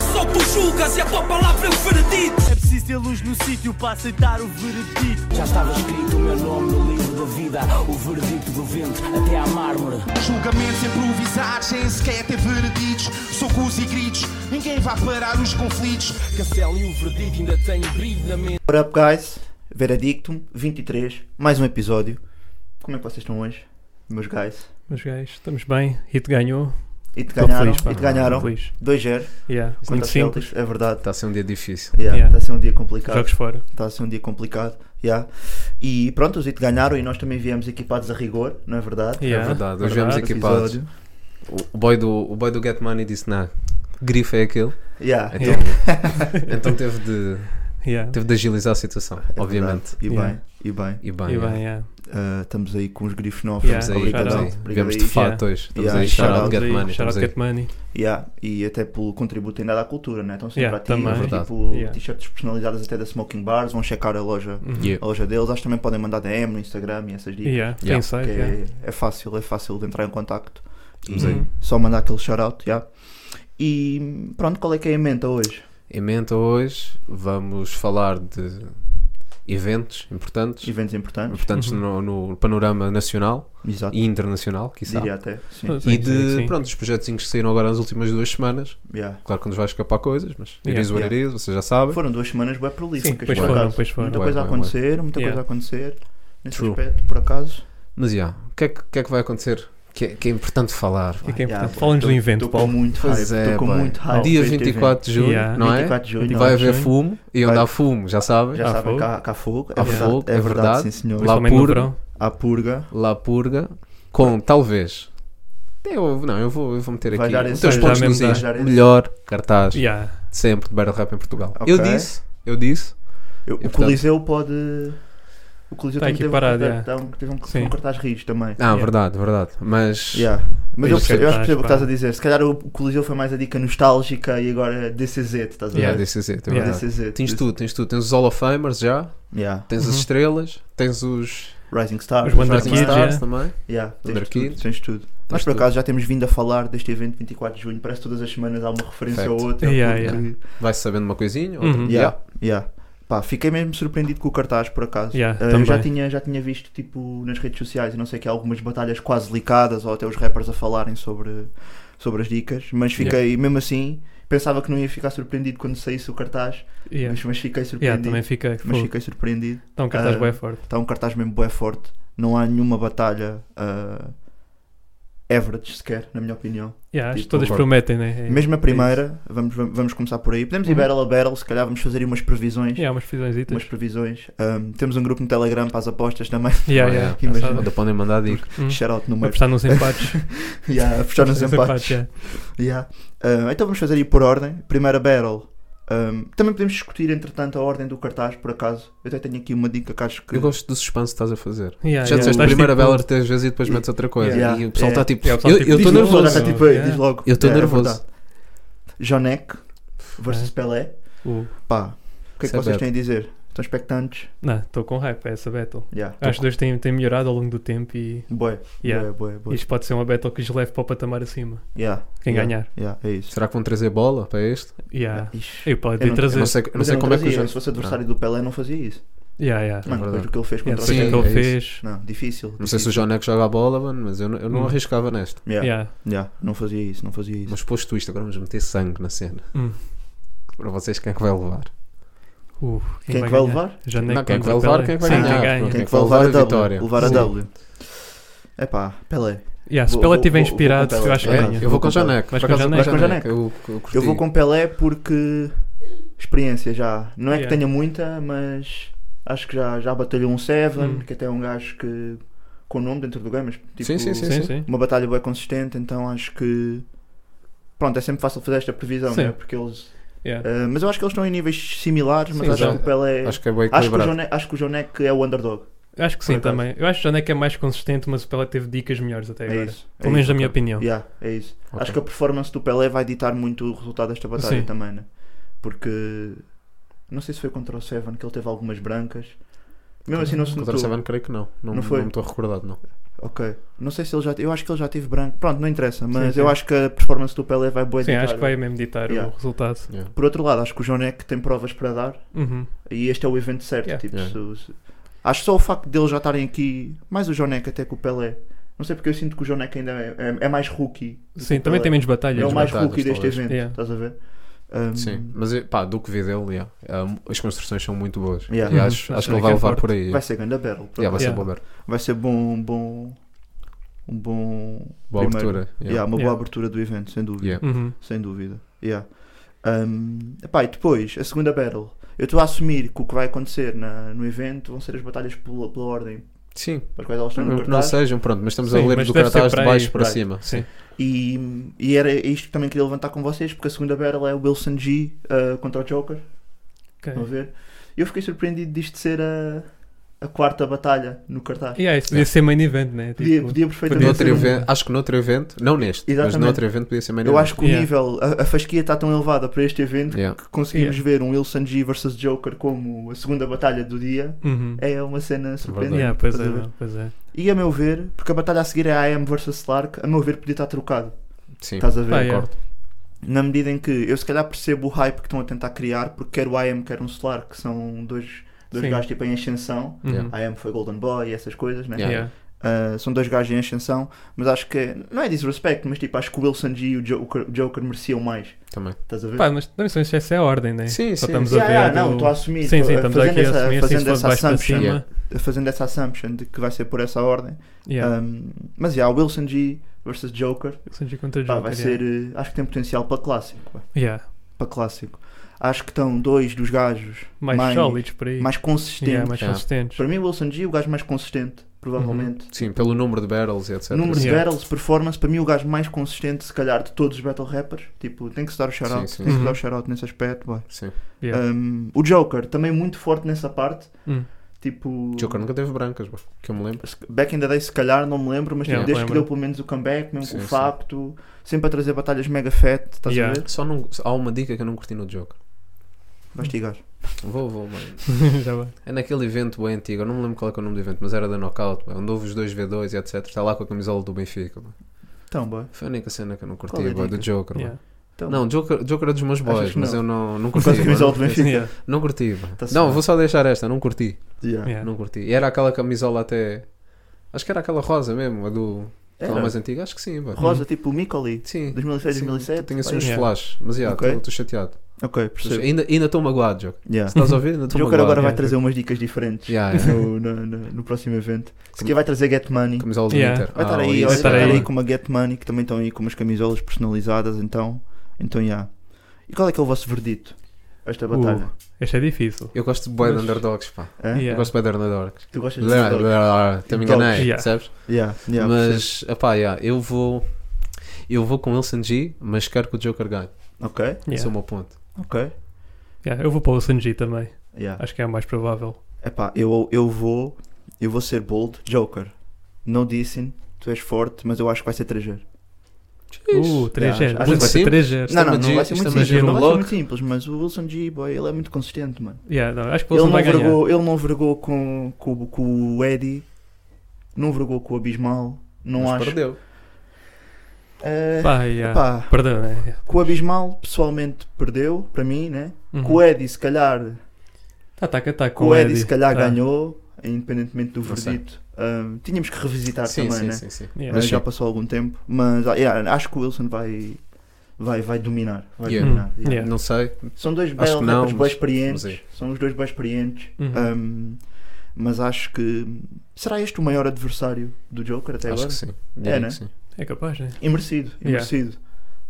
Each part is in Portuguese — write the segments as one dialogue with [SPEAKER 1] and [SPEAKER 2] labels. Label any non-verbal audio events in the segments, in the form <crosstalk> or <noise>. [SPEAKER 1] tu julgas e a tua palavra é o veredito.
[SPEAKER 2] É preciso ter luz no sítio para aceitar o veredito.
[SPEAKER 3] Já estava escrito o meu nome no livro da vida, o veredito do vento até à mármore.
[SPEAKER 4] Julgamentos improvisados, sem sequer ter vereditos. Socos e gritos, ninguém vai parar os conflitos.
[SPEAKER 3] Cancelem o veredito, ainda tenho brilho na mente.
[SPEAKER 5] What up, guys? Veredictum 23, mais um episódio. Como é que vocês estão hoje, meus guys?
[SPEAKER 6] Mas guys, estamos bem. Hit ganhou.
[SPEAKER 5] E te
[SPEAKER 6] Tô
[SPEAKER 5] ganharam,
[SPEAKER 6] feliz, pá.
[SPEAKER 5] e te ganharam
[SPEAKER 6] Tô feliz.
[SPEAKER 5] 2-0
[SPEAKER 6] Yeah.
[SPEAKER 5] contra
[SPEAKER 6] Muito
[SPEAKER 5] o
[SPEAKER 6] simples.
[SPEAKER 5] Celtics, é verdade.
[SPEAKER 7] Está a ser um dia difícil.
[SPEAKER 5] Yeah,
[SPEAKER 6] Yeah.
[SPEAKER 5] Está a ser um dia complicado.
[SPEAKER 6] Jogos fora.
[SPEAKER 5] Está a ser um dia complicado. Yeah. E pronto, os IT ganharam e nós também viemos equipados a rigor, não é verdade?
[SPEAKER 6] Yeah.
[SPEAKER 7] É verdade, hoje
[SPEAKER 6] Verdade.
[SPEAKER 7] viemos equipados.
[SPEAKER 5] Episódio.
[SPEAKER 7] O- O boy, do, o boy do Get Money disse: Nah, grifo é aquele.
[SPEAKER 5] Yeah.
[SPEAKER 7] Então, então teve, de,
[SPEAKER 6] Yeah.
[SPEAKER 7] teve de agilizar a situação,
[SPEAKER 5] É
[SPEAKER 7] obviamente.
[SPEAKER 5] verdade. E
[SPEAKER 6] Yeah.
[SPEAKER 5] bem, e bem. é.
[SPEAKER 7] E bem,
[SPEAKER 6] E
[SPEAKER 7] yeah.
[SPEAKER 6] bem, yeah.
[SPEAKER 5] Uh, estamos aí com os grifos novos.
[SPEAKER 6] Yeah,
[SPEAKER 7] estamos aí,
[SPEAKER 6] Obrigado.
[SPEAKER 7] estamos aí.
[SPEAKER 5] Obrigadão.
[SPEAKER 7] Viemos de
[SPEAKER 5] Obrigadão.
[SPEAKER 7] fato hoje. Estamos
[SPEAKER 5] Yeah,
[SPEAKER 7] aí,
[SPEAKER 5] shout
[SPEAKER 7] shout out
[SPEAKER 5] out
[SPEAKER 7] Get
[SPEAKER 6] aí,
[SPEAKER 7] Money.
[SPEAKER 6] shout
[SPEAKER 7] Estamos
[SPEAKER 6] out
[SPEAKER 7] aí.
[SPEAKER 6] Get Money.
[SPEAKER 5] Yeah, e até pelo contributo tem dado à cultura, né? Estão sempre
[SPEAKER 6] Yeah,
[SPEAKER 5] ativos,
[SPEAKER 6] também.
[SPEAKER 7] Verdade.
[SPEAKER 5] tipo
[SPEAKER 6] Yeah.
[SPEAKER 5] t-shirts personalizadas até da Smoking Bars, vão checar a loja,
[SPEAKER 7] Yeah.
[SPEAKER 5] a loja deles, acho que também podem mandar DM no Instagram e essas dicas.
[SPEAKER 6] Uhum. Yeah.
[SPEAKER 7] Yeah.
[SPEAKER 6] Pensei,
[SPEAKER 5] que é-
[SPEAKER 6] yeah.
[SPEAKER 5] é, fácil, é fácil de entrar em contacto e
[SPEAKER 7] Vamos aí.
[SPEAKER 6] Uhum.
[SPEAKER 5] só mandar aquele shout-out, yeah. E pronto, qual é que é a emenda hoje?
[SPEAKER 7] Em mente hoje, vamos falar de eventos importantes.
[SPEAKER 5] Eventos importantes,
[SPEAKER 7] Importantes no, no panorama nacional
[SPEAKER 5] exato,
[SPEAKER 7] e internacional, quiçá.
[SPEAKER 5] diria até, sim,
[SPEAKER 6] Sim,
[SPEAKER 7] E
[SPEAKER 6] sim,
[SPEAKER 7] de,
[SPEAKER 6] sim.
[SPEAKER 7] pronto, os projetos que saíram agora nas últimas duas semanas.
[SPEAKER 5] yeah.
[SPEAKER 7] Claro que nos vai escapar coisas, mas it
[SPEAKER 6] Yeah.
[SPEAKER 7] is what it is, vocês já sabem.
[SPEAKER 5] Foram duas semanas bem
[SPEAKER 6] Sim,
[SPEAKER 5] prolíficas,
[SPEAKER 6] pois
[SPEAKER 5] por
[SPEAKER 6] foram,
[SPEAKER 5] acaso.
[SPEAKER 6] pois foram.
[SPEAKER 5] Muita
[SPEAKER 7] Ué,
[SPEAKER 5] coisa a
[SPEAKER 7] ué, ué.
[SPEAKER 5] acontecer, muita
[SPEAKER 6] Yeah.
[SPEAKER 5] coisa a acontecer, nesse
[SPEAKER 7] True.
[SPEAKER 5] aspecto, por acaso.
[SPEAKER 7] Mas já, o que, é que, o que é que vai acontecer? Que é, que é importante falar.
[SPEAKER 6] O que é que é
[SPEAKER 5] Ah, Yeah,
[SPEAKER 6] importante? Fala-nos
[SPEAKER 5] tô-
[SPEAKER 6] do evento,
[SPEAKER 5] tô com
[SPEAKER 6] Paulo.
[SPEAKER 5] muito
[SPEAKER 7] Pois
[SPEAKER 5] hype, tô
[SPEAKER 7] é,
[SPEAKER 5] com
[SPEAKER 7] pá.
[SPEAKER 5] muito hype.
[SPEAKER 7] Dia
[SPEAKER 5] pra este
[SPEAKER 7] 24 de julho,
[SPEAKER 6] Yeah.
[SPEAKER 7] não é?
[SPEAKER 5] 24 de julho,
[SPEAKER 7] Vai
[SPEAKER 5] não é?
[SPEAKER 7] haver
[SPEAKER 6] Sim.
[SPEAKER 7] fumo e
[SPEAKER 5] Vai-
[SPEAKER 7] onde há fumo, já sabem.
[SPEAKER 5] Já
[SPEAKER 6] Há
[SPEAKER 5] sabem
[SPEAKER 6] Ah, fogo.
[SPEAKER 5] que há, que há fogo. É
[SPEAKER 7] Há
[SPEAKER 5] verdade,
[SPEAKER 7] fogo,
[SPEAKER 5] é
[SPEAKER 7] é
[SPEAKER 5] verdade,
[SPEAKER 7] verdade.
[SPEAKER 5] sim senhor.
[SPEAKER 7] Lá-
[SPEAKER 6] Principalmente no
[SPEAKER 7] pura.
[SPEAKER 6] verão.
[SPEAKER 5] Há purga.
[SPEAKER 7] Lá purga, com talvez. Eu, não, eu vou, eu vou meter
[SPEAKER 5] Vai
[SPEAKER 7] aqui
[SPEAKER 5] dar
[SPEAKER 7] os
[SPEAKER 5] esse-
[SPEAKER 7] teus
[SPEAKER 6] vai
[SPEAKER 7] pontos
[SPEAKER 6] dar
[SPEAKER 7] nos
[SPEAKER 6] mesmo,
[SPEAKER 7] is.
[SPEAKER 5] vai dar esse.
[SPEAKER 7] Melhor cartaz
[SPEAKER 6] Yeah.
[SPEAKER 7] de sempre de Battle Rap em Portugal.
[SPEAKER 5] Ok.
[SPEAKER 7] Eu disse, eu disse.
[SPEAKER 5] Eu- o
[SPEAKER 7] portanto-
[SPEAKER 5] Coliseu pode. O Coliseu
[SPEAKER 6] Tá
[SPEAKER 5] também teve, um
[SPEAKER 6] equiparado,
[SPEAKER 5] cartaz-
[SPEAKER 6] yeah.
[SPEAKER 5] tão- teve um,
[SPEAKER 6] Sim.
[SPEAKER 5] um cartaz rijo também.
[SPEAKER 7] Ah,
[SPEAKER 6] Yeah.
[SPEAKER 7] verdade, verdade. Mas
[SPEAKER 5] Yeah. Mas eu
[SPEAKER 7] Isso
[SPEAKER 5] percebo,
[SPEAKER 6] é
[SPEAKER 5] eu acho que percebo o que
[SPEAKER 6] pá.
[SPEAKER 5] estás a dizer. Se calhar o, o Coliseu foi mais a dica nostálgica e agora é DCZ, estás a ver?
[SPEAKER 7] yeah, this is it, é
[SPEAKER 6] Yeah.
[SPEAKER 7] verdade.
[SPEAKER 5] DCZ.
[SPEAKER 7] Tens tudo, tens tudo. Tens os Hall of Famers já,
[SPEAKER 5] Yeah.
[SPEAKER 7] tens as estrelas, tens os
[SPEAKER 5] Rising Stars.
[SPEAKER 6] Os Wonder
[SPEAKER 7] Rising
[SPEAKER 5] Rising
[SPEAKER 6] Kids,
[SPEAKER 7] Stars
[SPEAKER 5] Stars.
[SPEAKER 6] yeah.
[SPEAKER 7] também.
[SPEAKER 5] Yeah, Tens
[SPEAKER 7] Wonder
[SPEAKER 5] tudo.
[SPEAKER 7] Kids.
[SPEAKER 5] Tens tudo. Mas por
[SPEAKER 7] tudo.
[SPEAKER 5] acaso já temos vindo a falar deste evento 24 de junho. Parece que todas as semanas há uma referência ou
[SPEAKER 7] Facto.
[SPEAKER 5] outra.
[SPEAKER 6] Yeah,
[SPEAKER 5] porque-
[SPEAKER 7] Vai-se sabendo uma coisinha, outra.
[SPEAKER 6] Uhum.
[SPEAKER 7] Yeah.
[SPEAKER 5] Yeah. Yeah. Pá, fiquei mesmo surpreendido com o cartaz, por acaso.
[SPEAKER 6] Yeah,
[SPEAKER 5] Eh, eu
[SPEAKER 6] também.
[SPEAKER 5] já tinha, já tinha visto, tipo, nas redes sociais e não sei que há algumas batalhas quase licadas ou até os rappers a falarem sobre, sobre as dicas, mas fiquei, mesmo assim, pensava que não ia ficar surpreendido quando saísse o cartaz,
[SPEAKER 6] Yeah.
[SPEAKER 5] mas, mas fiquei surpreendido.
[SPEAKER 6] Yeah, também fiquei.
[SPEAKER 5] Mas
[SPEAKER 6] Fogo.
[SPEAKER 5] fiquei surpreendido.
[SPEAKER 6] Então, cartaz
[SPEAKER 5] Ah,
[SPEAKER 6] bem forte.
[SPEAKER 5] Está um cartaz mesmo bué forte. Não há nenhuma batalha ah, average sequer, na minha opinião.
[SPEAKER 6] Yeah, acho que
[SPEAKER 5] tipo,
[SPEAKER 6] todas
[SPEAKER 5] concordo.
[SPEAKER 6] prometem, né? É-
[SPEAKER 5] Mesmo a
[SPEAKER 6] é
[SPEAKER 5] primeira, vamos, vamos vamos começar por aí. Podemos ir
[SPEAKER 6] Uhum.
[SPEAKER 5] battle a battle, se calhar vamos fazer aí umas previsões
[SPEAKER 6] isso. Yeah, umas fusõezitas.
[SPEAKER 5] umas previsões. Ahm, temos um grupo no Telegram para as apostas também.
[SPEAKER 6] Yeah,
[SPEAKER 7] Ah,
[SPEAKER 6] yeah.
[SPEAKER 5] yeah. <laughs> Imagina. Uhum.
[SPEAKER 6] Passado.
[SPEAKER 7] Onde podem mandar dica.
[SPEAKER 6] Hum.
[SPEAKER 5] Shout out no
[SPEAKER 6] Vai
[SPEAKER 5] meio.
[SPEAKER 6] <laughs> apostar nos empates.
[SPEAKER 5] Yeah, a fechar nos
[SPEAKER 6] Nos
[SPEAKER 5] empates.
[SPEAKER 6] Uhum. yeah.
[SPEAKER 5] Yeah. Ah, então vamos fazer aí por ordem. Primeira battle. Ahm, também podemos discutir, entretanto, a ordem do cartaz, por acaso. Eu até tenho aqui uma dica que acho que.
[SPEAKER 7] Eu gosto do suspense que estás a fazer.
[SPEAKER 6] Yeah,
[SPEAKER 7] Já
[SPEAKER 6] yeah.
[SPEAKER 7] disseste
[SPEAKER 6] Estás
[SPEAKER 7] primeira
[SPEAKER 6] tipo-
[SPEAKER 7] bela
[SPEAKER 6] <laughs>
[SPEAKER 7] três vezes e depois metes outra coisa.
[SPEAKER 5] Yeah. É.
[SPEAKER 7] E o pessoal está
[SPEAKER 5] Yeah.
[SPEAKER 7] tipo.
[SPEAKER 6] Yeah, o pessoal
[SPEAKER 7] eu
[SPEAKER 6] tipo,
[SPEAKER 7] eu
[SPEAKER 6] diz
[SPEAKER 7] estou
[SPEAKER 6] logo,
[SPEAKER 7] nervoso.
[SPEAKER 5] já está tipo, "Ei",
[SPEAKER 6] Yeah.
[SPEAKER 5] diz logo.
[SPEAKER 7] Eu estou
[SPEAKER 5] Yeah, é
[SPEAKER 7] nervoso.
[SPEAKER 5] verdade. Jonek
[SPEAKER 6] É.
[SPEAKER 5] versus Pelé.
[SPEAKER 6] Uh,
[SPEAKER 5] Pá, o que é que
[SPEAKER 7] Isso é
[SPEAKER 5] vocês
[SPEAKER 7] bad.
[SPEAKER 5] têm a dizer? Estão expectantes?
[SPEAKER 6] Não, estou com hype para essa battle.
[SPEAKER 5] Yeah.
[SPEAKER 6] Acho que os dois têm, têm melhorado ao longo do tempo e
[SPEAKER 5] Boé,
[SPEAKER 6] Yeah.
[SPEAKER 5] boé, boé.
[SPEAKER 6] isto pode ser uma battle que os leve para o patamar acima.
[SPEAKER 5] Yeah.
[SPEAKER 6] Quem
[SPEAKER 5] yeah.
[SPEAKER 6] ganhar.
[SPEAKER 5] Yeah, é isso.
[SPEAKER 7] Será que vão trazer bola para este?
[SPEAKER 6] Yeah.
[SPEAKER 5] Ixi.
[SPEAKER 6] E pode
[SPEAKER 5] Eu não-
[SPEAKER 7] Eu
[SPEAKER 6] trazer.
[SPEAKER 7] não sei, eu não
[SPEAKER 5] Mas
[SPEAKER 7] sei
[SPEAKER 5] eu não
[SPEAKER 7] como é que os
[SPEAKER 5] trazia,
[SPEAKER 7] jogos.
[SPEAKER 5] Se fosse adversário do Pelé, não fazia isso.
[SPEAKER 6] Yeah, yeah.
[SPEAKER 5] Mano, depois
[SPEAKER 7] verdade.
[SPEAKER 5] do que ele fez
[SPEAKER 6] É Yeah,
[SPEAKER 5] contra
[SPEAKER 6] depois do
[SPEAKER 5] o
[SPEAKER 7] Sim,
[SPEAKER 6] que
[SPEAKER 5] Chelsea.
[SPEAKER 6] ele
[SPEAKER 7] é
[SPEAKER 6] fez.
[SPEAKER 5] Não, difícil.
[SPEAKER 7] Não sei se o
[SPEAKER 5] difícil.
[SPEAKER 7] João Neco joga a bola, mano, mas eu não, eu não
[SPEAKER 6] Hum.
[SPEAKER 7] arriscava neste.
[SPEAKER 5] Yeah,
[SPEAKER 6] Yeah.
[SPEAKER 5] yeah, não fazia isso, não fazia isso.
[SPEAKER 7] Mas posto isto, agora vamos meter sangue na cena.
[SPEAKER 6] Hum.
[SPEAKER 7] Para vocês, quem é que vai levar?
[SPEAKER 6] Uh,
[SPEAKER 5] quem, é que vai
[SPEAKER 6] ganhar?
[SPEAKER 5] levar?
[SPEAKER 6] Já nem
[SPEAKER 7] Não, quem é que vai
[SPEAKER 6] contra
[SPEAKER 7] levar,
[SPEAKER 6] Pelé.
[SPEAKER 7] quem é que vai
[SPEAKER 6] Sim,
[SPEAKER 7] ganhar?
[SPEAKER 6] ganha.
[SPEAKER 5] Quem
[SPEAKER 7] Quem
[SPEAKER 5] é
[SPEAKER 7] é
[SPEAKER 5] que
[SPEAKER 7] que
[SPEAKER 5] vai
[SPEAKER 7] vai
[SPEAKER 5] levar a
[SPEAKER 7] levar é
[SPEAKER 5] W?
[SPEAKER 7] vitória.
[SPEAKER 5] Levar a
[SPEAKER 6] Sim.
[SPEAKER 5] W. É pá, Pelé.
[SPEAKER 6] Yeah, se
[SPEAKER 5] Vou-
[SPEAKER 6] Pelé
[SPEAKER 5] vou-
[SPEAKER 6] estiver
[SPEAKER 5] vou- vou
[SPEAKER 6] inspirado,
[SPEAKER 5] com o
[SPEAKER 6] eu acho que
[SPEAKER 5] Pelé.
[SPEAKER 6] ganha.
[SPEAKER 7] É, eu vou com o
[SPEAKER 5] João
[SPEAKER 7] João Neco.
[SPEAKER 6] Vais
[SPEAKER 7] Por
[SPEAKER 6] com o
[SPEAKER 7] acaso
[SPEAKER 6] João
[SPEAKER 7] vou
[SPEAKER 6] Neco?
[SPEAKER 7] com o João
[SPEAKER 5] Vais
[SPEAKER 7] Neco. Eu, eu curti.
[SPEAKER 5] Eu vou com Pelé porque experiência já. Não é que
[SPEAKER 6] Yeah.
[SPEAKER 5] tenha muita, mas acho que já, já batalhou um Seven,
[SPEAKER 6] Hum.
[SPEAKER 5] que até é um gajo que. com nome dentro do game, mas tipo.
[SPEAKER 7] Sim, sim, sim.
[SPEAKER 6] Sim, sim.
[SPEAKER 5] Uma batalha bem consistente, então acho que. Pronto, é sempre fácil fazer esta previsão,
[SPEAKER 6] Sim.
[SPEAKER 5] né? Porque eles.
[SPEAKER 6] Yeah.
[SPEAKER 5] Uh, mas eu acho que eles estão em níveis similares, mas
[SPEAKER 7] Sim,
[SPEAKER 5] acho
[SPEAKER 7] já-
[SPEAKER 5] que o Pelé. Acho,
[SPEAKER 7] Acho que é bem
[SPEAKER 5] que o
[SPEAKER 7] equilibrado.
[SPEAKER 5] Jonek, acho que o Jonek é o underdog.
[SPEAKER 6] Acho que sim
[SPEAKER 5] Por acaso.
[SPEAKER 6] também. Eu acho que o Janek é mais consistente, mas o Pelé teve dicas melhores até
[SPEAKER 5] É
[SPEAKER 6] agora.
[SPEAKER 5] isso. é
[SPEAKER 6] Pelo menos
[SPEAKER 5] isso.
[SPEAKER 6] na minha opinião.
[SPEAKER 5] Yeah, é isso.
[SPEAKER 7] Ok.
[SPEAKER 5] Acho que a performance do Pelé vai ditar muito o resultado desta batalha
[SPEAKER 6] Sim.
[SPEAKER 5] também, né? Porque. Não sei se foi contra o Seven que ele teve algumas brancas. Mesmo assim, não se
[SPEAKER 7] Contra
[SPEAKER 5] notou.
[SPEAKER 7] o Seven, creio que não. Não,
[SPEAKER 5] Não foi?
[SPEAKER 7] não me estou a recordar, não.
[SPEAKER 5] Ok. Não sei se ele já. Eu acho que ele já teve branco. Pronto, não interessa, mas
[SPEAKER 6] sim.
[SPEAKER 5] eu acho que a performance do Pelé vai boa
[SPEAKER 6] Sim,
[SPEAKER 5] ditar. né?
[SPEAKER 6] acho que vai mesmo ditar
[SPEAKER 5] Yeah.
[SPEAKER 6] o resultado.
[SPEAKER 7] Yeah.
[SPEAKER 5] Por outro lado, acho que o João Neck tem provas para dar
[SPEAKER 6] Uhum.
[SPEAKER 5] e este é o evento certo.
[SPEAKER 6] Yeah.
[SPEAKER 5] Tipo,
[SPEAKER 7] Yeah.
[SPEAKER 5] se- se- Acho que só o facto deles já estarem aqui, mais o João Neck até que o Pelé. Não sei porque eu sinto que o João Neck ainda é, é- é mais rookie. do que
[SPEAKER 6] Sim,
[SPEAKER 5] o
[SPEAKER 6] também
[SPEAKER 5] Pelé.
[SPEAKER 6] tem menos batalhas.
[SPEAKER 5] É o
[SPEAKER 7] de
[SPEAKER 5] mais
[SPEAKER 7] batalhas,
[SPEAKER 5] rookie deste
[SPEAKER 7] talvez.
[SPEAKER 5] evento,
[SPEAKER 6] Yeah.
[SPEAKER 5] estás a ver? Um,
[SPEAKER 7] Sim, mas eh, pá, do que vi dele, yeah, um, as construções são muito boas.
[SPEAKER 5] Yeah.
[SPEAKER 7] E
[SPEAKER 5] Uhum.
[SPEAKER 7] acho,
[SPEAKER 6] Acho
[SPEAKER 7] acho
[SPEAKER 6] que
[SPEAKER 7] que ele
[SPEAKER 6] é
[SPEAKER 7] vai
[SPEAKER 6] que é
[SPEAKER 7] levar
[SPEAKER 6] forte.
[SPEAKER 7] por aí.
[SPEAKER 5] Vai ser grande battle.
[SPEAKER 7] Yeah,
[SPEAKER 5] por
[SPEAKER 7] vai
[SPEAKER 5] acaso.
[SPEAKER 7] ser bom
[SPEAKER 6] Yeah.
[SPEAKER 7] ver.
[SPEAKER 5] Vai ser bom, um bom, um bom,
[SPEAKER 7] Boa
[SPEAKER 5] primeiro-
[SPEAKER 7] abertura. yeah.
[SPEAKER 5] Yeah, uma boa
[SPEAKER 6] Yeah.
[SPEAKER 5] abertura do evento, sem dúvida.
[SPEAKER 7] Yeah.
[SPEAKER 6] Uhum.
[SPEAKER 5] Sem dúvida. Yeah. Um, epá, e depois, a segunda battle. Eu estou a assumir que o que vai acontecer na- no evento vão ser as batalhas pela, pela ordem
[SPEAKER 7] Sim,
[SPEAKER 5] para quais elas estão no
[SPEAKER 7] não, não
[SPEAKER 5] cartaz.
[SPEAKER 7] sejam, pronto, mas estamos a
[SPEAKER 6] Sim,
[SPEAKER 7] ler
[SPEAKER 6] mas
[SPEAKER 7] do
[SPEAKER 6] deve ser
[SPEAKER 7] cartaz
[SPEAKER 6] para
[SPEAKER 7] de
[SPEAKER 6] aí,
[SPEAKER 7] baixo para
[SPEAKER 6] para aí.
[SPEAKER 7] cima. Sim.
[SPEAKER 5] E, e era isto que também queria levantar com vocês, porque a segunda battle é o Wilson G uh, contra o Joker.
[SPEAKER 6] Ok.
[SPEAKER 5] Estão a ver? Eu fiquei surpreendido disto ser a, a quarta batalha no cartaz.
[SPEAKER 6] Yeah, isso podia ser main event, né?
[SPEAKER 5] Podia,
[SPEAKER 6] Tipo,
[SPEAKER 5] podia
[SPEAKER 7] No
[SPEAKER 5] perfeitamente
[SPEAKER 7] outro
[SPEAKER 5] ser um-
[SPEAKER 7] evento, acho que noutro evento, não neste, mas
[SPEAKER 5] Exatamente.
[SPEAKER 7] no outro evento podia ser melhor.
[SPEAKER 5] Eu acho que o
[SPEAKER 6] Yeah.
[SPEAKER 5] nível, a, a fasquia está tão elevada para este evento
[SPEAKER 7] Yeah.
[SPEAKER 5] que conseguimos ver um Wilson G versus Joker como a segunda batalha do dia.
[SPEAKER 6] Uhum.
[SPEAKER 5] É uma cena surpreendente.
[SPEAKER 6] Yeah, pois é,
[SPEAKER 5] estás a ver?
[SPEAKER 6] não, pois é.
[SPEAKER 5] E a meu ver, porque a batalha a seguir é a AM versus Slark, a meu ver podia estar trocado.
[SPEAKER 7] Sim,
[SPEAKER 5] Estás a ver?
[SPEAKER 6] Pá, Ah, yeah.
[SPEAKER 5] Na medida em que eu se calhar percebo o hype que estão a tentar criar, porque quer o AM, quer um Slark, que são dois, dois
[SPEAKER 6] Sim.
[SPEAKER 5] gajos tipo em ascensão.
[SPEAKER 6] Uhum.
[SPEAKER 7] Yeah.
[SPEAKER 5] AM foi Golden Boy e essas coisas, né?
[SPEAKER 7] Yeah.
[SPEAKER 6] Yeah.
[SPEAKER 5] Uh, são dois gajos em ascensão, mas acho que não é disrespect, mas tipo, acho que o Wilson G e o Joker, o Joker mereciam mais.
[SPEAKER 7] também.
[SPEAKER 5] Estás a ver?
[SPEAKER 6] Pá, mas também são isso essa é a ordem, né?
[SPEAKER 7] Sim,
[SPEAKER 6] Só
[SPEAKER 7] sim.
[SPEAKER 6] estamos a
[SPEAKER 5] Yeah,
[SPEAKER 6] ver.
[SPEAKER 5] yeah, não,
[SPEAKER 6] o-
[SPEAKER 5] estou a assumir,
[SPEAKER 6] Sim,
[SPEAKER 5] tô,
[SPEAKER 6] sim,
[SPEAKER 5] eh,
[SPEAKER 6] estamos
[SPEAKER 5] fazendo
[SPEAKER 6] aqui a
[SPEAKER 5] essa-
[SPEAKER 6] assumir assim se
[SPEAKER 5] fazendo
[SPEAKER 6] for de
[SPEAKER 5] essa
[SPEAKER 6] baixo para
[SPEAKER 5] assumption.
[SPEAKER 6] cima.
[SPEAKER 5] Fazendo essa assumption de que vai ser por essa ordem.
[SPEAKER 6] Yeah.
[SPEAKER 5] Um, mas já, o Wilson G versus Joker,
[SPEAKER 6] Sanji contra
[SPEAKER 5] pá,
[SPEAKER 6] Joker,
[SPEAKER 5] vai
[SPEAKER 6] yeah.
[SPEAKER 5] ser, eh, acho que tem potencial para clássico. pá,
[SPEAKER 6] Yeah.
[SPEAKER 5] Para clássico. Acho que estão dois dos gajos
[SPEAKER 6] Mais,
[SPEAKER 5] mais,
[SPEAKER 6] sólidos por aí.
[SPEAKER 5] mais consistentes.
[SPEAKER 6] Yeah, mais
[SPEAKER 7] Yeah.
[SPEAKER 6] consistentes.
[SPEAKER 5] Para mim, o Wilson G, é o gajo mais consistente, provavelmente.
[SPEAKER 7] Sim, pelo número de barrels e etc.
[SPEAKER 5] Número de
[SPEAKER 6] Uhum. Yeah.
[SPEAKER 5] battles, performance, para mim o gajo mais consistente, se calhar, de todos os battle rappers. Tipo, tem que se dar o
[SPEAKER 7] Sim,
[SPEAKER 5] shout-out,
[SPEAKER 7] sim.
[SPEAKER 5] tem que se
[SPEAKER 6] Uhum.
[SPEAKER 5] dar o shout-out nesse aspecto. boy.
[SPEAKER 7] Sim.
[SPEAKER 6] Yeah.
[SPEAKER 5] Um, o Joker, também muito forte nessa parte.
[SPEAKER 6] Hum.
[SPEAKER 5] Tipo,
[SPEAKER 7] Joker nunca teve brancas, bro, que eu me lembro.
[SPEAKER 5] se- back in the day, se calhar, não me lembro, mas tipo,
[SPEAKER 6] Yeah,
[SPEAKER 5] desde que
[SPEAKER 6] lembro.
[SPEAKER 5] deu pelo menos o comeback, mesmo
[SPEAKER 7] Sim,
[SPEAKER 5] com
[SPEAKER 7] sim.
[SPEAKER 5] o facto, sempre a trazer batalhas mega fat, estás
[SPEAKER 6] Yeah.
[SPEAKER 5] a ver?
[SPEAKER 7] Só não, há uma dica que eu não curti no Joker.
[SPEAKER 5] Mastigar.
[SPEAKER 7] Vou, vou, mano.
[SPEAKER 6] Já vai.
[SPEAKER 7] É naquele evento bem antigo, eu não me lembro qual é, que é o nome do evento, mas era da Knockout, mano, onde houve os dois V2 e etc. Está lá com a camisola do Benfica. mano.
[SPEAKER 5] Então, boy.
[SPEAKER 7] Foi a única cena que eu não curti,
[SPEAKER 5] Qual é a
[SPEAKER 7] boy, do
[SPEAKER 5] dica?
[SPEAKER 7] Joker. mano.
[SPEAKER 6] Yeah.
[SPEAKER 5] Então,
[SPEAKER 7] Não, Joker, Joker é dos meus
[SPEAKER 5] Achas
[SPEAKER 7] boys,
[SPEAKER 5] que
[SPEAKER 7] mas
[SPEAKER 5] não?
[SPEAKER 7] eu não, não
[SPEAKER 5] por
[SPEAKER 7] curti.
[SPEAKER 5] causa da
[SPEAKER 7] mano.
[SPEAKER 5] camisola do Benfica.
[SPEAKER 6] Yeah.
[SPEAKER 7] Não curti. mano.
[SPEAKER 5] Tá-se
[SPEAKER 7] não,
[SPEAKER 5] bem.
[SPEAKER 7] vou só deixar esta, não curti.
[SPEAKER 5] Yeah.
[SPEAKER 6] Yeah.
[SPEAKER 7] Não curti. E era aquela camisola até. Acho que era aquela rosa mesmo, a do. Aquela
[SPEAKER 5] Era.
[SPEAKER 7] mais antiga? Acho que sim, pá.
[SPEAKER 5] Rosa, tipo o Micoli,
[SPEAKER 7] Sim.
[SPEAKER 5] 2006,
[SPEAKER 7] Uhum. sim.
[SPEAKER 5] 2007.
[SPEAKER 7] Tenho assim
[SPEAKER 5] pá,
[SPEAKER 7] uns
[SPEAKER 5] yeah.
[SPEAKER 6] Yeah.
[SPEAKER 7] flash, mas já,
[SPEAKER 5] Ok.
[SPEAKER 7] estou chateado.
[SPEAKER 5] Ok,
[SPEAKER 7] Mas
[SPEAKER 5] percebo.
[SPEAKER 7] Ainda ainda estou magoado, Joker.
[SPEAKER 5] Yeah.
[SPEAKER 7] Estás a ouvir? Ainda
[SPEAKER 5] O
[SPEAKER 7] estou
[SPEAKER 5] Joker
[SPEAKER 7] magoado.
[SPEAKER 5] agora vai
[SPEAKER 6] Yeah.
[SPEAKER 5] trazer umas dicas diferentes
[SPEAKER 7] Yeah, yeah.
[SPEAKER 5] no, no- no- no próximo evento. Se calhar vai trazer Get Money.
[SPEAKER 7] Camisola do
[SPEAKER 6] Yeah.
[SPEAKER 7] Inter.
[SPEAKER 5] Vai estar
[SPEAKER 7] Ah,
[SPEAKER 5] aí,
[SPEAKER 7] isso,
[SPEAKER 5] olha, vai
[SPEAKER 6] estar
[SPEAKER 5] estar
[SPEAKER 6] aí.
[SPEAKER 5] aí com uma Get Money, que também estão aí com umas camisolas personalizadas, então, então, yeah. E qual é que é o vosso verdito?
[SPEAKER 7] Uh,
[SPEAKER 5] Esta batalha.
[SPEAKER 6] Este é difícil.
[SPEAKER 7] Eu gosto de boy de
[SPEAKER 6] Mas-
[SPEAKER 7] underdogs, pá.
[SPEAKER 5] Hã?
[SPEAKER 7] Eu
[SPEAKER 6] Yeah.
[SPEAKER 7] gosto de boy de underdogs.
[SPEAKER 5] Tu gostas de
[SPEAKER 7] Blá, blá,
[SPEAKER 5] underdog?
[SPEAKER 7] blá, Até me
[SPEAKER 5] Dogs.
[SPEAKER 7] enganei,
[SPEAKER 6] Yeah.
[SPEAKER 7] percebes?
[SPEAKER 5] Yeah, yeah, percebo.
[SPEAKER 7] Mas, epá, yeah, eu vou. Eu vou com o Wilson G, mas quero que o Joker ganhe.
[SPEAKER 5] Ok,
[SPEAKER 7] Esse é o
[SPEAKER 6] Yeah.
[SPEAKER 7] meu ponto.
[SPEAKER 5] ok.
[SPEAKER 6] Yeah, Eu vou para o Sanji também.
[SPEAKER 5] Yeah.
[SPEAKER 6] Acho que é a mais provável.
[SPEAKER 5] Epá, eu, eu vou. Eu vou ser bold, Joker. Não dissem, tu és forte, mas eu acho que vai ser 3G.
[SPEAKER 6] Uh, 3
[SPEAKER 5] Yeah,
[SPEAKER 6] g
[SPEAKER 5] acho que vai
[SPEAKER 7] ser-
[SPEAKER 6] 3 g
[SPEAKER 7] Isto é
[SPEAKER 5] Não, não,
[SPEAKER 7] uma G-
[SPEAKER 5] não vai ser
[SPEAKER 7] isto é
[SPEAKER 5] muito
[SPEAKER 7] uma G
[SPEAKER 5] simples.
[SPEAKER 7] no
[SPEAKER 5] Não vai ser
[SPEAKER 7] bloco.
[SPEAKER 5] muito simples, mas o Wilson G, boy, ele é muito consistente, mano.
[SPEAKER 6] Acho que o
[SPEAKER 5] Ele
[SPEAKER 6] Wilson
[SPEAKER 5] não,
[SPEAKER 6] vai ganhar.
[SPEAKER 5] vergou, ele não vergou com, com, com o Eddie, não vergou com o Abismal, não
[SPEAKER 7] Mas
[SPEAKER 5] acho.
[SPEAKER 7] perdeu.
[SPEAKER 5] Eh,
[SPEAKER 6] Pá, yeah.
[SPEAKER 5] pá,
[SPEAKER 6] Perdão, né? Yeah.
[SPEAKER 5] com o Abismal, pessoalmente, perdeu, para mim, né?
[SPEAKER 6] Uhum.
[SPEAKER 5] Com o Eddie, se calhar,
[SPEAKER 6] Tá, tá, tá,
[SPEAKER 5] com o Eddie, se calhar
[SPEAKER 6] tá.
[SPEAKER 5] ganhou, independentemente do
[SPEAKER 7] Não sei.
[SPEAKER 5] verdito. Ah, tínhamos que revisitar
[SPEAKER 7] Sim,
[SPEAKER 5] também,
[SPEAKER 7] sim,
[SPEAKER 5] né?
[SPEAKER 7] sim, sim.
[SPEAKER 6] Yeah.
[SPEAKER 5] Mas
[SPEAKER 7] Mas
[SPEAKER 5] já
[SPEAKER 7] sim.
[SPEAKER 5] passou algum tempo. Mas ah, yeah, acho que o Wilson vai, vai, vai dominar. Vai
[SPEAKER 7] Yeah.
[SPEAKER 5] dominar
[SPEAKER 6] Hum,
[SPEAKER 5] yeah.
[SPEAKER 6] yeah.
[SPEAKER 7] Não sei,
[SPEAKER 5] São dois
[SPEAKER 7] Acho
[SPEAKER 5] bem
[SPEAKER 7] que não,
[SPEAKER 5] rappers bem
[SPEAKER 7] mas-
[SPEAKER 5] experientes.
[SPEAKER 7] mas é.
[SPEAKER 5] São os dois bem experientes.
[SPEAKER 6] Uhum.
[SPEAKER 5] Um, mas acho que. Será este o maior adversário do Joker até
[SPEAKER 7] acho
[SPEAKER 5] agora?
[SPEAKER 7] que sim. Diria
[SPEAKER 5] É, né?
[SPEAKER 7] que sim.
[SPEAKER 6] É capaz, né?
[SPEAKER 5] E merecido, e
[SPEAKER 6] Yeah.
[SPEAKER 5] merecido.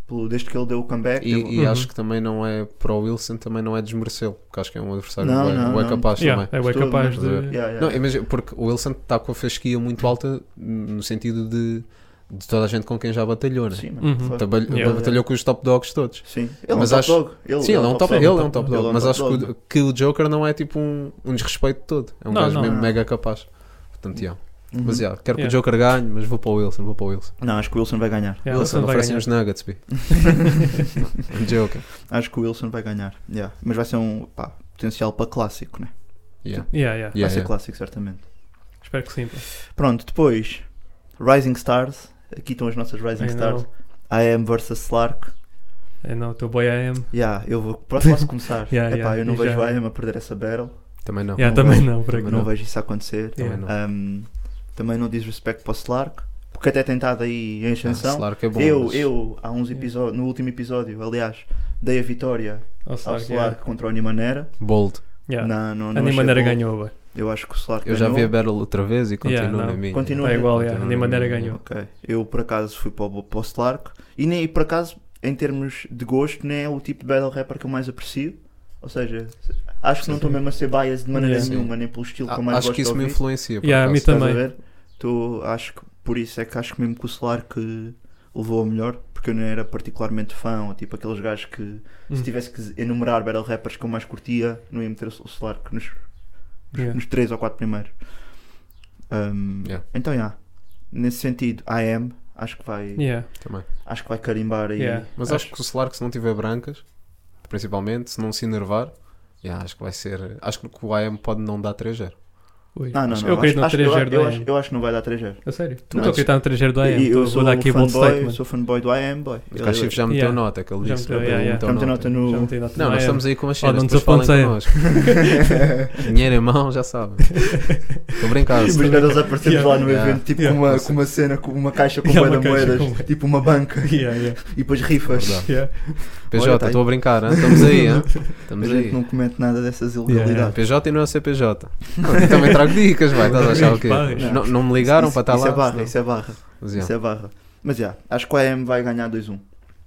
[SPEAKER 5] Pelo, desde É que ele deu o comeback.
[SPEAKER 7] E,
[SPEAKER 5] deu-
[SPEAKER 7] e
[SPEAKER 6] Uhum.
[SPEAKER 7] acho que também não é para o Wilson, também não é desmerecê-lo, porque acho que é um adversário
[SPEAKER 5] Não,
[SPEAKER 7] bué-
[SPEAKER 5] não,
[SPEAKER 7] bué
[SPEAKER 5] não.
[SPEAKER 7] capaz
[SPEAKER 6] Yeah,
[SPEAKER 7] também.
[SPEAKER 6] é bem
[SPEAKER 5] Estou-
[SPEAKER 6] capaz de.
[SPEAKER 7] Mas,
[SPEAKER 5] Yeah, yeah.
[SPEAKER 7] Não, imagina, porque o Wilson está com a fasquia muito alta no sentido de, de toda a gente com quem já batalhou, né?
[SPEAKER 5] Sim, mano,
[SPEAKER 6] Uhum.
[SPEAKER 5] fuck.
[SPEAKER 7] Trabalho-
[SPEAKER 6] Yeah.
[SPEAKER 7] Batalhou com os top dogs todos.
[SPEAKER 5] Sim. Ele
[SPEAKER 7] Mas
[SPEAKER 5] é um
[SPEAKER 7] acho-
[SPEAKER 5] top dog. Ele,
[SPEAKER 7] Sim, ele é um top, ele
[SPEAKER 5] dog.
[SPEAKER 7] é um top
[SPEAKER 5] Ele é um
[SPEAKER 7] dog, mas
[SPEAKER 5] top
[SPEAKER 7] acho que
[SPEAKER 5] dog.
[SPEAKER 7] o, que o Joker não é tipo um, um desrespeito todo. É um
[SPEAKER 6] Não,
[SPEAKER 7] gajo
[SPEAKER 6] não,
[SPEAKER 7] mesmo
[SPEAKER 5] não.
[SPEAKER 7] mega capaz. Portanto, yeah.
[SPEAKER 5] Uhum.
[SPEAKER 7] Mas yeah, quero que
[SPEAKER 6] Yeah.
[SPEAKER 7] o Joker ganhe, mas vou para o Wilson, vou para o Wilson.
[SPEAKER 5] Não, acho que o Wilson
[SPEAKER 7] <laughs>
[SPEAKER 5] vai ganhar.
[SPEAKER 6] Yeah,
[SPEAKER 7] Wilson,
[SPEAKER 6] vai
[SPEAKER 7] oferecem
[SPEAKER 6] ganhar.
[SPEAKER 7] uns nuggets, bi. Um Joker.
[SPEAKER 5] Acho que o Wilson vai ganhar. Yeah. Mas vai ser um pá, potencial para clássico, né?
[SPEAKER 7] Yeah.
[SPEAKER 6] Yeah, yeah.
[SPEAKER 5] Vai
[SPEAKER 7] Yeah,
[SPEAKER 5] ser
[SPEAKER 7] yeah.
[SPEAKER 5] clássico, certamente.
[SPEAKER 6] Espero que sim. pá.
[SPEAKER 5] Pronto, depois Rising Stars. Aqui estão as nossas Rising
[SPEAKER 6] I
[SPEAKER 5] Stars.
[SPEAKER 6] know.
[SPEAKER 5] AM versus Slark.
[SPEAKER 6] I know. Teu boy AM.
[SPEAKER 5] Yeah, eu vou,
[SPEAKER 6] <laughs>
[SPEAKER 5] posso começar.
[SPEAKER 6] Yeah,
[SPEAKER 5] Epá,
[SPEAKER 6] yeah,
[SPEAKER 5] eu não
[SPEAKER 6] já.
[SPEAKER 5] vejo a AM a perder essa battle.
[SPEAKER 7] Também não.
[SPEAKER 6] Yeah,
[SPEAKER 5] não
[SPEAKER 6] também
[SPEAKER 5] vejo.
[SPEAKER 6] não, por
[SPEAKER 7] Também
[SPEAKER 5] Não,
[SPEAKER 6] acaso.
[SPEAKER 7] não.
[SPEAKER 5] vejo isso acontecer.
[SPEAKER 7] Também não.
[SPEAKER 5] Um, também não diz respeito para o Slark, porque até tem estado aí em
[SPEAKER 7] Ah,
[SPEAKER 5] ascensão.
[SPEAKER 7] Slark é bom.
[SPEAKER 5] eu,
[SPEAKER 7] mas-
[SPEAKER 5] eu, há uns
[SPEAKER 6] Yeah.
[SPEAKER 5] episódios, no último episódio, aliás, dei a vitória
[SPEAKER 6] Ao
[SPEAKER 5] ao
[SPEAKER 6] Slark,
[SPEAKER 5] Slark
[SPEAKER 6] yeah.
[SPEAKER 5] contra o Animanera.
[SPEAKER 7] Bold.
[SPEAKER 6] Yeah.
[SPEAKER 5] Não, não,
[SPEAKER 6] A
[SPEAKER 5] não achei
[SPEAKER 6] Nimaneira
[SPEAKER 5] bom.
[SPEAKER 6] ganhou, bem.
[SPEAKER 5] Eu acho que o Slark
[SPEAKER 7] Eu já vi a
[SPEAKER 5] ganhou.
[SPEAKER 7] Battle outra vez e
[SPEAKER 6] Yeah,
[SPEAKER 7] continuo
[SPEAKER 6] não. Ah,
[SPEAKER 7] na minha.
[SPEAKER 5] Continua.
[SPEAKER 6] Está Tá igual, yeah.
[SPEAKER 7] Continua
[SPEAKER 6] a
[SPEAKER 7] na
[SPEAKER 6] Nimaneira
[SPEAKER 7] minha.
[SPEAKER 6] ganhou.
[SPEAKER 5] Ok. Eu por acaso fui para o, para o Slark e nem por acaso, em termos de gosto, nem é o tipo de battle rapper que eu mais aprecio. Ou seja, acho que não estou mesmo a ser biased de maneira
[SPEAKER 6] Yeah.
[SPEAKER 5] nenhuma, nem pelo estilo que eu
[SPEAKER 7] Ah,
[SPEAKER 5] mais
[SPEAKER 7] Acho
[SPEAKER 5] gosto
[SPEAKER 7] que isso
[SPEAKER 5] de
[SPEAKER 7] me
[SPEAKER 5] ouvir.
[SPEAKER 7] influencia. por
[SPEAKER 6] Yeah, a mim
[SPEAKER 7] acaso.
[SPEAKER 5] Estás
[SPEAKER 6] também.
[SPEAKER 5] a ver? Tu, acho que por isso é que acho que mesmo que o Solar que levou a melhor, porque eu não era particularmente fã, ou tipo aqueles gajos que
[SPEAKER 6] Hum.
[SPEAKER 5] se tivesse que enumerar battle rappers que eu mais curtia, não ia meter o Solar que nos,
[SPEAKER 6] Yeah.
[SPEAKER 5] nos 3 ou 4 primeiros. Ahm,
[SPEAKER 7] Yeah.
[SPEAKER 5] Então, yeah, nesse sentido, AM acho que vai,
[SPEAKER 6] Yeah.
[SPEAKER 7] Também.
[SPEAKER 5] acho que vai carimbar aí.
[SPEAKER 6] Yeah.
[SPEAKER 7] Mas acho que o Slark, se não tiver brancas, principalmente, se não se enervar, yeah, acho que vai ser. Acho que o AM pode não dar 3-0.
[SPEAKER 6] Ui.
[SPEAKER 5] Não, não, não.
[SPEAKER 6] Eu acredito no
[SPEAKER 5] acho, eu,
[SPEAKER 6] 3-0
[SPEAKER 5] acho,
[SPEAKER 6] do
[SPEAKER 5] eu, acho,
[SPEAKER 6] AM.
[SPEAKER 5] eu acho que não vai dar 3-0.
[SPEAKER 6] A sério? Tu
[SPEAKER 5] Não,
[SPEAKER 6] não acreditas no 3-0 do AM?
[SPEAKER 5] E eu
[SPEAKER 6] Então
[SPEAKER 5] sou um
[SPEAKER 6] Vou dar aqui bold
[SPEAKER 5] fanboy,
[SPEAKER 6] statement.
[SPEAKER 5] sou fanboy do AM, boy.
[SPEAKER 7] O Cachif já meteu
[SPEAKER 6] Yeah.
[SPEAKER 7] nota, que ele
[SPEAKER 6] Já
[SPEAKER 7] disse.
[SPEAKER 6] meteu,
[SPEAKER 7] ele
[SPEAKER 6] yeah, yeah.
[SPEAKER 5] Já meteu nota no.
[SPEAKER 6] Já meti nota
[SPEAKER 7] Não,
[SPEAKER 6] no
[SPEAKER 7] nós
[SPEAKER 6] AM.
[SPEAKER 7] estamos aí com as
[SPEAKER 6] Oh,
[SPEAKER 7] cenas,
[SPEAKER 6] não
[SPEAKER 7] depois falem
[SPEAKER 6] desapontem.
[SPEAKER 7] connosco. <laughs> Dinheiro em mão, já sabem. Estou brincando.
[SPEAKER 5] Mas
[SPEAKER 6] Sim.
[SPEAKER 5] nós aparecemos
[SPEAKER 6] Yeah.
[SPEAKER 5] lá no
[SPEAKER 7] Yeah.
[SPEAKER 5] evento, tipo
[SPEAKER 6] Yeah.
[SPEAKER 5] com, uma, com uma cena, com uma caixa com
[SPEAKER 6] Yeah,
[SPEAKER 5] bué
[SPEAKER 6] uma
[SPEAKER 5] de
[SPEAKER 6] caixa
[SPEAKER 5] moedas,
[SPEAKER 6] com bué.
[SPEAKER 5] tipo uma banca,
[SPEAKER 6] <laughs> <laughs> Yeah, yeah,
[SPEAKER 5] e depois rifas.
[SPEAKER 7] Verdade.
[SPEAKER 6] yeah.
[SPEAKER 5] Olha,
[SPEAKER 7] PJ,
[SPEAKER 5] tá aí.
[SPEAKER 7] estou a brincar, hein? estamos aí. hein?
[SPEAKER 5] A
[SPEAKER 7] Estamos
[SPEAKER 5] gente
[SPEAKER 7] aí.
[SPEAKER 5] não comete nada dessas
[SPEAKER 7] Yeah.
[SPEAKER 5] ilegalidades.
[SPEAKER 7] PJ e não é CPJ. Eu também trago dicas, vai. Estás a achar o quê?
[SPEAKER 6] Vai.
[SPEAKER 7] Não, não me ligaram
[SPEAKER 5] Isso-
[SPEAKER 7] para estar
[SPEAKER 5] isso
[SPEAKER 7] lá.
[SPEAKER 5] É barra,
[SPEAKER 7] senão-
[SPEAKER 5] Isso é barra,
[SPEAKER 7] Mas,
[SPEAKER 5] isso
[SPEAKER 7] yeah.
[SPEAKER 5] é barra. Mas já, acho que o AM vai ganhar 2-1.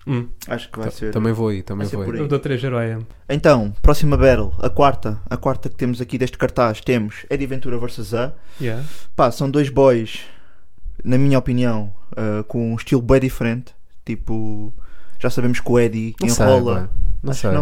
[SPEAKER 6] Hum.
[SPEAKER 5] Acho que vai
[SPEAKER 7] Ta-
[SPEAKER 5] ser.
[SPEAKER 7] Também vou aí, também
[SPEAKER 5] vai ser
[SPEAKER 7] vou
[SPEAKER 5] por
[SPEAKER 7] aí.
[SPEAKER 5] aí.
[SPEAKER 6] Eu dou 3-0 ao AM.
[SPEAKER 5] Então, próxima battle, a quarta, a quarta que temos aqui deste cartaz, temos Eddie Ventura vs. A.
[SPEAKER 6] Yeah.
[SPEAKER 5] Pá, são dois boys, na minha opinião, ah, com um estilo bem diferente. Tipo, já sabemos que o Eddie
[SPEAKER 7] Não sei,
[SPEAKER 5] enrola.
[SPEAKER 7] vai. não
[SPEAKER 5] Acho
[SPEAKER 7] sei.
[SPEAKER 5] que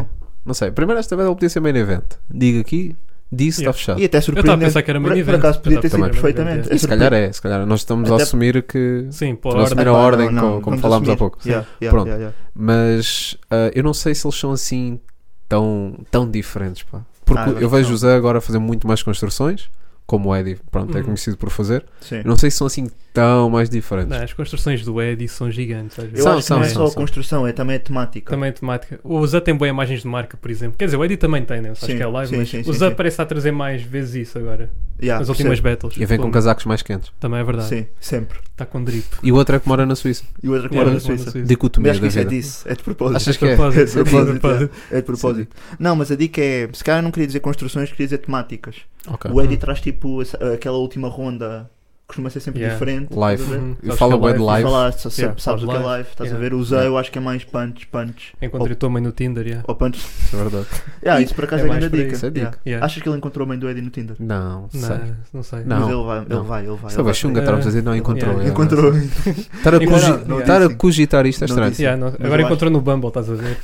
[SPEAKER 7] Não. sei. Primeiro esta vez é ele podia ser main event. Diga aqui, disse, está
[SPEAKER 6] Yeah.
[SPEAKER 7] fechado.
[SPEAKER 5] E até surpreendente.
[SPEAKER 6] pensar que era
[SPEAKER 5] por,
[SPEAKER 6] main
[SPEAKER 5] por
[SPEAKER 6] event.
[SPEAKER 5] acaso podia
[SPEAKER 6] Eu
[SPEAKER 5] ter
[SPEAKER 6] tava-
[SPEAKER 5] sido
[SPEAKER 7] também.
[SPEAKER 5] perfeitamente.
[SPEAKER 7] E se calhar é, se calhar. Nós estamos
[SPEAKER 5] Até-
[SPEAKER 7] a assumir que.
[SPEAKER 6] Sim, pô, a
[SPEAKER 7] Trouxe
[SPEAKER 6] ordem.
[SPEAKER 7] primeiro- ordem, como- como
[SPEAKER 5] vamos
[SPEAKER 7] falámos há
[SPEAKER 5] assumir.
[SPEAKER 7] pouco.
[SPEAKER 5] Yeah, yeah,
[SPEAKER 7] Pronto.
[SPEAKER 5] yeah, yeah.
[SPEAKER 7] Mas ah, eu não sei se eles são assim tão, tão diferentes, pá. Porque
[SPEAKER 5] Ah, eu
[SPEAKER 7] eu
[SPEAKER 5] acho que
[SPEAKER 7] vejo
[SPEAKER 5] não.
[SPEAKER 7] o Zé agora a fazer muito mais construções, como o Eddie, pronto, é
[SPEAKER 6] Uhum.
[SPEAKER 7] conhecido por fazer.
[SPEAKER 5] Sim.
[SPEAKER 7] Eu não sei se são assim tão mais diferentes.
[SPEAKER 6] Não, as construções do Eddie são gigantes. às
[SPEAKER 5] Eu
[SPEAKER 6] vezes.
[SPEAKER 7] São,
[SPEAKER 5] acho que
[SPEAKER 7] são,
[SPEAKER 5] não é
[SPEAKER 7] são,
[SPEAKER 5] só a
[SPEAKER 7] são.
[SPEAKER 5] construção, é também a temática.
[SPEAKER 6] Também temática. O Zé tem boas imagens de marca, por exemplo. Quer dizer, o Eddie também tem, né? Eu Acho
[SPEAKER 5] Sim,
[SPEAKER 6] que é live,
[SPEAKER 5] sim,
[SPEAKER 6] mas
[SPEAKER 5] sim, sim,
[SPEAKER 6] o Zé
[SPEAKER 5] sim.
[SPEAKER 6] parece estar a trazer mais vezes isso agora.
[SPEAKER 5] Yeah,
[SPEAKER 6] As últimas battles.
[SPEAKER 7] E vem com
[SPEAKER 6] Pô,
[SPEAKER 7] casacos mais quentes.
[SPEAKER 6] Também é verdade.
[SPEAKER 5] Sim, sempre.
[SPEAKER 6] Está com drip.
[SPEAKER 7] E o outro é que mora na Suíça.
[SPEAKER 5] E outra que
[SPEAKER 6] Yeah,
[SPEAKER 5] mora na
[SPEAKER 6] mas mora na
[SPEAKER 5] Suíça.
[SPEAKER 6] Suíça.
[SPEAKER 5] Mas
[SPEAKER 7] Dicotomia
[SPEAKER 5] acho que
[SPEAKER 7] da
[SPEAKER 5] isso é
[SPEAKER 7] vida.
[SPEAKER 5] disso, é de propósito.
[SPEAKER 7] Achas que
[SPEAKER 6] É
[SPEAKER 7] é?
[SPEAKER 5] É de
[SPEAKER 6] propósito, é
[SPEAKER 5] propósito,
[SPEAKER 6] propósito.
[SPEAKER 5] é. É de propósito. Não, mas a dica é: se calhar eu não queria dizer construções, queria dizer temáticas.
[SPEAKER 7] Ok.
[SPEAKER 5] O Eddie
[SPEAKER 6] Hum.
[SPEAKER 5] traz tipo essa- aquela última ronda, costuma ser sempre
[SPEAKER 6] Yeah.
[SPEAKER 5] diferente.
[SPEAKER 7] Live.
[SPEAKER 5] estás a ver?
[SPEAKER 6] Uhum.
[SPEAKER 7] E
[SPEAKER 6] Acho
[SPEAKER 7] fala
[SPEAKER 6] que é
[SPEAKER 7] bué de
[SPEAKER 5] Mas
[SPEAKER 7] live.
[SPEAKER 5] lá, sa- sa-
[SPEAKER 6] Yeah,
[SPEAKER 5] sabes o que é
[SPEAKER 6] live.
[SPEAKER 5] live, estás
[SPEAKER 6] Yeah.
[SPEAKER 5] a ver? O Zé, eu acho que é mais punch, punch.
[SPEAKER 6] Encontrei a tua mãe no Tinder, yeah.
[SPEAKER 5] Ou punch. <laughs>
[SPEAKER 7] Isso é verdade.
[SPEAKER 5] Yeah, isso por acaso
[SPEAKER 6] É
[SPEAKER 5] é, a
[SPEAKER 6] mais
[SPEAKER 5] grande
[SPEAKER 6] por aí.
[SPEAKER 5] dica.
[SPEAKER 7] Isso é dica.
[SPEAKER 5] Yeah.
[SPEAKER 6] Yeah.
[SPEAKER 5] Achas que ele encontrou a mãe do Eddie no Tinder?
[SPEAKER 7] Não, sei.
[SPEAKER 6] Não, não sei.
[SPEAKER 7] Não.
[SPEAKER 5] Mas ele vai, ele
[SPEAKER 7] não.
[SPEAKER 5] vai, ele vai.
[SPEAKER 7] Isso é
[SPEAKER 5] ele vai.
[SPEAKER 7] uma xunga, estávamos a dizer, não encontrou.
[SPEAKER 6] Yeah.
[SPEAKER 7] é,
[SPEAKER 6] <laughs>
[SPEAKER 5] Encontrou.
[SPEAKER 7] não sei. Estar a,
[SPEAKER 6] Encontrou.
[SPEAKER 7] cogi-
[SPEAKER 5] Não
[SPEAKER 7] estar a
[SPEAKER 5] disse.
[SPEAKER 7] cogitar isto é
[SPEAKER 5] Não
[SPEAKER 7] estranho.
[SPEAKER 5] disse.
[SPEAKER 6] Yeah, não-
[SPEAKER 5] Mas
[SPEAKER 6] Agora
[SPEAKER 5] eu acho-
[SPEAKER 6] encontrou no Bumble, estás a ver?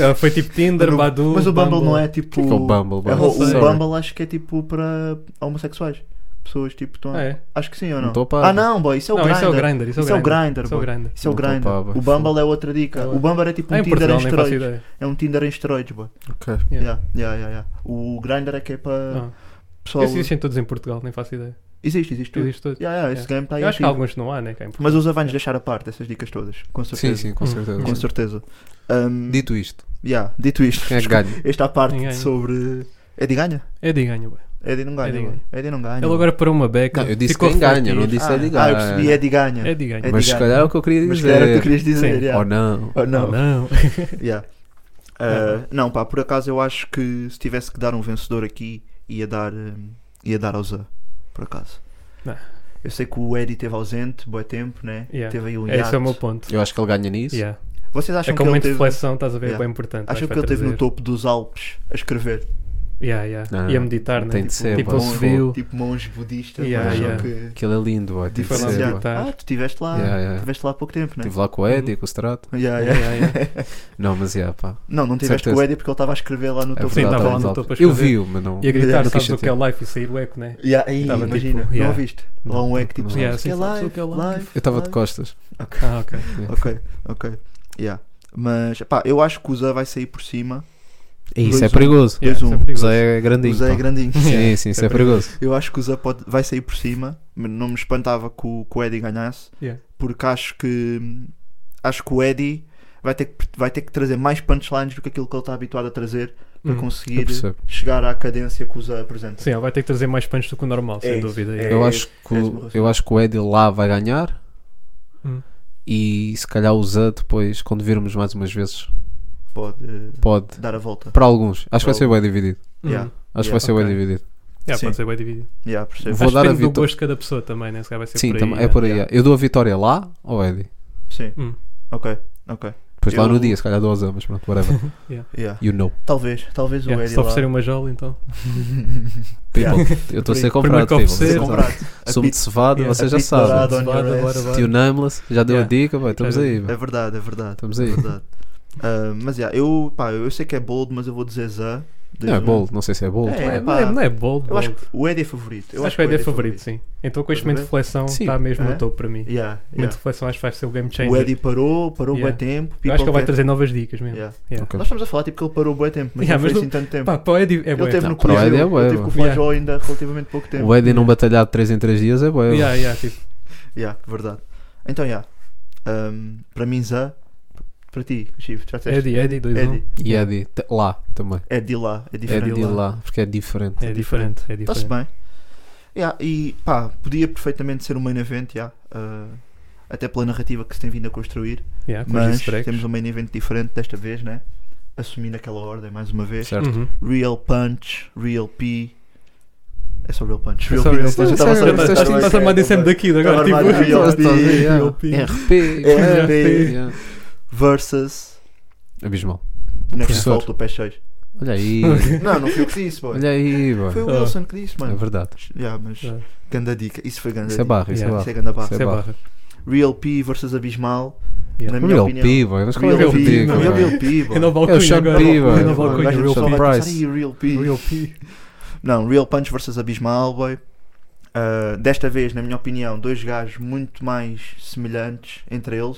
[SPEAKER 6] Ah, foi tipo Tinder,
[SPEAKER 5] Mas o-
[SPEAKER 6] Badu.
[SPEAKER 5] Mas o Bumble, não é tipo.
[SPEAKER 7] O que é que é o Bumble?
[SPEAKER 5] É,
[SPEAKER 7] Bumble?
[SPEAKER 5] o-
[SPEAKER 6] Não sei.
[SPEAKER 5] o Bumble acho que é tipo para homossexuais. Pessoas tipo estão.
[SPEAKER 6] Ah, é?
[SPEAKER 5] Acho que sim ou
[SPEAKER 7] Não
[SPEAKER 5] não?
[SPEAKER 7] tô a par.
[SPEAKER 5] ah não, boy, isso é o
[SPEAKER 6] Não,
[SPEAKER 5] Grindr.
[SPEAKER 6] isso é o Grindr. Isso
[SPEAKER 5] Isso é o Grindr,
[SPEAKER 6] Isso é o
[SPEAKER 5] boy.
[SPEAKER 6] Grindr.
[SPEAKER 5] Isso é o
[SPEAKER 7] Não tô a
[SPEAKER 5] Grindr.
[SPEAKER 7] par, boy.
[SPEAKER 5] O Bumble é outra dica.
[SPEAKER 6] Eu-
[SPEAKER 5] O Bumble é tipo um
[SPEAKER 6] Ah, em
[SPEAKER 5] Tinder
[SPEAKER 6] Portugal,
[SPEAKER 5] em
[SPEAKER 6] nem faço
[SPEAKER 5] esteroides.
[SPEAKER 6] ideia.
[SPEAKER 5] É um Tinder em esteroides, boy.
[SPEAKER 7] Ok.
[SPEAKER 6] Yeah.
[SPEAKER 5] Yeah, yeah, yeah, yeah. O Grindr é que é para
[SPEAKER 6] Ah.
[SPEAKER 5] pessoal.
[SPEAKER 6] Esses existem todos em Portugal, nem faço ideia.
[SPEAKER 5] Existe, existe tudo.
[SPEAKER 6] Existe tudo.
[SPEAKER 5] Yeah, yeah, esse game está aí.
[SPEAKER 6] Eu acho que
[SPEAKER 5] ativo.
[SPEAKER 6] alguns não há, né? cá em Portugal.
[SPEAKER 5] Mas os vai-nos deixar a parte essas dicas todas, com
[SPEAKER 7] Sim,
[SPEAKER 5] certeza.
[SPEAKER 7] sim, com
[SPEAKER 6] Hum.
[SPEAKER 7] certeza.
[SPEAKER 5] Com certeza. Um,
[SPEAKER 7] Dito isto,
[SPEAKER 5] yeah, dito isto,
[SPEAKER 7] quem é que ganha?
[SPEAKER 5] esta parte
[SPEAKER 6] Ninguém ganha.
[SPEAKER 5] sobre. Eddie ganha?
[SPEAKER 6] Eddie ganha, ué.
[SPEAKER 5] Eddie não ganha.
[SPEAKER 6] Eddie
[SPEAKER 5] Eddie,
[SPEAKER 6] ganha.
[SPEAKER 5] Eddie não ganha.
[SPEAKER 6] Ele agora parou uma beca.
[SPEAKER 7] Não, eu disse
[SPEAKER 6] ficou
[SPEAKER 7] quem ganha, não
[SPEAKER 6] refletido.
[SPEAKER 7] disse
[SPEAKER 5] ah,
[SPEAKER 7] Eddie
[SPEAKER 5] Ah,
[SPEAKER 7] ganha.
[SPEAKER 5] eu percebi Eddie ganha.
[SPEAKER 6] Eddie ganha.
[SPEAKER 5] Eddie
[SPEAKER 7] Mas se
[SPEAKER 5] ganha.
[SPEAKER 7] calhar é o que eu queria
[SPEAKER 5] Mas se calhar era o que tu
[SPEAKER 7] dizer.
[SPEAKER 5] querias dizer.
[SPEAKER 6] Sim.
[SPEAKER 5] yeah.
[SPEAKER 7] Ou não.
[SPEAKER 5] Ou não.
[SPEAKER 6] Oh, não.
[SPEAKER 5] Yeah.
[SPEAKER 6] É
[SPEAKER 5] Uh, não, pá, por acaso eu acho que se tivesse que dar um vencedor aqui, ia dar, um, ia dar ao Zé. Por acaso.
[SPEAKER 6] Não.
[SPEAKER 5] Eu sei que o Eddie esteve ausente, bom tempo, né?
[SPEAKER 6] Yeah.
[SPEAKER 5] Teve aí um
[SPEAKER 6] Esse é o
[SPEAKER 5] hiato.
[SPEAKER 6] meu ponto.
[SPEAKER 7] Eu acho que ele ganha nisso.
[SPEAKER 6] Yeah.
[SPEAKER 5] Vocês
[SPEAKER 6] É
[SPEAKER 5] acham
[SPEAKER 6] que
[SPEAKER 5] que
[SPEAKER 6] o
[SPEAKER 5] ele
[SPEAKER 6] momento de
[SPEAKER 5] teve,
[SPEAKER 6] reflexão, estás a ver,
[SPEAKER 5] Yeah.
[SPEAKER 6] é bem importante.
[SPEAKER 5] acham
[SPEAKER 6] acho,
[SPEAKER 5] que
[SPEAKER 6] para
[SPEAKER 5] ele esteve no
[SPEAKER 6] trazer.
[SPEAKER 5] topo dos Alpes a escrever?
[SPEAKER 6] Yeah, yeah.
[SPEAKER 7] Não,
[SPEAKER 6] Ia
[SPEAKER 7] não,
[SPEAKER 6] meditar,
[SPEAKER 7] não
[SPEAKER 6] né?
[SPEAKER 7] tem de
[SPEAKER 6] tipo,
[SPEAKER 7] ser,
[SPEAKER 6] tipo
[SPEAKER 7] pá.
[SPEAKER 6] ele se viu.
[SPEAKER 5] Tipo monge budista,
[SPEAKER 6] Yeah,
[SPEAKER 5] mas
[SPEAKER 6] yeah. Tipo,
[SPEAKER 5] só que
[SPEAKER 7] Aquilo é lindo, boy. Tem que
[SPEAKER 6] Diferente.
[SPEAKER 7] ser,
[SPEAKER 5] diferenciado.
[SPEAKER 7] boy.
[SPEAKER 6] boy.
[SPEAKER 5] Ah, tu estiveste lá,
[SPEAKER 7] Yeah, yeah.
[SPEAKER 5] estiveste lá há pouco tempo, né?
[SPEAKER 7] Estive lá com o Eddie, com o Strato.
[SPEAKER 5] Yeah, yeah.
[SPEAKER 6] Yeah, yeah, yeah.
[SPEAKER 7] Não, mas yeah, pá.
[SPEAKER 5] Não, não tiveste com o
[SPEAKER 7] certeza.
[SPEAKER 5] Eddie porque ele estava a escrever lá no
[SPEAKER 7] É
[SPEAKER 5] teu
[SPEAKER 6] Sim,
[SPEAKER 7] verdade,
[SPEAKER 6] tava lá
[SPEAKER 7] tá
[SPEAKER 6] no
[SPEAKER 7] bom.
[SPEAKER 6] topo a
[SPEAKER 7] Eu
[SPEAKER 6] escrever.
[SPEAKER 7] vi-o, mas não.
[SPEAKER 6] Ia
[SPEAKER 7] não
[SPEAKER 6] gritar,
[SPEAKER 7] quis
[SPEAKER 6] sabes o que é
[SPEAKER 7] chatear.
[SPEAKER 6] life e sair o eco, né?
[SPEAKER 5] Yeah, aí,
[SPEAKER 6] Tava tipo,
[SPEAKER 5] imagina, não
[SPEAKER 6] yeah.
[SPEAKER 5] ouviste? Lá um eco tipo,
[SPEAKER 7] Não.
[SPEAKER 6] Yeah,
[SPEAKER 5] sabes que é
[SPEAKER 6] sim, sabes
[SPEAKER 5] live,
[SPEAKER 6] o que é live.
[SPEAKER 5] live.
[SPEAKER 7] Eu estava de
[SPEAKER 5] live.
[SPEAKER 7] costas.
[SPEAKER 6] Ah, ok.
[SPEAKER 5] Ok, ok. Yeah. Mas, pá, eu acho que o Zé vai sair por cima.
[SPEAKER 7] Isso é
[SPEAKER 5] Dois, um.
[SPEAKER 7] perigoso.
[SPEAKER 5] Dois, um.
[SPEAKER 6] isso é perigoso.
[SPEAKER 7] Zé é grandinho.
[SPEAKER 5] O Zé é
[SPEAKER 7] pá.
[SPEAKER 6] <laughs>
[SPEAKER 5] grandinho.
[SPEAKER 7] <laughs> Sim, sim, isso é perigoso.
[SPEAKER 5] Eu acho que o Zé pode- vai sair por cima. mas Não me espantava que o, que o Eddie ganhasse.
[SPEAKER 6] Yeah.
[SPEAKER 5] Porque acho que. Acho que o Eddie vai ter que, vai ter que trazer mais punchlines do que aquilo que ele está habituado a trazer para
[SPEAKER 6] Hum,
[SPEAKER 5] conseguir
[SPEAKER 7] Eu percebo.
[SPEAKER 5] chegar à cadência que o Zé apresenta.
[SPEAKER 6] Sim, ele vai ter que trazer mais punch do que o normal,
[SPEAKER 5] É
[SPEAKER 6] sem
[SPEAKER 5] isso,
[SPEAKER 6] dúvida.
[SPEAKER 5] é.
[SPEAKER 7] Eu acho que,
[SPEAKER 5] é
[SPEAKER 7] o-
[SPEAKER 5] isso,
[SPEAKER 7] eu acho que o Eddie lá vai ganhar.
[SPEAKER 6] Hum.
[SPEAKER 7] E se calhar o Zé depois, quando virmos mais umas vezes,
[SPEAKER 5] Pode eh,
[SPEAKER 7] pode.
[SPEAKER 5] dar a volta.
[SPEAKER 7] Para alguns. Acho que vai
[SPEAKER 5] Para
[SPEAKER 7] ser bem dividido.
[SPEAKER 6] Hum.
[SPEAKER 5] Yeah.
[SPEAKER 7] Acho que
[SPEAKER 5] Yeah,
[SPEAKER 7] vai ser bem
[SPEAKER 6] ok.
[SPEAKER 7] dividido.
[SPEAKER 6] Yeah,
[SPEAKER 5] Sim.
[SPEAKER 6] pode ser bem dividido.
[SPEAKER 5] Yeah, percebo.
[SPEAKER 7] Vou
[SPEAKER 6] Acho
[SPEAKER 7] dar
[SPEAKER 6] que
[SPEAKER 7] a
[SPEAKER 6] depende do
[SPEAKER 7] vitória.
[SPEAKER 6] gosto de cada pessoa também, né? Se calhar vai ser
[SPEAKER 7] Sim,
[SPEAKER 6] por aí.
[SPEAKER 7] também é
[SPEAKER 6] yeah.
[SPEAKER 7] por aí.
[SPEAKER 5] yeah.
[SPEAKER 7] Eu dou a vitória lá ao Eddie.
[SPEAKER 5] Sim,
[SPEAKER 6] Hum.
[SPEAKER 5] ok, ok.
[SPEAKER 7] Depois lá
[SPEAKER 5] Eu-
[SPEAKER 7] no dia, se calhar dou ao Zé, mas pronto, whatever.
[SPEAKER 6] <laughs>
[SPEAKER 5] Yeah.
[SPEAKER 7] You know.
[SPEAKER 5] Talvez, talvez
[SPEAKER 6] Yeah,
[SPEAKER 5] o
[SPEAKER 6] se
[SPEAKER 5] Eddie.
[SPEAKER 6] te
[SPEAKER 5] lá-
[SPEAKER 6] oferecerem uma jola, então.
[SPEAKER 7] People,
[SPEAKER 5] Yeah.
[SPEAKER 7] eu estou a
[SPEAKER 5] Por
[SPEAKER 7] ser
[SPEAKER 5] aí.
[SPEAKER 7] comprado.
[SPEAKER 6] Primeiro que
[SPEAKER 7] People.
[SPEAKER 6] oferecer,
[SPEAKER 7] Sou
[SPEAKER 5] Comprado. A
[SPEAKER 7] Sumo de
[SPEAKER 5] pit-
[SPEAKER 7] cevada,
[SPEAKER 6] Yeah.
[SPEAKER 7] vocês
[SPEAKER 5] A
[SPEAKER 7] já
[SPEAKER 5] pito dourado,
[SPEAKER 7] sabem.
[SPEAKER 5] olha.
[SPEAKER 6] Bora,
[SPEAKER 5] Alvarez.
[SPEAKER 6] bora, bora.
[SPEAKER 7] Tio Nameless, já deu
[SPEAKER 6] Yeah.
[SPEAKER 7] a dica, vai, estamos
[SPEAKER 6] Já deu.
[SPEAKER 7] aí. vai.
[SPEAKER 5] É verdade, é verdade.
[SPEAKER 7] Estamos
[SPEAKER 5] é
[SPEAKER 7] aí.
[SPEAKER 5] verdade. Ah, mas yeah, eu, pá, eu sei que é bold, mas eu vou dizer Zé.
[SPEAKER 7] Não é bold, não sei se é bold.
[SPEAKER 5] É,
[SPEAKER 6] não, é,
[SPEAKER 5] pá.
[SPEAKER 6] não é bold,
[SPEAKER 5] Eu acho
[SPEAKER 6] bold.
[SPEAKER 5] que o Eddie é favorito. Eu
[SPEAKER 6] acho que o Ed é favorito, sim. Então com este momento de
[SPEAKER 5] Estás
[SPEAKER 6] reflexão
[SPEAKER 7] Sim.
[SPEAKER 6] está mesmo
[SPEAKER 5] É?
[SPEAKER 6] no topo para mim.
[SPEAKER 5] Yeah,
[SPEAKER 6] O momento de
[SPEAKER 5] yeah.
[SPEAKER 6] reflexão acho que vai ser o game
[SPEAKER 5] O
[SPEAKER 6] changer.
[SPEAKER 5] Eddie parou, parou
[SPEAKER 6] Yeah.
[SPEAKER 5] bué tempo.
[SPEAKER 6] Eu acho que ele vai
[SPEAKER 5] people
[SPEAKER 6] trazer novas dicas mesmo.
[SPEAKER 5] Yeah.
[SPEAKER 6] Yeah.
[SPEAKER 7] Ok.
[SPEAKER 5] Nós estamos a falar tipo que ele parou bué tempo, mas
[SPEAKER 6] Yeah,
[SPEAKER 5] não
[SPEAKER 6] mas
[SPEAKER 5] foi
[SPEAKER 6] não-
[SPEAKER 5] assim tanto tempo.
[SPEAKER 6] Pá, para o Eddie é
[SPEAKER 5] ele
[SPEAKER 6] bom.
[SPEAKER 5] teve
[SPEAKER 7] Não,
[SPEAKER 5] no
[SPEAKER 7] para o Eddie é
[SPEAKER 5] Coliseu,
[SPEAKER 7] bué,
[SPEAKER 5] ele teve com o
[SPEAKER 7] bué.
[SPEAKER 5] Flajó
[SPEAKER 6] Yeah.
[SPEAKER 5] ainda há relativamente pouco tempo.
[SPEAKER 7] O Eddie não batalhar de 3 em 3 dias é bom.
[SPEAKER 6] um Yeah, yeah, tipo,
[SPEAKER 5] Yeah, verdade. Então, yeah. Um, para mim, Zé. Para ti, Chivo, já disseste.
[SPEAKER 6] Eddie, Eddie, um. 2 1
[SPEAKER 5] Eddie.
[SPEAKER 7] E Eddie, t- lá também.
[SPEAKER 5] É de lá, é diferente.
[SPEAKER 7] Eddie lá, porque é diferente.
[SPEAKER 6] É diferente, é
[SPEAKER 5] Está-se
[SPEAKER 6] diferente.
[SPEAKER 5] bem. Yeah, e pá, podia perfeitamente ser um main event, yeah, uh, até pela narrativa que se tem vindo a construir,
[SPEAKER 6] Yeah, com os
[SPEAKER 5] mas
[SPEAKER 6] easter eggs.
[SPEAKER 5] temos um main event diferente desta vez, né? Assumindo aquela ordem mais uma vez.
[SPEAKER 7] Certo.
[SPEAKER 6] Uhum.
[SPEAKER 5] Real Punch, Real P. É só Real Punch.
[SPEAKER 6] É
[SPEAKER 5] Real
[SPEAKER 6] só
[SPEAKER 5] P.
[SPEAKER 6] Real
[SPEAKER 5] eu
[SPEAKER 6] Punch.
[SPEAKER 5] estava
[SPEAKER 7] Sério,
[SPEAKER 5] a saber-
[SPEAKER 7] estás-
[SPEAKER 5] estava
[SPEAKER 6] estás armado em sempre daquilo agora,
[SPEAKER 5] Estava
[SPEAKER 6] tipo.
[SPEAKER 5] armado
[SPEAKER 6] <laughs>
[SPEAKER 5] em
[SPEAKER 7] Estás- estás aí,
[SPEAKER 5] Real
[SPEAKER 7] yeah.
[SPEAKER 6] P.
[SPEAKER 7] RP.
[SPEAKER 5] É,
[SPEAKER 7] RP.
[SPEAKER 5] RP.
[SPEAKER 7] yeah.
[SPEAKER 5] É. Versus.
[SPEAKER 7] Abismal.
[SPEAKER 5] Não é que
[SPEAKER 7] Professor.
[SPEAKER 5] falta o pé
[SPEAKER 7] <laughs>
[SPEAKER 5] cheio.
[SPEAKER 7] Olha aí.
[SPEAKER 5] Não, não fui eu que disse, boy.
[SPEAKER 7] Olha aí, boy.
[SPEAKER 5] Foi o
[SPEAKER 6] Ah.
[SPEAKER 5] Wilson que disse,
[SPEAKER 7] É
[SPEAKER 5] mano.
[SPEAKER 7] verdade.
[SPEAKER 5] Yeah, mas
[SPEAKER 6] Ah.
[SPEAKER 5] ganda dica. Isso foi ganda
[SPEAKER 7] Isso é
[SPEAKER 5] dica.
[SPEAKER 7] barra, isso é
[SPEAKER 6] Yeah.
[SPEAKER 7] barra.
[SPEAKER 5] Isso é ganda barra. é
[SPEAKER 6] Isso é barra.
[SPEAKER 5] Real P versus Abismal.
[SPEAKER 6] Yeah.
[SPEAKER 5] Na minha
[SPEAKER 7] Real
[SPEAKER 5] opinião.
[SPEAKER 7] P, boy. Mas como é que eu
[SPEAKER 5] Real P,
[SPEAKER 7] digo,
[SPEAKER 5] não,
[SPEAKER 7] boy?
[SPEAKER 5] Real P, boy.
[SPEAKER 6] Renova o
[SPEAKER 7] É o
[SPEAKER 6] cunho
[SPEAKER 7] Sean
[SPEAKER 6] agora.
[SPEAKER 7] P, mano.
[SPEAKER 6] Renova o
[SPEAKER 5] Mano,
[SPEAKER 7] Real
[SPEAKER 5] gajo
[SPEAKER 6] cunho,
[SPEAKER 5] só
[SPEAKER 6] Real
[SPEAKER 5] vai
[SPEAKER 6] P.
[SPEAKER 7] Price.
[SPEAKER 5] começar, "Ih, Real P.
[SPEAKER 6] Real P.
[SPEAKER 5] Não, Real Punch versus Abismal, boy. Ah, desta vez, na minha opinião, dois gajos muito mais semelhantes entre eles.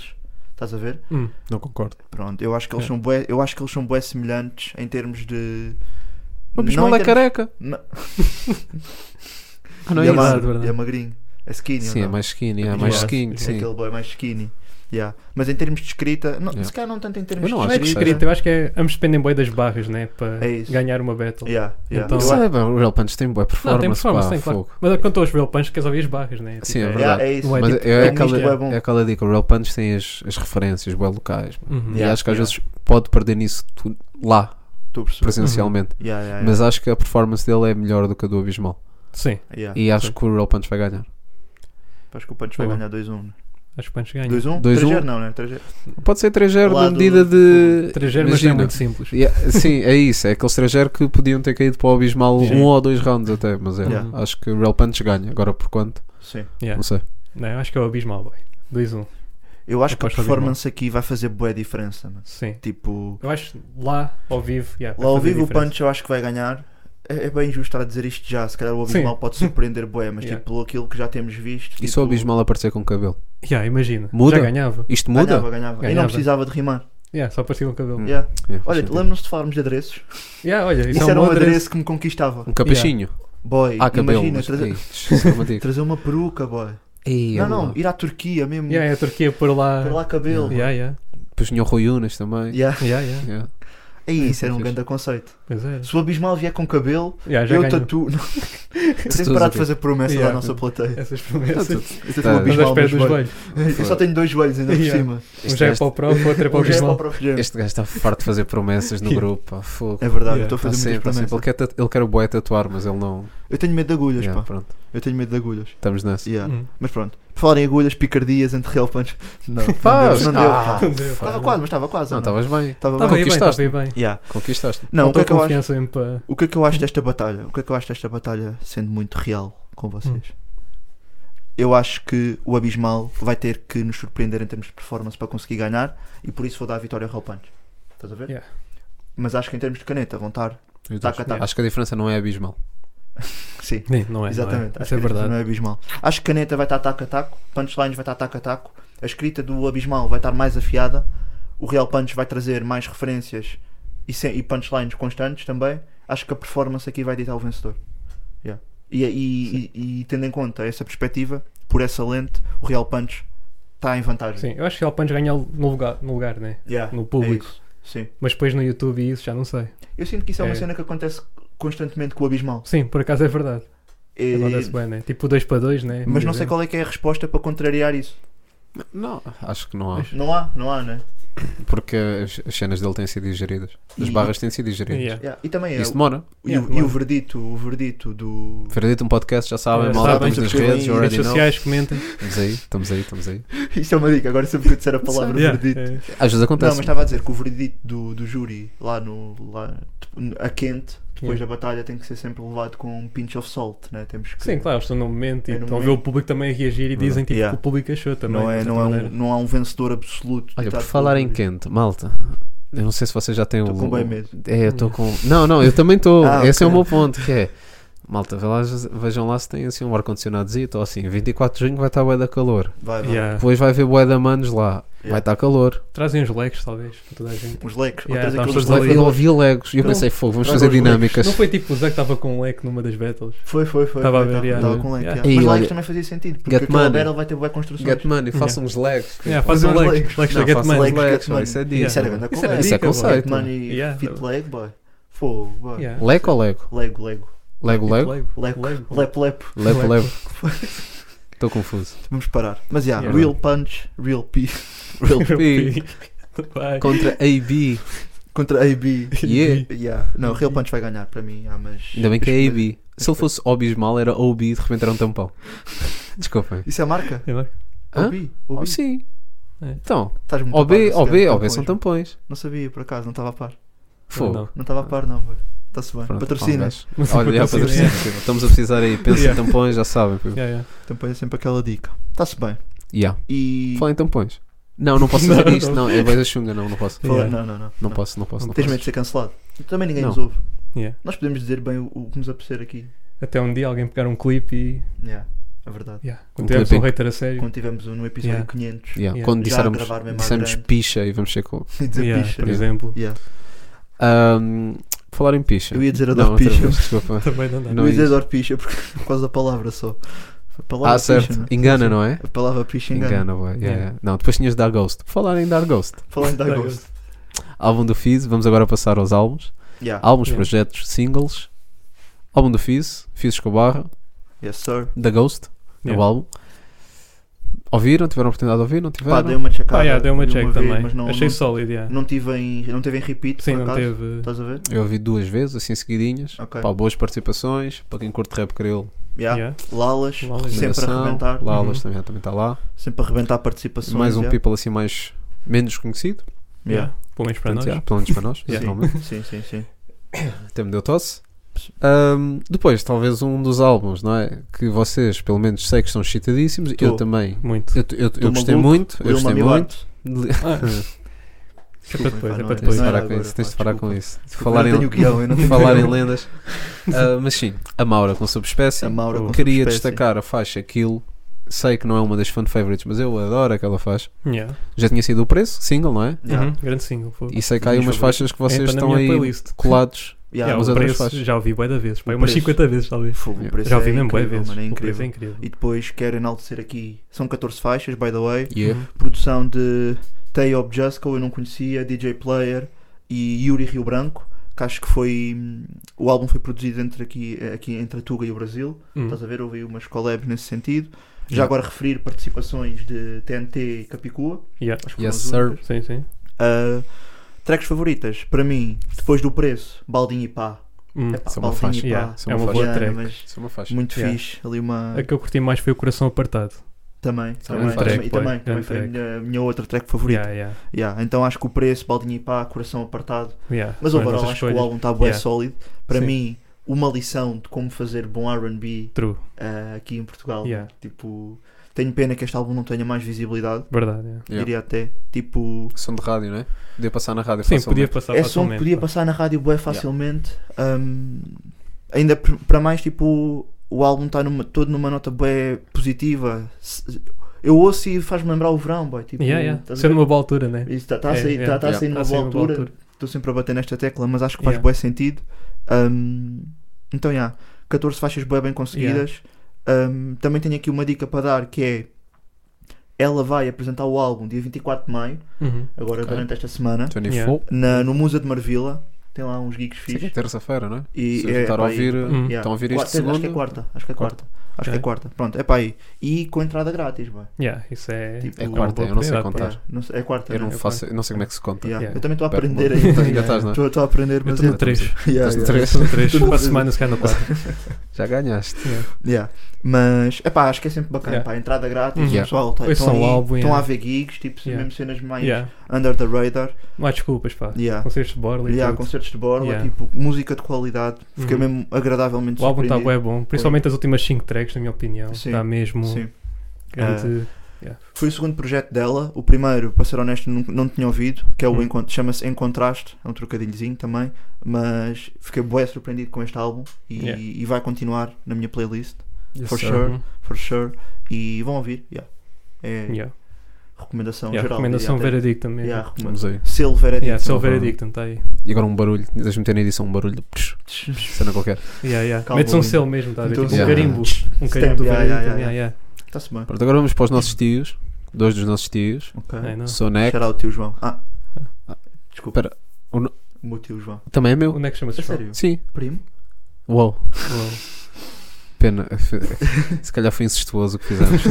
[SPEAKER 5] Estás a ver?
[SPEAKER 6] Hum, Não concordo.
[SPEAKER 5] Pronto, eu acho que eles
[SPEAKER 6] É.
[SPEAKER 5] são bué, eu acho que eles são bué semelhantes em termos de
[SPEAKER 7] O
[SPEAKER 5] Não
[SPEAKER 7] Abismal
[SPEAKER 5] em
[SPEAKER 7] é
[SPEAKER 5] termos-
[SPEAKER 7] careca.
[SPEAKER 5] Não-
[SPEAKER 7] Ah, não
[SPEAKER 5] e
[SPEAKER 7] é
[SPEAKER 5] é,
[SPEAKER 6] isso,
[SPEAKER 5] magro,
[SPEAKER 6] de verdade.
[SPEAKER 5] e é magrinho. É skinny, ou
[SPEAKER 7] Sim, é
[SPEAKER 5] não?
[SPEAKER 7] mais skinny, é
[SPEAKER 5] Yeah.
[SPEAKER 7] mais skinny,
[SPEAKER 5] É
[SPEAKER 7] sim.
[SPEAKER 5] aquele boy mais skinny. Yeah. Mas em termos de escrita, não,
[SPEAKER 7] Yeah.
[SPEAKER 5] se calhar não tanto em termos
[SPEAKER 7] Eu não
[SPEAKER 5] de
[SPEAKER 7] acho
[SPEAKER 6] Não é de
[SPEAKER 7] que
[SPEAKER 6] escrita, eu acho que é ambos dependem bem das barras, né? Para
[SPEAKER 5] É isso.
[SPEAKER 6] ganhar uma battle.
[SPEAKER 5] Yeah, yeah.
[SPEAKER 6] Então-
[SPEAKER 7] Não
[SPEAKER 5] Eu
[SPEAKER 7] sei, bem, o Real Punch tem boa
[SPEAKER 6] Não, tem
[SPEAKER 7] performance,
[SPEAKER 6] performance,
[SPEAKER 7] pá,
[SPEAKER 6] tem, claro.
[SPEAKER 7] fogo.
[SPEAKER 6] Mas quando estou aos real punch, queres ouvir as barras, né?
[SPEAKER 7] Sim, é
[SPEAKER 5] acho-
[SPEAKER 7] verdade.
[SPEAKER 5] Yeah, é isso.
[SPEAKER 6] Não é
[SPEAKER 7] Mas
[SPEAKER 6] tipo-
[SPEAKER 7] é,
[SPEAKER 5] é um
[SPEAKER 7] aquela,
[SPEAKER 5] misto bué bom.
[SPEAKER 7] é aquela dica, o Real Punch tem as, as referências bem locais. mano.
[SPEAKER 6] Uhum.
[SPEAKER 5] Yeah.
[SPEAKER 7] e acho que às vezes pode perder nisso tu- lá,
[SPEAKER 5] Estou a perceber.
[SPEAKER 7] presencialmente.
[SPEAKER 5] Yeah,
[SPEAKER 6] Uhum.
[SPEAKER 5] yeah, yeah.
[SPEAKER 7] Mas acho que a performance dele é melhor do que a do Abismal.
[SPEAKER 6] Sim,
[SPEAKER 5] Yeah.
[SPEAKER 7] E acho
[SPEAKER 6] Ah, Sim.
[SPEAKER 7] que o Real Punch vai ganhar.
[SPEAKER 5] Acho que o Punch vai
[SPEAKER 6] Boa.
[SPEAKER 5] ganhar 2-1.
[SPEAKER 6] acho que Punch ganha.
[SPEAKER 5] 2-1?
[SPEAKER 7] 2-1?
[SPEAKER 5] 3-0 não, né? 3-0.
[SPEAKER 7] Pode ser 3-0
[SPEAKER 5] Lá
[SPEAKER 7] na
[SPEAKER 5] do-
[SPEAKER 7] medida de.
[SPEAKER 6] 3 mas é
[SPEAKER 7] Imagina.
[SPEAKER 6] <laughs> muito simples.
[SPEAKER 7] Yeah, sim, é isso. É aqueles 3-0 que podiam ter caído para o Abismal
[SPEAKER 6] Sim.
[SPEAKER 7] um ou dois rounds até. Mas é,
[SPEAKER 6] Yeah.
[SPEAKER 7] acho que o Real Punch ganha. Agora por quanto?
[SPEAKER 5] Sim.
[SPEAKER 6] Yeah.
[SPEAKER 7] Não sei.
[SPEAKER 6] Não, eu acho que é o Abismal, boy. 2-1.
[SPEAKER 5] Eu acho que a
[SPEAKER 6] Aposto ao
[SPEAKER 5] performance aqui vai fazer boa diferença, mano.
[SPEAKER 6] Sim.
[SPEAKER 5] Tipo,
[SPEAKER 6] Eu acho lá, ao vivo. Yeah, vai
[SPEAKER 5] lá ao
[SPEAKER 6] fazer
[SPEAKER 5] vivo o
[SPEAKER 6] diferença.
[SPEAKER 5] Punch eu acho que vai ganhar. É, é bem justo estar a dizer isto já. Se calhar o Abismal pode surpreender boé, mas
[SPEAKER 6] Yeah.
[SPEAKER 5] tipo, pelo aquilo que já temos visto.
[SPEAKER 7] E só o
[SPEAKER 5] tipo,
[SPEAKER 7] Abismal aparecer com cabelo.
[SPEAKER 6] Yeah, imagina.
[SPEAKER 7] Muda?
[SPEAKER 6] Já ganhava.
[SPEAKER 7] Isto muda?
[SPEAKER 5] Ganhava, ganhava. E não
[SPEAKER 6] Ganhava.
[SPEAKER 5] precisava de rimar.
[SPEAKER 6] Yeah, só parecia com o cabelo.
[SPEAKER 7] Hum.
[SPEAKER 5] Yeah.
[SPEAKER 7] É, faz
[SPEAKER 5] Olha,
[SPEAKER 7] sentido.
[SPEAKER 5] lembram-nos de falarmos de adereços?
[SPEAKER 6] Yeah, olha, isso,
[SPEAKER 5] Isso
[SPEAKER 6] é
[SPEAKER 5] era um
[SPEAKER 6] outro
[SPEAKER 5] adereço que me conquistava.
[SPEAKER 7] Um capachinho.
[SPEAKER 5] Boy,
[SPEAKER 7] Ah, cabelo.
[SPEAKER 5] imagina,
[SPEAKER 7] mas-
[SPEAKER 5] trazer,
[SPEAKER 7] Ixi, isso é uma
[SPEAKER 5] <laughs>
[SPEAKER 7] dica.
[SPEAKER 5] trazer uma peruca, boy.
[SPEAKER 7] Ei,
[SPEAKER 5] Não,
[SPEAKER 7] olha
[SPEAKER 5] não,
[SPEAKER 7] lá.
[SPEAKER 5] ir à Turquia mesmo.
[SPEAKER 6] Yeah, é a Turquia por lá.
[SPEAKER 5] Ter lá cabelo.
[SPEAKER 6] Yeah, yeah.
[SPEAKER 7] Depois tinha o Rui Unas também.
[SPEAKER 5] Yeah.
[SPEAKER 6] Yeah, yeah.
[SPEAKER 7] Yeah.
[SPEAKER 5] Ei, isso era um
[SPEAKER 7] Sim, sim.
[SPEAKER 5] grande conceito.
[SPEAKER 6] Pois era.
[SPEAKER 5] Se o Abismal vier com cabelo,
[SPEAKER 6] Yeah, já
[SPEAKER 5] eu
[SPEAKER 6] ganhou.
[SPEAKER 5] tatuo. <laughs> Não. Eu tenho
[SPEAKER 7] Tatuas
[SPEAKER 5] parado
[SPEAKER 7] o quê?
[SPEAKER 5] de fazer promessa
[SPEAKER 6] Yeah.
[SPEAKER 5] da nossa plateia.
[SPEAKER 6] Essas
[SPEAKER 7] Tá
[SPEAKER 6] promessas.
[SPEAKER 7] tudo.
[SPEAKER 5] Eu, tenho
[SPEAKER 7] Tá.
[SPEAKER 5] um
[SPEAKER 6] Mas
[SPEAKER 5] abismal
[SPEAKER 6] às pernas
[SPEAKER 5] nos
[SPEAKER 6] dos
[SPEAKER 5] joelhos.
[SPEAKER 6] velhos.
[SPEAKER 5] eu só tenho dois joelhos ainda por
[SPEAKER 6] Yeah.
[SPEAKER 5] cima.
[SPEAKER 6] Um já é para o próprio, outro é para o
[SPEAKER 5] Um já é para o
[SPEAKER 6] Abismal.
[SPEAKER 5] próprio gênero.
[SPEAKER 7] Este gajo está farto de fazer promessas no
[SPEAKER 6] <laughs> Yeah.
[SPEAKER 7] grupo. pá, fogo.
[SPEAKER 5] É verdade,
[SPEAKER 6] Yeah.
[SPEAKER 5] eu estou a
[SPEAKER 7] Tá
[SPEAKER 5] fazer
[SPEAKER 7] sempre,
[SPEAKER 5] muitas
[SPEAKER 7] tá sempre.
[SPEAKER 5] promessas.
[SPEAKER 7] Ele, quer tatu- ele quer o boé tatuar, mas ele não.
[SPEAKER 5] Eu tenho medo de agulhas,
[SPEAKER 7] Yeah,
[SPEAKER 5] pá.
[SPEAKER 7] pronto.
[SPEAKER 5] Eu tenho medo de agulhas.
[SPEAKER 7] Estamos nessa.
[SPEAKER 5] Yeah.
[SPEAKER 6] Hum.
[SPEAKER 5] Mas pronto. Por falar em agulhas, picardias, entre real punch. Não, não
[SPEAKER 7] Faz.
[SPEAKER 5] deu. Não
[SPEAKER 7] Ah,
[SPEAKER 5] deu.
[SPEAKER 6] Deus.
[SPEAKER 5] Estava quase, mas estava quase.
[SPEAKER 7] Não, estavas bem.
[SPEAKER 6] Estava
[SPEAKER 5] Estava
[SPEAKER 6] aí bem,
[SPEAKER 7] Conquistaste.
[SPEAKER 6] estava aí bem.
[SPEAKER 5] Yeah.
[SPEAKER 7] Conquistaste.
[SPEAKER 5] Tá Não, o que, é que eu acho,
[SPEAKER 6] confiança em para.
[SPEAKER 5] o que é que eu acho desta batalha? O que é que eu acho desta batalha, sendo muito real com vocês? Eu acho que o Abismal vai ter que nos surpreender em termos de performance para conseguir ganhar e por isso vou dar a vitória ao Real Punch. Estás a ver?
[SPEAKER 6] Yeah.
[SPEAKER 5] Mas acho que em termos de caneta vão estar. <laughs> Taca, taca.
[SPEAKER 7] Acho que a diferença não é abismal.
[SPEAKER 5] Sim,
[SPEAKER 6] Sim, não é.
[SPEAKER 5] exatamente.
[SPEAKER 6] Não é.
[SPEAKER 5] Acho
[SPEAKER 6] Isso é
[SPEAKER 5] que a caneta
[SPEAKER 6] verdade.
[SPEAKER 5] Não é Abismal. Acho que caneta vai estar taco a taco, punchlines vai estar taco a taco, a escrita do Abismal vai estar mais afiada, o Real Punch vai trazer mais referências e, se- e punchlines constantes também, acho que a performance aqui vai ditar o vencedor. Yeah. E, e- e- e tendo em conta essa perspectiva, por essa lente, o Real Punch está em vantagem.
[SPEAKER 6] Sim, eu acho que o Alpantes ganha no lugar, no lugar, né?
[SPEAKER 5] Yeah,
[SPEAKER 6] No
[SPEAKER 5] é
[SPEAKER 6] público.
[SPEAKER 5] isso. Sim.
[SPEAKER 6] Mas depois no YouTube e isso já não sei.
[SPEAKER 5] Eu sinto que isso é uma
[SPEAKER 6] É.
[SPEAKER 5] cena que acontece constantemente com o Abismal.
[SPEAKER 6] Sim, por acaso é verdade.
[SPEAKER 5] E-
[SPEAKER 6] Acontece bem, né? Tipo 2 para 2, né?
[SPEAKER 5] mas não sei qual é que é a resposta para contrariar isso.
[SPEAKER 7] Não, acho que não há.
[SPEAKER 5] Não há, não há, né?
[SPEAKER 7] Porque as, as cenas dele têm sido digeridas. As
[SPEAKER 5] E-
[SPEAKER 7] barras têm sido digeridas.
[SPEAKER 6] Yeah.
[SPEAKER 5] Yeah. E também é.
[SPEAKER 7] Isso demora.
[SPEAKER 5] e,
[SPEAKER 6] Yeah,
[SPEAKER 5] o, e o
[SPEAKER 6] claro.
[SPEAKER 5] verdito, o verdito do. <laughs>
[SPEAKER 7] Acredito um podcast, já sabem,
[SPEAKER 6] É,
[SPEAKER 7] malta,
[SPEAKER 5] sabem,
[SPEAKER 7] estamos nas
[SPEAKER 5] subscrevam
[SPEAKER 7] redes,
[SPEAKER 5] aí,
[SPEAKER 7] you already
[SPEAKER 6] Redes
[SPEAKER 7] know.
[SPEAKER 6] sociais, comentem.
[SPEAKER 7] Estamos aí, estamos aí, estamos aí.
[SPEAKER 5] Isto é uma dica, agora sempre que eu disser a palavra
[SPEAKER 6] Yeah,
[SPEAKER 5] verdito.
[SPEAKER 6] é.
[SPEAKER 7] Às vezes
[SPEAKER 5] Não, mas tá
[SPEAKER 7] acontece.
[SPEAKER 5] estava a dizer que o verdito do, do júri lá no. Lá, tipo, a quente, depois
[SPEAKER 6] Yeah.
[SPEAKER 5] da batalha, tem que ser sempre levado com um pinch of salt, né? Temos que.
[SPEAKER 6] Sim, claro, eles estão no momento e
[SPEAKER 5] É no
[SPEAKER 6] estão a ver
[SPEAKER 5] momento.
[SPEAKER 6] o público também a reagir e dizem tipo
[SPEAKER 5] Yeah.
[SPEAKER 6] que o público achou também.
[SPEAKER 5] Não, é,
[SPEAKER 6] de
[SPEAKER 5] não,
[SPEAKER 6] certa
[SPEAKER 5] é um,
[SPEAKER 6] maneira.
[SPEAKER 5] não há um vencedor absoluto.
[SPEAKER 7] Olha, por
[SPEAKER 5] ditado
[SPEAKER 7] falar
[SPEAKER 5] pelo
[SPEAKER 7] em
[SPEAKER 5] júri.
[SPEAKER 7] quente, malta, eu não sei se vocês já têm
[SPEAKER 5] Estou
[SPEAKER 7] o.
[SPEAKER 5] com bem medo.
[SPEAKER 7] É, eu estou com. Não, não, eu também estou.
[SPEAKER 5] <laughs> Ah,
[SPEAKER 7] Esse é o
[SPEAKER 5] ok.
[SPEAKER 7] meu ponto, que é. Malta, vê lá- vejam lá se tem assim um ar-condicionadozito ou assim. 24 de junho vai estar bué da calor.
[SPEAKER 5] Vai, vai.
[SPEAKER 6] Yeah.
[SPEAKER 7] Depois vai ver bué da manos lá. Vai
[SPEAKER 5] Yeah.
[SPEAKER 7] estar calor.
[SPEAKER 6] Trazem os leques, talvez, para toda a gente.
[SPEAKER 5] Uns leques.
[SPEAKER 6] Yeah,
[SPEAKER 5] outras
[SPEAKER 6] tá,
[SPEAKER 5] aqueles
[SPEAKER 6] os leques.
[SPEAKER 5] leques.
[SPEAKER 7] Eu ouvi Legos e eu
[SPEAKER 5] Não.
[SPEAKER 7] pensei, fogo, vamos
[SPEAKER 5] Traz
[SPEAKER 7] fazer
[SPEAKER 5] os leques.
[SPEAKER 7] dinâmicas.
[SPEAKER 6] Não foi tipo o Zé que estava com um leque numa das battles?
[SPEAKER 5] Foi, foi, foi.
[SPEAKER 6] Tava a
[SPEAKER 5] foi,
[SPEAKER 6] ver,
[SPEAKER 5] tava-
[SPEAKER 6] yeah.
[SPEAKER 5] tava com leque,
[SPEAKER 6] Yeah.
[SPEAKER 5] yeah.
[SPEAKER 7] E
[SPEAKER 5] Mas
[SPEAKER 7] olha-
[SPEAKER 5] likes também fazia sentido, porque
[SPEAKER 7] Get
[SPEAKER 5] aquela
[SPEAKER 7] money.
[SPEAKER 5] battle vai ter boas construções.
[SPEAKER 7] Get money, façam uns Legos.
[SPEAKER 6] Yeah, um fazem
[SPEAKER 5] fazer um uns
[SPEAKER 6] leques,
[SPEAKER 5] leques.
[SPEAKER 6] leques da
[SPEAKER 7] Não, é façam
[SPEAKER 6] Get Money.
[SPEAKER 5] legs,
[SPEAKER 7] legs,
[SPEAKER 5] get
[SPEAKER 7] não,
[SPEAKER 5] money.
[SPEAKER 7] isso é
[SPEAKER 5] Isso era
[SPEAKER 6] dica.
[SPEAKER 5] grande
[SPEAKER 6] Isso era
[SPEAKER 5] coisa.
[SPEAKER 7] dica,
[SPEAKER 5] Get
[SPEAKER 7] conceito.
[SPEAKER 5] money,
[SPEAKER 6] Yeah.
[SPEAKER 5] fit leg, boy. Fogo, boy.
[SPEAKER 6] Yeah.
[SPEAKER 7] Leco ou Lego?
[SPEAKER 5] Lego, Lego.
[SPEAKER 7] Lego,
[SPEAKER 6] Tipo
[SPEAKER 7] Lego?
[SPEAKER 5] Leco,
[SPEAKER 6] Leco.
[SPEAKER 5] Lep, lep.
[SPEAKER 7] Lego, Lego. Estou confuso.
[SPEAKER 5] <laughs> Vamos parar. Mas já,
[SPEAKER 6] Yeah.
[SPEAKER 5] real punch, real peace.
[SPEAKER 7] Real P
[SPEAKER 6] Vai.
[SPEAKER 7] contra AB.
[SPEAKER 5] <laughs> Contra AB.
[SPEAKER 7] Yeah.
[SPEAKER 5] Yeah. Não, real punch vai ganhar para mim, ah, mas...
[SPEAKER 7] Ainda bem que é AB. Se ele fosse Obismal, era OB de repente era um
[SPEAKER 5] <laughs>
[SPEAKER 7] tampão. Desculpem.
[SPEAKER 5] Isso é a marca?
[SPEAKER 6] É, vai.
[SPEAKER 7] Hã?
[SPEAKER 5] OB?
[SPEAKER 7] Oh,
[SPEAKER 5] OB?
[SPEAKER 7] sim.
[SPEAKER 6] É.
[SPEAKER 7] Então,
[SPEAKER 5] Estás muito a par
[SPEAKER 7] OB,
[SPEAKER 5] desse
[SPEAKER 7] OB,
[SPEAKER 5] cara,
[SPEAKER 7] OB são
[SPEAKER 5] tampões.
[SPEAKER 7] tampões.
[SPEAKER 5] Não sabia, por acaso, não estava a par.
[SPEAKER 7] Fogo.
[SPEAKER 6] Não.
[SPEAKER 5] Não estava a par, não, velho. Está-se bem.
[SPEAKER 7] Pronto,
[SPEAKER 5] Patrocinas. <laughs>
[SPEAKER 7] pá, um gajo. Olha, já,
[SPEAKER 6] Patrocina,
[SPEAKER 7] patrocina. Estamos a precisar aí. Pensa em
[SPEAKER 6] Yeah.
[SPEAKER 7] tampões, já sabem. pô.
[SPEAKER 6] Yeah, yeah.
[SPEAKER 5] Tampões é sempre aquela dica. Está-se bem.
[SPEAKER 7] Yeah.
[SPEAKER 5] E...
[SPEAKER 7] Fala então. em tampões. Não, não
[SPEAKER 5] <laughs>
[SPEAKER 7] posso
[SPEAKER 6] Não,
[SPEAKER 7] fazer isto.
[SPEAKER 6] não.
[SPEAKER 7] Não, é da chunga. Não, não posso.
[SPEAKER 5] Fala-
[SPEAKER 6] Yeah.
[SPEAKER 5] Não, não, não.
[SPEAKER 7] Não posso, não posso. Não
[SPEAKER 5] Tens
[SPEAKER 7] posso.
[SPEAKER 5] medo de ser cancelado? Também ninguém
[SPEAKER 7] Não.
[SPEAKER 5] nos ouve.
[SPEAKER 6] Yeah.
[SPEAKER 5] Nós podemos dizer bem o, o que nos aparecer aqui.
[SPEAKER 6] Até um dia alguém pegar um clipe e.
[SPEAKER 5] Yeah, é verdade.
[SPEAKER 6] Yeah.
[SPEAKER 7] Um
[SPEAKER 6] Quando tivermos
[SPEAKER 7] clipe.
[SPEAKER 6] um hater a sério.
[SPEAKER 5] Quando tivemos um- no episódio
[SPEAKER 6] Yeah.
[SPEAKER 5] 500
[SPEAKER 7] Yeah,
[SPEAKER 6] Yeah.
[SPEAKER 7] Quando
[SPEAKER 5] Já
[SPEAKER 7] dissermos,
[SPEAKER 5] a gravar mesmo à
[SPEAKER 7] dissermos
[SPEAKER 5] grande.
[SPEAKER 7] picha e vamos ser com.
[SPEAKER 5] <laughs> e dizer
[SPEAKER 6] Yeah,
[SPEAKER 5] picha.
[SPEAKER 6] Por
[SPEAKER 5] <laughs>
[SPEAKER 6] exemplo.
[SPEAKER 5] Yeah.
[SPEAKER 7] Ahm, falar em picha.
[SPEAKER 5] Eu ia dizer
[SPEAKER 7] Não,
[SPEAKER 5] adoro
[SPEAKER 7] outra
[SPEAKER 5] picha.
[SPEAKER 7] vez, desculpa.
[SPEAKER 6] Também não dá.
[SPEAKER 7] Não.
[SPEAKER 5] eu
[SPEAKER 7] é
[SPEAKER 5] ia dizer
[SPEAKER 7] isso.
[SPEAKER 5] adoro picha porque, por <laughs> causa da palavra só. A palavra
[SPEAKER 7] Ah, certo.
[SPEAKER 5] picha, não é?
[SPEAKER 7] Engana, não é?
[SPEAKER 5] A palavra picha engana.
[SPEAKER 7] Engana, boy. Yeah,
[SPEAKER 5] É.
[SPEAKER 6] Yeah.
[SPEAKER 7] yeah. Não, depois tinhas Dark Ghost. Falar em Dark Ghost.
[SPEAKER 5] Falando
[SPEAKER 6] <laughs>
[SPEAKER 5] de
[SPEAKER 6] Dá
[SPEAKER 5] agosto.
[SPEAKER 7] Álbum do Fizz, vamos agora passar aos álbuns.
[SPEAKER 5] Yeah.
[SPEAKER 7] Álbuns,
[SPEAKER 6] Yeah.
[SPEAKER 7] projetos, singles. Álbum do Fizz, Fizz com a barra,
[SPEAKER 5] Yes, sir.
[SPEAKER 7] da Ghost, é o
[SPEAKER 6] Yeah.
[SPEAKER 7] álbum. Ouviram? Tiveram a oportunidade de ouvir? Não
[SPEAKER 5] Pá,
[SPEAKER 7] tiveram?
[SPEAKER 5] dei uma checada.
[SPEAKER 6] Ah, yeah, deu uma
[SPEAKER 5] de
[SPEAKER 6] check
[SPEAKER 5] vez,
[SPEAKER 6] também.
[SPEAKER 5] Mas não,
[SPEAKER 6] Achei
[SPEAKER 5] não,
[SPEAKER 6] sólido, yeah.
[SPEAKER 5] não tive em, não tive em repeat,
[SPEAKER 6] Sim,
[SPEAKER 5] por
[SPEAKER 6] não
[SPEAKER 5] acaso. tá-
[SPEAKER 6] teve.
[SPEAKER 5] Estás a ver?
[SPEAKER 7] Eu ouvi duas vezes, assim seguidinhas.
[SPEAKER 5] Ok.
[SPEAKER 7] Pá, boas participações. Para quem curte rap crioulo,
[SPEAKER 5] Yeah.
[SPEAKER 6] Yeah.
[SPEAKER 5] Lalas,
[SPEAKER 6] Lalas.
[SPEAKER 5] sempre a
[SPEAKER 7] recomendação.
[SPEAKER 5] arrebentar.
[SPEAKER 7] Lalas
[SPEAKER 6] Uhum.
[SPEAKER 7] também também está lá.
[SPEAKER 5] Sempre a arrebentar participações.
[SPEAKER 7] mais um
[SPEAKER 5] yeah.
[SPEAKER 7] people assim mais menos conhecido.
[SPEAKER 5] Yeah.
[SPEAKER 6] Pelo menos para
[SPEAKER 7] Portanto,
[SPEAKER 6] nós.
[SPEAKER 7] já, pelo menos para nós,
[SPEAKER 5] Yeah.
[SPEAKER 7] naturalmente.
[SPEAKER 5] <laughs> Sim, sim, sim.
[SPEAKER 7] Até me deu tosse. Ahm, depois, talvez um dos álbuns, não é? Que vocês, pelo menos, sei que estão excitadíssimos.
[SPEAKER 5] Tô.
[SPEAKER 7] Eu também.
[SPEAKER 6] Muito.
[SPEAKER 7] Eu, eu- eu
[SPEAKER 5] Tô
[SPEAKER 7] gostei
[SPEAKER 5] maluco.
[SPEAKER 7] muito. Eu
[SPEAKER 5] Lil
[SPEAKER 7] gostei
[SPEAKER 5] Mami
[SPEAKER 7] muito.
[SPEAKER 5] Lato.
[SPEAKER 6] Ah, é para
[SPEAKER 5] Desculpem,
[SPEAKER 6] depois,
[SPEAKER 5] pá,
[SPEAKER 6] é
[SPEAKER 7] <laughs>
[SPEAKER 6] para
[SPEAKER 5] não era-
[SPEAKER 7] Tens
[SPEAKER 6] depois.
[SPEAKER 7] de
[SPEAKER 5] não era
[SPEAKER 7] parar com
[SPEAKER 5] agora,
[SPEAKER 7] isso. Tens de
[SPEAKER 5] pá,
[SPEAKER 7] parar com
[SPEAKER 5] desculpa.
[SPEAKER 7] isso. De
[SPEAKER 5] Desculpa,
[SPEAKER 7] Falar
[SPEAKER 5] eu não
[SPEAKER 7] em,
[SPEAKER 5] tenho guião, eu não tenho
[SPEAKER 7] falar em
[SPEAKER 5] guião.
[SPEAKER 7] lendas. <laughs> Ah, mas sim, a Maura com subespécie.
[SPEAKER 5] A Maura com
[SPEAKER 7] Queria
[SPEAKER 5] subespécie.
[SPEAKER 7] destacar a faixa Kill. Sei que não é uma das fan favorites, mas eu adoro aquela faixa.
[SPEAKER 6] Yeah.
[SPEAKER 7] Já tinha sido o preço, single, não é?
[SPEAKER 5] Yeah.
[SPEAKER 6] Uhum, Grande single. foi.
[SPEAKER 7] E sei que há aí umas
[SPEAKER 5] Minhas
[SPEAKER 7] faixas que vocês
[SPEAKER 6] É, tá na
[SPEAKER 7] estão
[SPEAKER 6] minha
[SPEAKER 7] aí
[SPEAKER 6] playlist.
[SPEAKER 7] colados.
[SPEAKER 5] Yeah,
[SPEAKER 6] Yeah,
[SPEAKER 7] mas
[SPEAKER 6] É, o
[SPEAKER 7] outras
[SPEAKER 6] preço
[SPEAKER 7] faixas.
[SPEAKER 6] já ouvi bué da vezes, pá,
[SPEAKER 5] O
[SPEAKER 6] umas
[SPEAKER 5] preço.
[SPEAKER 6] 50 vezes talvez.
[SPEAKER 5] um Fogo, o
[SPEAKER 7] Yeah.
[SPEAKER 5] preço
[SPEAKER 6] já ouvi
[SPEAKER 5] é
[SPEAKER 6] mesmo bué
[SPEAKER 5] incrível,
[SPEAKER 6] vezes.
[SPEAKER 5] mano, é
[SPEAKER 6] o preço
[SPEAKER 5] incrível.
[SPEAKER 6] é incrível.
[SPEAKER 5] E depois quero enaltecer aqui, são 14 faixas, by the way. <laughs>
[SPEAKER 7] Yeah.
[SPEAKER 5] Produção de Tay of Jusco, eu não conhecia, DJ Player e Yuri Rio Branco, que acho que foi. hum, O álbum foi produzido entre aqui, aqui entre a Tuga e o Brasil.
[SPEAKER 6] Hum.
[SPEAKER 5] Estás a ver? Houve aí umas collabs nesse sentido. Já
[SPEAKER 7] Yeah.
[SPEAKER 5] agora referir participações de TNT e Capicua.
[SPEAKER 6] Yeah.
[SPEAKER 5] Acho que
[SPEAKER 7] Yes,
[SPEAKER 5] foram
[SPEAKER 7] sir.
[SPEAKER 5] as únicas.
[SPEAKER 6] Sim, sim.
[SPEAKER 5] Ah, tracks favoritas, para mim, depois do preço, Baldinho e Pá.
[SPEAKER 6] Hum.
[SPEAKER 5] Epá,
[SPEAKER 7] Isso é uma
[SPEAKER 5] Baldinho
[SPEAKER 7] faixa.
[SPEAKER 5] e Pá.
[SPEAKER 6] Yeah,
[SPEAKER 7] é uma
[SPEAKER 5] já,
[SPEAKER 6] boa track.
[SPEAKER 5] mas
[SPEAKER 7] Isso é uma faixa.
[SPEAKER 5] Muito
[SPEAKER 6] Yeah.
[SPEAKER 5] fixe, ali uma.
[SPEAKER 6] A que eu curti mais foi o Coração Apartado.
[SPEAKER 5] Também,
[SPEAKER 7] Também faz.
[SPEAKER 5] também. e
[SPEAKER 6] Track,
[SPEAKER 5] também,
[SPEAKER 6] pô,
[SPEAKER 5] também
[SPEAKER 6] grande
[SPEAKER 5] foi a
[SPEAKER 6] track.
[SPEAKER 5] minha, minha outra track favorita.
[SPEAKER 6] Yeah, yeah,
[SPEAKER 5] Yeah, Então acho que o preço, Baldinho e Pá, coração apartado.
[SPEAKER 6] yeah.
[SPEAKER 5] Mas
[SPEAKER 6] Foi
[SPEAKER 5] overall
[SPEAKER 6] nossas
[SPEAKER 5] acho que o
[SPEAKER 6] escolhas.
[SPEAKER 5] álbum está bem
[SPEAKER 6] Yeah.
[SPEAKER 5] sólido. Para
[SPEAKER 6] Sim.
[SPEAKER 5] mim, uma lição de como fazer bom RB
[SPEAKER 6] True,
[SPEAKER 5] ah, aqui em Portugal.
[SPEAKER 6] Yeah.
[SPEAKER 5] Tipo, tenho pena que este álbum não tenha mais visibilidade.
[SPEAKER 6] verdade. yeah.
[SPEAKER 7] Yeah.
[SPEAKER 5] Diria até. Tipo,
[SPEAKER 7] Som de rádio, não é? Podia passar na rádio.
[SPEAKER 6] Sim,
[SPEAKER 7] facilmente.
[SPEAKER 6] podia passar
[SPEAKER 5] é som que
[SPEAKER 6] Tá facilmente,
[SPEAKER 5] podia
[SPEAKER 6] pá.
[SPEAKER 5] passar na rádio bué facilmente. Ahm, ainda pr- para mais, tipo, o álbum está numa- todo numa nota bué positiva. Se- Eu ouço e faz-me lembrar o verão, boy. Tipo,
[SPEAKER 6] Yeah, yeah.
[SPEAKER 5] estás a
[SPEAKER 6] Sendo
[SPEAKER 5] ver?
[SPEAKER 6] uma boa altura, né?
[SPEAKER 5] Isso está tá a
[SPEAKER 6] É,
[SPEAKER 5] sair,
[SPEAKER 6] é.
[SPEAKER 5] tá, tá a
[SPEAKER 7] Yeah.
[SPEAKER 5] sair numa
[SPEAKER 6] Tá a sair
[SPEAKER 5] boa
[SPEAKER 6] uma boa
[SPEAKER 5] altura.
[SPEAKER 6] altura.
[SPEAKER 5] Estou sempre a bater nesta tecla, mas acho que faz
[SPEAKER 6] Yeah.
[SPEAKER 5] bué sentido. Um, então, já. 14 faixas bué bem conseguidas. Um, também tenho aqui uma dica para dar que é. Ela vai apresentar o álbum dia 24 de maio,
[SPEAKER 6] Uhum.
[SPEAKER 5] agora
[SPEAKER 7] Ok.
[SPEAKER 5] durante esta semana,
[SPEAKER 7] 24.
[SPEAKER 5] na- no Musa de Marvila. Tem lá uns gigs
[SPEAKER 7] Sei que é
[SPEAKER 5] fixos.
[SPEAKER 7] terça-feira, não é?
[SPEAKER 5] E
[SPEAKER 7] Se
[SPEAKER 5] é,
[SPEAKER 7] estar a
[SPEAKER 5] pá, e-
[SPEAKER 7] ouvir,
[SPEAKER 6] Hum.
[SPEAKER 7] estão a ouvir este
[SPEAKER 5] Quarta- Acho que é
[SPEAKER 7] segundo.
[SPEAKER 5] quarta. Acho que é quarta. Acho que
[SPEAKER 6] Ok.
[SPEAKER 5] é quarta. Pronto, é para aí. E com entrada grátis, bué.
[SPEAKER 6] Yeah, isso é.
[SPEAKER 5] Tipo,
[SPEAKER 7] É
[SPEAKER 5] uma
[SPEAKER 7] quarta,
[SPEAKER 6] boa
[SPEAKER 7] eu não sei
[SPEAKER 6] oportunidade,
[SPEAKER 7] contar.
[SPEAKER 5] Yeah, não sei- é quarta,
[SPEAKER 7] Eu
[SPEAKER 5] né?
[SPEAKER 7] não,
[SPEAKER 6] É
[SPEAKER 7] faço, eu não sei como é que se conta.
[SPEAKER 5] Yeah.
[SPEAKER 6] Yeah.
[SPEAKER 5] Eu também estou a
[SPEAKER 7] Pera,
[SPEAKER 5] aprender
[SPEAKER 7] não-
[SPEAKER 5] ainda.
[SPEAKER 7] ainda
[SPEAKER 5] yeah,
[SPEAKER 7] estás, não é?
[SPEAKER 5] Estou estou a aprender,
[SPEAKER 6] Eu
[SPEAKER 5] mas
[SPEAKER 6] estou no
[SPEAKER 5] é-
[SPEAKER 6] 3.
[SPEAKER 5] Yeah,
[SPEAKER 7] Estás no
[SPEAKER 5] yeah.
[SPEAKER 7] três.
[SPEAKER 5] <laughs>
[SPEAKER 6] Estou no 3. Para a semana, se calhar no 4.
[SPEAKER 7] Já ganhaste.
[SPEAKER 5] Yeah. Mas, epá, acho que é sempre bacana,
[SPEAKER 6] Yeah.
[SPEAKER 5] pá, entrada grátis,
[SPEAKER 6] Yeah.
[SPEAKER 5] o pessoal tá,
[SPEAKER 6] Ouçam
[SPEAKER 5] estão,
[SPEAKER 6] o
[SPEAKER 5] aí,
[SPEAKER 6] álbum,
[SPEAKER 5] estão
[SPEAKER 6] yeah.
[SPEAKER 5] a ver gigs, tipo,
[SPEAKER 6] Yeah.
[SPEAKER 5] mesmo cenas mais
[SPEAKER 6] Yeah.
[SPEAKER 5] under the radar,
[SPEAKER 6] Não há desculpas, pá.
[SPEAKER 5] Yeah.
[SPEAKER 6] Concertos de borla e
[SPEAKER 5] yeah,
[SPEAKER 6] tudo.
[SPEAKER 5] concertos de borla,
[SPEAKER 6] Yeah.
[SPEAKER 5] tipo, música de qualidade, fiquei
[SPEAKER 6] Uhum.
[SPEAKER 5] mesmo agradavelmente
[SPEAKER 6] O álbum tá está
[SPEAKER 5] surpreendido.
[SPEAKER 6] bem bom, principalmente as últimas 5 tracks, na minha opinião.
[SPEAKER 5] Sim.
[SPEAKER 6] Está mesmo
[SPEAKER 5] Sim.
[SPEAKER 6] grande.
[SPEAKER 5] Foi o segundo projeto dela, o primeiro, para ser honesto, não, não tinha ouvido, que é o
[SPEAKER 6] Uhum.
[SPEAKER 5] Encont- chama-se Em Contraste, é um trocadilhozinho também, mas fiquei bué surpreendido com este álbum e,
[SPEAKER 6] Yeah.
[SPEAKER 5] e vai continuar na minha playlist, for
[SPEAKER 7] sir.
[SPEAKER 5] sure.
[SPEAKER 6] Uhum.
[SPEAKER 5] for sure. E vão ouvir, yeah. É
[SPEAKER 6] Yeah.
[SPEAKER 5] recomendação
[SPEAKER 6] Yeah,
[SPEAKER 5] Então, geral.
[SPEAKER 6] recomendação
[SPEAKER 5] diria até.
[SPEAKER 6] veredicta mesmo.
[SPEAKER 5] Yeah, recomendo.
[SPEAKER 7] Vamos aí.
[SPEAKER 5] Selo veredicto. tá
[SPEAKER 6] Yeah, só o
[SPEAKER 7] Então,
[SPEAKER 6] Veredictum, está aí.
[SPEAKER 7] E agora um barulho. Deixa-me meter na edição um barulho de psh, cena qualquer.
[SPEAKER 6] Yeah, yeah.
[SPEAKER 5] Calma,
[SPEAKER 6] Metes um
[SPEAKER 5] Lino.
[SPEAKER 6] selo mesmo, está a ver?
[SPEAKER 5] Então,
[SPEAKER 6] Tipo, um
[SPEAKER 7] yeah.
[SPEAKER 6] carimbo. Um carimbo
[SPEAKER 5] Stamp,
[SPEAKER 6] do
[SPEAKER 5] yeah,
[SPEAKER 6] Veredictum. yeah,
[SPEAKER 5] yeah,
[SPEAKER 6] yeah.
[SPEAKER 5] Está-se bem.
[SPEAKER 7] Pronto, agora vamos para os nossos tios. Dois dos nossos tios.
[SPEAKER 5] Ok.
[SPEAKER 6] Ai, É, não.
[SPEAKER 7] Soneca.
[SPEAKER 5] Shout out tio João. Ah.
[SPEAKER 7] Ah.
[SPEAKER 5] Desculpa.
[SPEAKER 7] Espera, o no-
[SPEAKER 5] O meu tio João.
[SPEAKER 7] Também é meu.
[SPEAKER 6] Onde é que chama-se
[SPEAKER 5] A
[SPEAKER 6] João?
[SPEAKER 5] sério?
[SPEAKER 7] Sim.
[SPEAKER 5] Primo?
[SPEAKER 7] Uau.
[SPEAKER 6] Uau.
[SPEAKER 7] Pena. <laughs> Se calhar foi incestuoso o que
[SPEAKER 5] <laughs>
[SPEAKER 7] fizemos.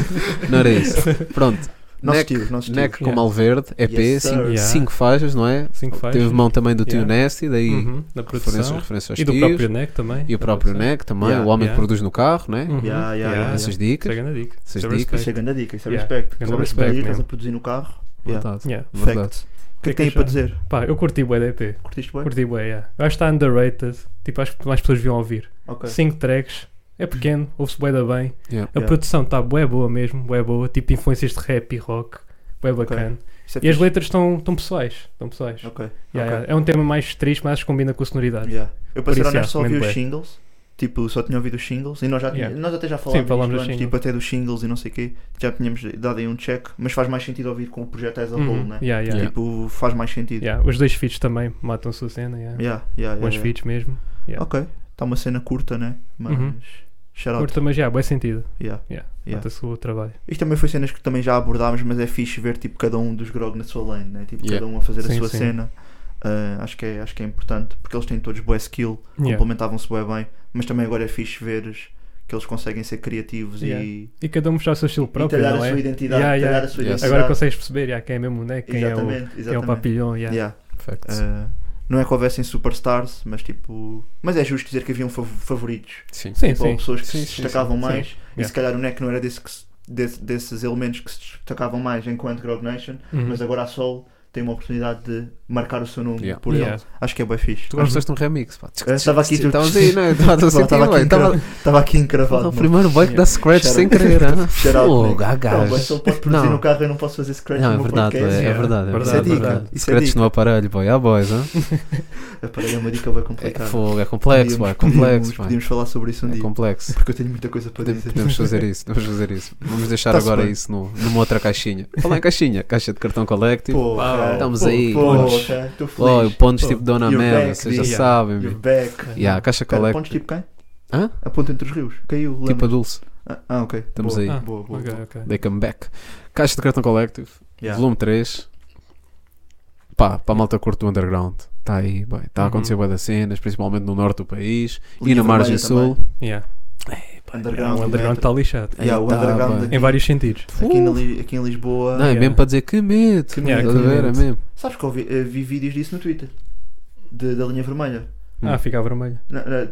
[SPEAKER 7] Não era isso. Pronto.
[SPEAKER 5] Nosso
[SPEAKER 7] Neck,
[SPEAKER 5] tio, nosso tio.
[SPEAKER 7] Neck com
[SPEAKER 6] Yeah.
[SPEAKER 7] Malverde, EP,
[SPEAKER 5] Yes, sir.
[SPEAKER 7] 5
[SPEAKER 6] Yeah.
[SPEAKER 7] faixas, não é?
[SPEAKER 6] Cinco faixas.
[SPEAKER 7] Teve mão também do tio
[SPEAKER 6] Yeah.
[SPEAKER 7] Nasty, daí
[SPEAKER 6] Uhum, Da
[SPEAKER 7] referências,
[SPEAKER 6] produção.
[SPEAKER 7] referências aos
[SPEAKER 6] E do
[SPEAKER 7] tios.
[SPEAKER 6] próprio Neck também.
[SPEAKER 7] E o
[SPEAKER 6] da
[SPEAKER 7] próprio
[SPEAKER 6] produção.
[SPEAKER 7] Neck também,
[SPEAKER 5] Yeah.
[SPEAKER 7] o homem
[SPEAKER 6] Yeah.
[SPEAKER 7] que produz no carro, né?
[SPEAKER 6] Uhum.
[SPEAKER 5] Yeah, yeah,
[SPEAKER 6] Yeah.
[SPEAKER 5] yeah,
[SPEAKER 7] Essas
[SPEAKER 6] Isso é
[SPEAKER 7] dicas.
[SPEAKER 6] grande dica.
[SPEAKER 7] Essas
[SPEAKER 6] Isso é
[SPEAKER 7] dicas.
[SPEAKER 5] Isso é
[SPEAKER 6] respect.
[SPEAKER 5] grande dica, isso é
[SPEAKER 6] Yeah.
[SPEAKER 5] respeito.
[SPEAKER 6] Grande
[SPEAKER 5] Estás a
[SPEAKER 6] respeito
[SPEAKER 5] produzir, estás
[SPEAKER 6] mesmo.
[SPEAKER 5] a produzir no carro. Yeah.
[SPEAKER 7] Verdade.
[SPEAKER 6] Yeah.
[SPEAKER 7] Verdade.
[SPEAKER 5] Fact. O que é que
[SPEAKER 6] que é
[SPEAKER 5] tem
[SPEAKER 6] que
[SPEAKER 5] para
[SPEAKER 6] acharam?
[SPEAKER 5] dizer?
[SPEAKER 6] Pá, eu curti o EDP.
[SPEAKER 5] Curtiste bem?
[SPEAKER 6] Curti o yeah. Eu acho que está underrated. Tipo, acho que mais pessoas deviam ouvir.
[SPEAKER 5] Ok.
[SPEAKER 6] 5 tracks, é pequeno, ouve-se bué da bem.
[SPEAKER 7] Yeah.
[SPEAKER 6] A
[SPEAKER 5] Yeah.
[SPEAKER 6] produção está bué boa mesmo, bué boa, tipo influências de rap e rock, bué bacana.
[SPEAKER 5] Isso é
[SPEAKER 6] E as
[SPEAKER 5] fixe.
[SPEAKER 6] letras estão estão pessoais, estão pessoais.
[SPEAKER 5] Ok.
[SPEAKER 6] Yeah,
[SPEAKER 5] ok.
[SPEAKER 6] yeah. É um tema mais triste, mas acho que combina com a sonoridade.
[SPEAKER 5] Yeah. Eu para
[SPEAKER 6] Por
[SPEAKER 5] ser
[SPEAKER 6] isso,
[SPEAKER 5] honesto só ouvi
[SPEAKER 6] recomendo
[SPEAKER 5] os
[SPEAKER 6] bué.
[SPEAKER 5] singles. Tipo, só tinha ouvido os singles e nós já tinha-
[SPEAKER 6] Yeah.
[SPEAKER 5] nós até já falámos
[SPEAKER 6] falámos
[SPEAKER 5] disto
[SPEAKER 6] dos
[SPEAKER 5] antes,
[SPEAKER 6] singles.
[SPEAKER 5] tipo até dos singles e não sei o quê, já tínhamos dado aí um check, mas faz mais sentido ouvir com o projeto as a whole,
[SPEAKER 6] Uhum,
[SPEAKER 5] né?
[SPEAKER 6] yeah, yeah.
[SPEAKER 7] Yeah.
[SPEAKER 5] Tipo, faz mais sentido.
[SPEAKER 6] Yeah, Os dois feats também matam-se a cena. Yeah.
[SPEAKER 5] Yeah, yeah, yeah,
[SPEAKER 6] Bons
[SPEAKER 5] yeah.
[SPEAKER 6] feats mesmo. yeah.
[SPEAKER 5] Ok, está uma cena curta, né? Mas.
[SPEAKER 6] Uhum.
[SPEAKER 5] Shout out.
[SPEAKER 6] Curta, mas já, yeah, bué sentido.
[SPEAKER 5] Yeah.
[SPEAKER 6] Yeah.
[SPEAKER 5] Yeah.
[SPEAKER 6] Nota-se o trabalho.
[SPEAKER 5] Isto também foi cenas que também já abordámos, mas é fixe ver tipo, cada um dos Grog na sua lane, né? tipo,
[SPEAKER 7] Yeah.
[SPEAKER 5] cada um a fazer a
[SPEAKER 6] Sim,
[SPEAKER 5] sua
[SPEAKER 6] sim.
[SPEAKER 5] cena. Ah, acho, que é, acho que é importante, porque eles têm todos boa skill,
[SPEAKER 6] Yeah.
[SPEAKER 5] complementavam-se bué bem, mas também agora é fixe veres que eles conseguem ser criativos e,
[SPEAKER 6] E cada um mostrar o seu estilo
[SPEAKER 5] e
[SPEAKER 6] próprio,
[SPEAKER 5] talhar a
[SPEAKER 6] não é?
[SPEAKER 5] sua identidade.
[SPEAKER 6] Yeah,
[SPEAKER 5] talhar
[SPEAKER 6] yeah.
[SPEAKER 5] a sua
[SPEAKER 7] Yes.
[SPEAKER 5] identidade.
[SPEAKER 6] Agora consegues perceber yeah, quem é mesmo, né? quem, é o,
[SPEAKER 5] exatamente,
[SPEAKER 6] quem é o
[SPEAKER 5] exatamente.
[SPEAKER 6] papilhão. Yeah.
[SPEAKER 5] Yeah.
[SPEAKER 7] Facts.
[SPEAKER 5] Ah, não é que houvessem superstars, mas tipo. Mas é justo dizer que haviam fav- favoritos.
[SPEAKER 7] Sim.
[SPEAKER 6] Sim,
[SPEAKER 5] Tipo, há
[SPEAKER 6] sim.
[SPEAKER 5] pessoas que
[SPEAKER 7] Sim,
[SPEAKER 5] se
[SPEAKER 7] sim,
[SPEAKER 5] destacavam
[SPEAKER 6] sim.
[SPEAKER 5] mais
[SPEAKER 6] Sim.
[SPEAKER 5] e
[SPEAKER 6] Yeah.
[SPEAKER 5] se calhar o NEC não era desse que se- desse- desses elementos que se destacavam mais enquanto Grog Nation,
[SPEAKER 6] Uhum.
[SPEAKER 5] mas é agora a Soul tem uma oportunidade de marcar o seu nome
[SPEAKER 7] Yeah.
[SPEAKER 5] por
[SPEAKER 6] Yeah.
[SPEAKER 5] ele. Acho que é bem fixe.
[SPEAKER 7] Tu gostaste de um remix, pá.
[SPEAKER 5] Eu estava aqui, tu-
[SPEAKER 7] Estavas aí,
[SPEAKER 5] <laughs>
[SPEAKER 7] não é? Estavas a sentir,
[SPEAKER 5] Estava aqui
[SPEAKER 7] bem. Estava-
[SPEAKER 6] né?
[SPEAKER 5] <laughs> encra- Estava aqui
[SPEAKER 7] Foi
[SPEAKER 5] encravado.
[SPEAKER 7] o
[SPEAKER 5] mano.
[SPEAKER 7] primeiro bike da Scratch
[SPEAKER 5] Shout
[SPEAKER 7] sem
[SPEAKER 5] out.
[SPEAKER 7] querer, ah.
[SPEAKER 5] <laughs> Shout out,
[SPEAKER 7] Fogo,
[SPEAKER 5] né?
[SPEAKER 7] ah,
[SPEAKER 5] Não,
[SPEAKER 7] gajo.
[SPEAKER 5] mas só posso produzir
[SPEAKER 7] Não.
[SPEAKER 5] no carro, eu não posso fazer scratch
[SPEAKER 7] Não,
[SPEAKER 5] no
[SPEAKER 7] é
[SPEAKER 5] meu
[SPEAKER 7] verdade, é,
[SPEAKER 5] podcast. né?
[SPEAKER 7] é
[SPEAKER 6] yeah.
[SPEAKER 7] verdade, é
[SPEAKER 6] Isso é
[SPEAKER 7] verdade.
[SPEAKER 6] dica,
[SPEAKER 7] verdade.
[SPEAKER 5] isso é
[SPEAKER 7] Secretos
[SPEAKER 5] dica.
[SPEAKER 7] no aparelho, boy, ah, boys, hã?
[SPEAKER 5] Peraí, <laughs> é uma dica bem
[SPEAKER 7] É
[SPEAKER 5] complicada.
[SPEAKER 7] fogo, é complexo, boy, é
[SPEAKER 5] Podíamos-
[SPEAKER 7] complexo,
[SPEAKER 5] <laughs> podíamos,
[SPEAKER 7] boy.
[SPEAKER 5] podíamos falar sobre isso um
[SPEAKER 7] É
[SPEAKER 5] dia,
[SPEAKER 7] complexo.
[SPEAKER 5] porque eu tenho muita coisa para
[SPEAKER 7] Podemos,
[SPEAKER 5] dizer.
[SPEAKER 7] podemos fazer isso, podemos fazer isso.
[SPEAKER 5] Tá
[SPEAKER 7] Vamos deixar
[SPEAKER 5] Tá-se
[SPEAKER 7] agora
[SPEAKER 5] bem.
[SPEAKER 7] isso no, numa outra caixinha. Falar em caixinha, caixa de cartão collective.
[SPEAKER 5] Porra,
[SPEAKER 7] Estamos aí, pontos.
[SPEAKER 5] Porra, estou
[SPEAKER 7] Oh,
[SPEAKER 5] feliz.
[SPEAKER 7] e pontos
[SPEAKER 5] Pô,
[SPEAKER 7] tipo Dona
[SPEAKER 5] you're
[SPEAKER 7] Mel,
[SPEAKER 5] back,
[SPEAKER 7] vocês já
[SPEAKER 5] yeah.
[SPEAKER 7] sabem.
[SPEAKER 5] You're
[SPEAKER 7] meu.
[SPEAKER 5] back.
[SPEAKER 7] Yeah, a caixa
[SPEAKER 5] Pera, pontos
[SPEAKER 7] collective.
[SPEAKER 5] tipo quem?
[SPEAKER 7] é Hã?
[SPEAKER 5] A ponta entre os rios. Caiu, lembra?
[SPEAKER 7] Tipo a Dulce.
[SPEAKER 5] Ah, Ah, ok.
[SPEAKER 7] Estamos
[SPEAKER 5] Boa.
[SPEAKER 7] aí.
[SPEAKER 6] Ah,
[SPEAKER 5] Boa, boa,
[SPEAKER 6] ok,
[SPEAKER 5] boa.
[SPEAKER 6] ok.
[SPEAKER 7] They come back. Caixa de cartão collective,
[SPEAKER 5] Yeah.
[SPEAKER 7] volume 3. Pá, para a malta curto do underground. Está aí, está a acontecer
[SPEAKER 6] Uhum.
[SPEAKER 7] boas das cenas, principalmente no norte do país e
[SPEAKER 5] Linha
[SPEAKER 7] na margem
[SPEAKER 5] vermelha também.
[SPEAKER 7] sul.
[SPEAKER 6] Yeah. o
[SPEAKER 5] Underground.
[SPEAKER 6] é um underground está lixado.
[SPEAKER 5] Yeah, o
[SPEAKER 7] Tá,
[SPEAKER 5] underground
[SPEAKER 7] bem.
[SPEAKER 5] aqui-
[SPEAKER 6] Em vários sentidos.
[SPEAKER 5] aqui, na Li- aqui em Lisboa.
[SPEAKER 7] Uh. Não, é
[SPEAKER 6] Yeah.
[SPEAKER 7] mesmo para dizer que medo.
[SPEAKER 5] Que
[SPEAKER 7] Que
[SPEAKER 5] medo,
[SPEAKER 7] medo.
[SPEAKER 5] que
[SPEAKER 7] ver, é
[SPEAKER 6] medo.
[SPEAKER 7] mesmo.
[SPEAKER 5] Sabes que eu vi, eh, vi vídeos disso no Twitter? De- da linha vermelha.
[SPEAKER 6] Ah, fica a vermelho.
[SPEAKER 5] Na- na-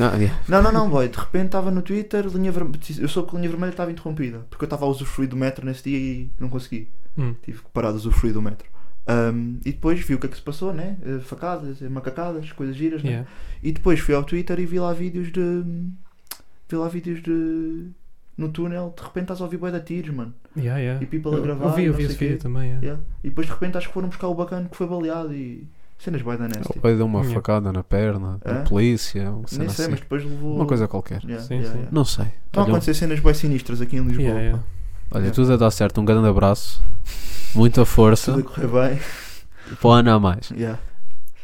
[SPEAKER 7] Ah, yeah.
[SPEAKER 5] Não, não, não, boy. De repente estava no Twitter, linha vermelha. Eu soube que a linha vermelha estava interrompida. Porque eu estava a usufruir do metro nesse dia e não consegui.
[SPEAKER 6] Hum.
[SPEAKER 5] Tive que parar de usufruir do metro. Ahm, e depois vi o que é que se passou, né? Eh, Facadas, eh, macacadas, coisas giras, né?
[SPEAKER 6] Yeah.
[SPEAKER 5] E depois fui ao Twitter e vi lá vídeos de. Vi lá vídeos de. No túnel, de repente estás a ouvir bué de tiros, mano.
[SPEAKER 6] Yeah, yeah.
[SPEAKER 5] E people a
[SPEAKER 6] Eu-
[SPEAKER 5] gravar
[SPEAKER 6] Eu vi,
[SPEAKER 5] e
[SPEAKER 6] eu
[SPEAKER 5] não
[SPEAKER 6] vi
[SPEAKER 5] sei
[SPEAKER 6] esse vídeo
[SPEAKER 5] quê.
[SPEAKER 6] também. yeah.
[SPEAKER 5] Yeah. E depois de repente acho que foram buscar o bacana que foi baleado e. Cenas bué da nasty.
[SPEAKER 7] Ou deu uma
[SPEAKER 6] Yeah.
[SPEAKER 7] facada na perna, da
[SPEAKER 5] Hã?
[SPEAKER 7] polícia, uma
[SPEAKER 5] tipo, É?
[SPEAKER 7] cena
[SPEAKER 5] Nem sei,
[SPEAKER 7] assim.
[SPEAKER 5] mas depois levou.
[SPEAKER 7] Uma coisa qualquer.
[SPEAKER 5] Yeah,
[SPEAKER 6] assim, Sim,
[SPEAKER 5] yeah,
[SPEAKER 6] sim.
[SPEAKER 5] yeah.
[SPEAKER 7] Não sei.
[SPEAKER 5] Estão a
[SPEAKER 7] Olha,
[SPEAKER 5] acontecer cenas bué sinistras aqui em Lisboa.
[SPEAKER 6] Yeah, yeah.
[SPEAKER 5] pá.
[SPEAKER 7] olha, tudo a dar certo, um grande abraço. Muita força.
[SPEAKER 5] Tudo a correr bem. <laughs>
[SPEAKER 7] Para o ano a mais.
[SPEAKER 5] Yeah.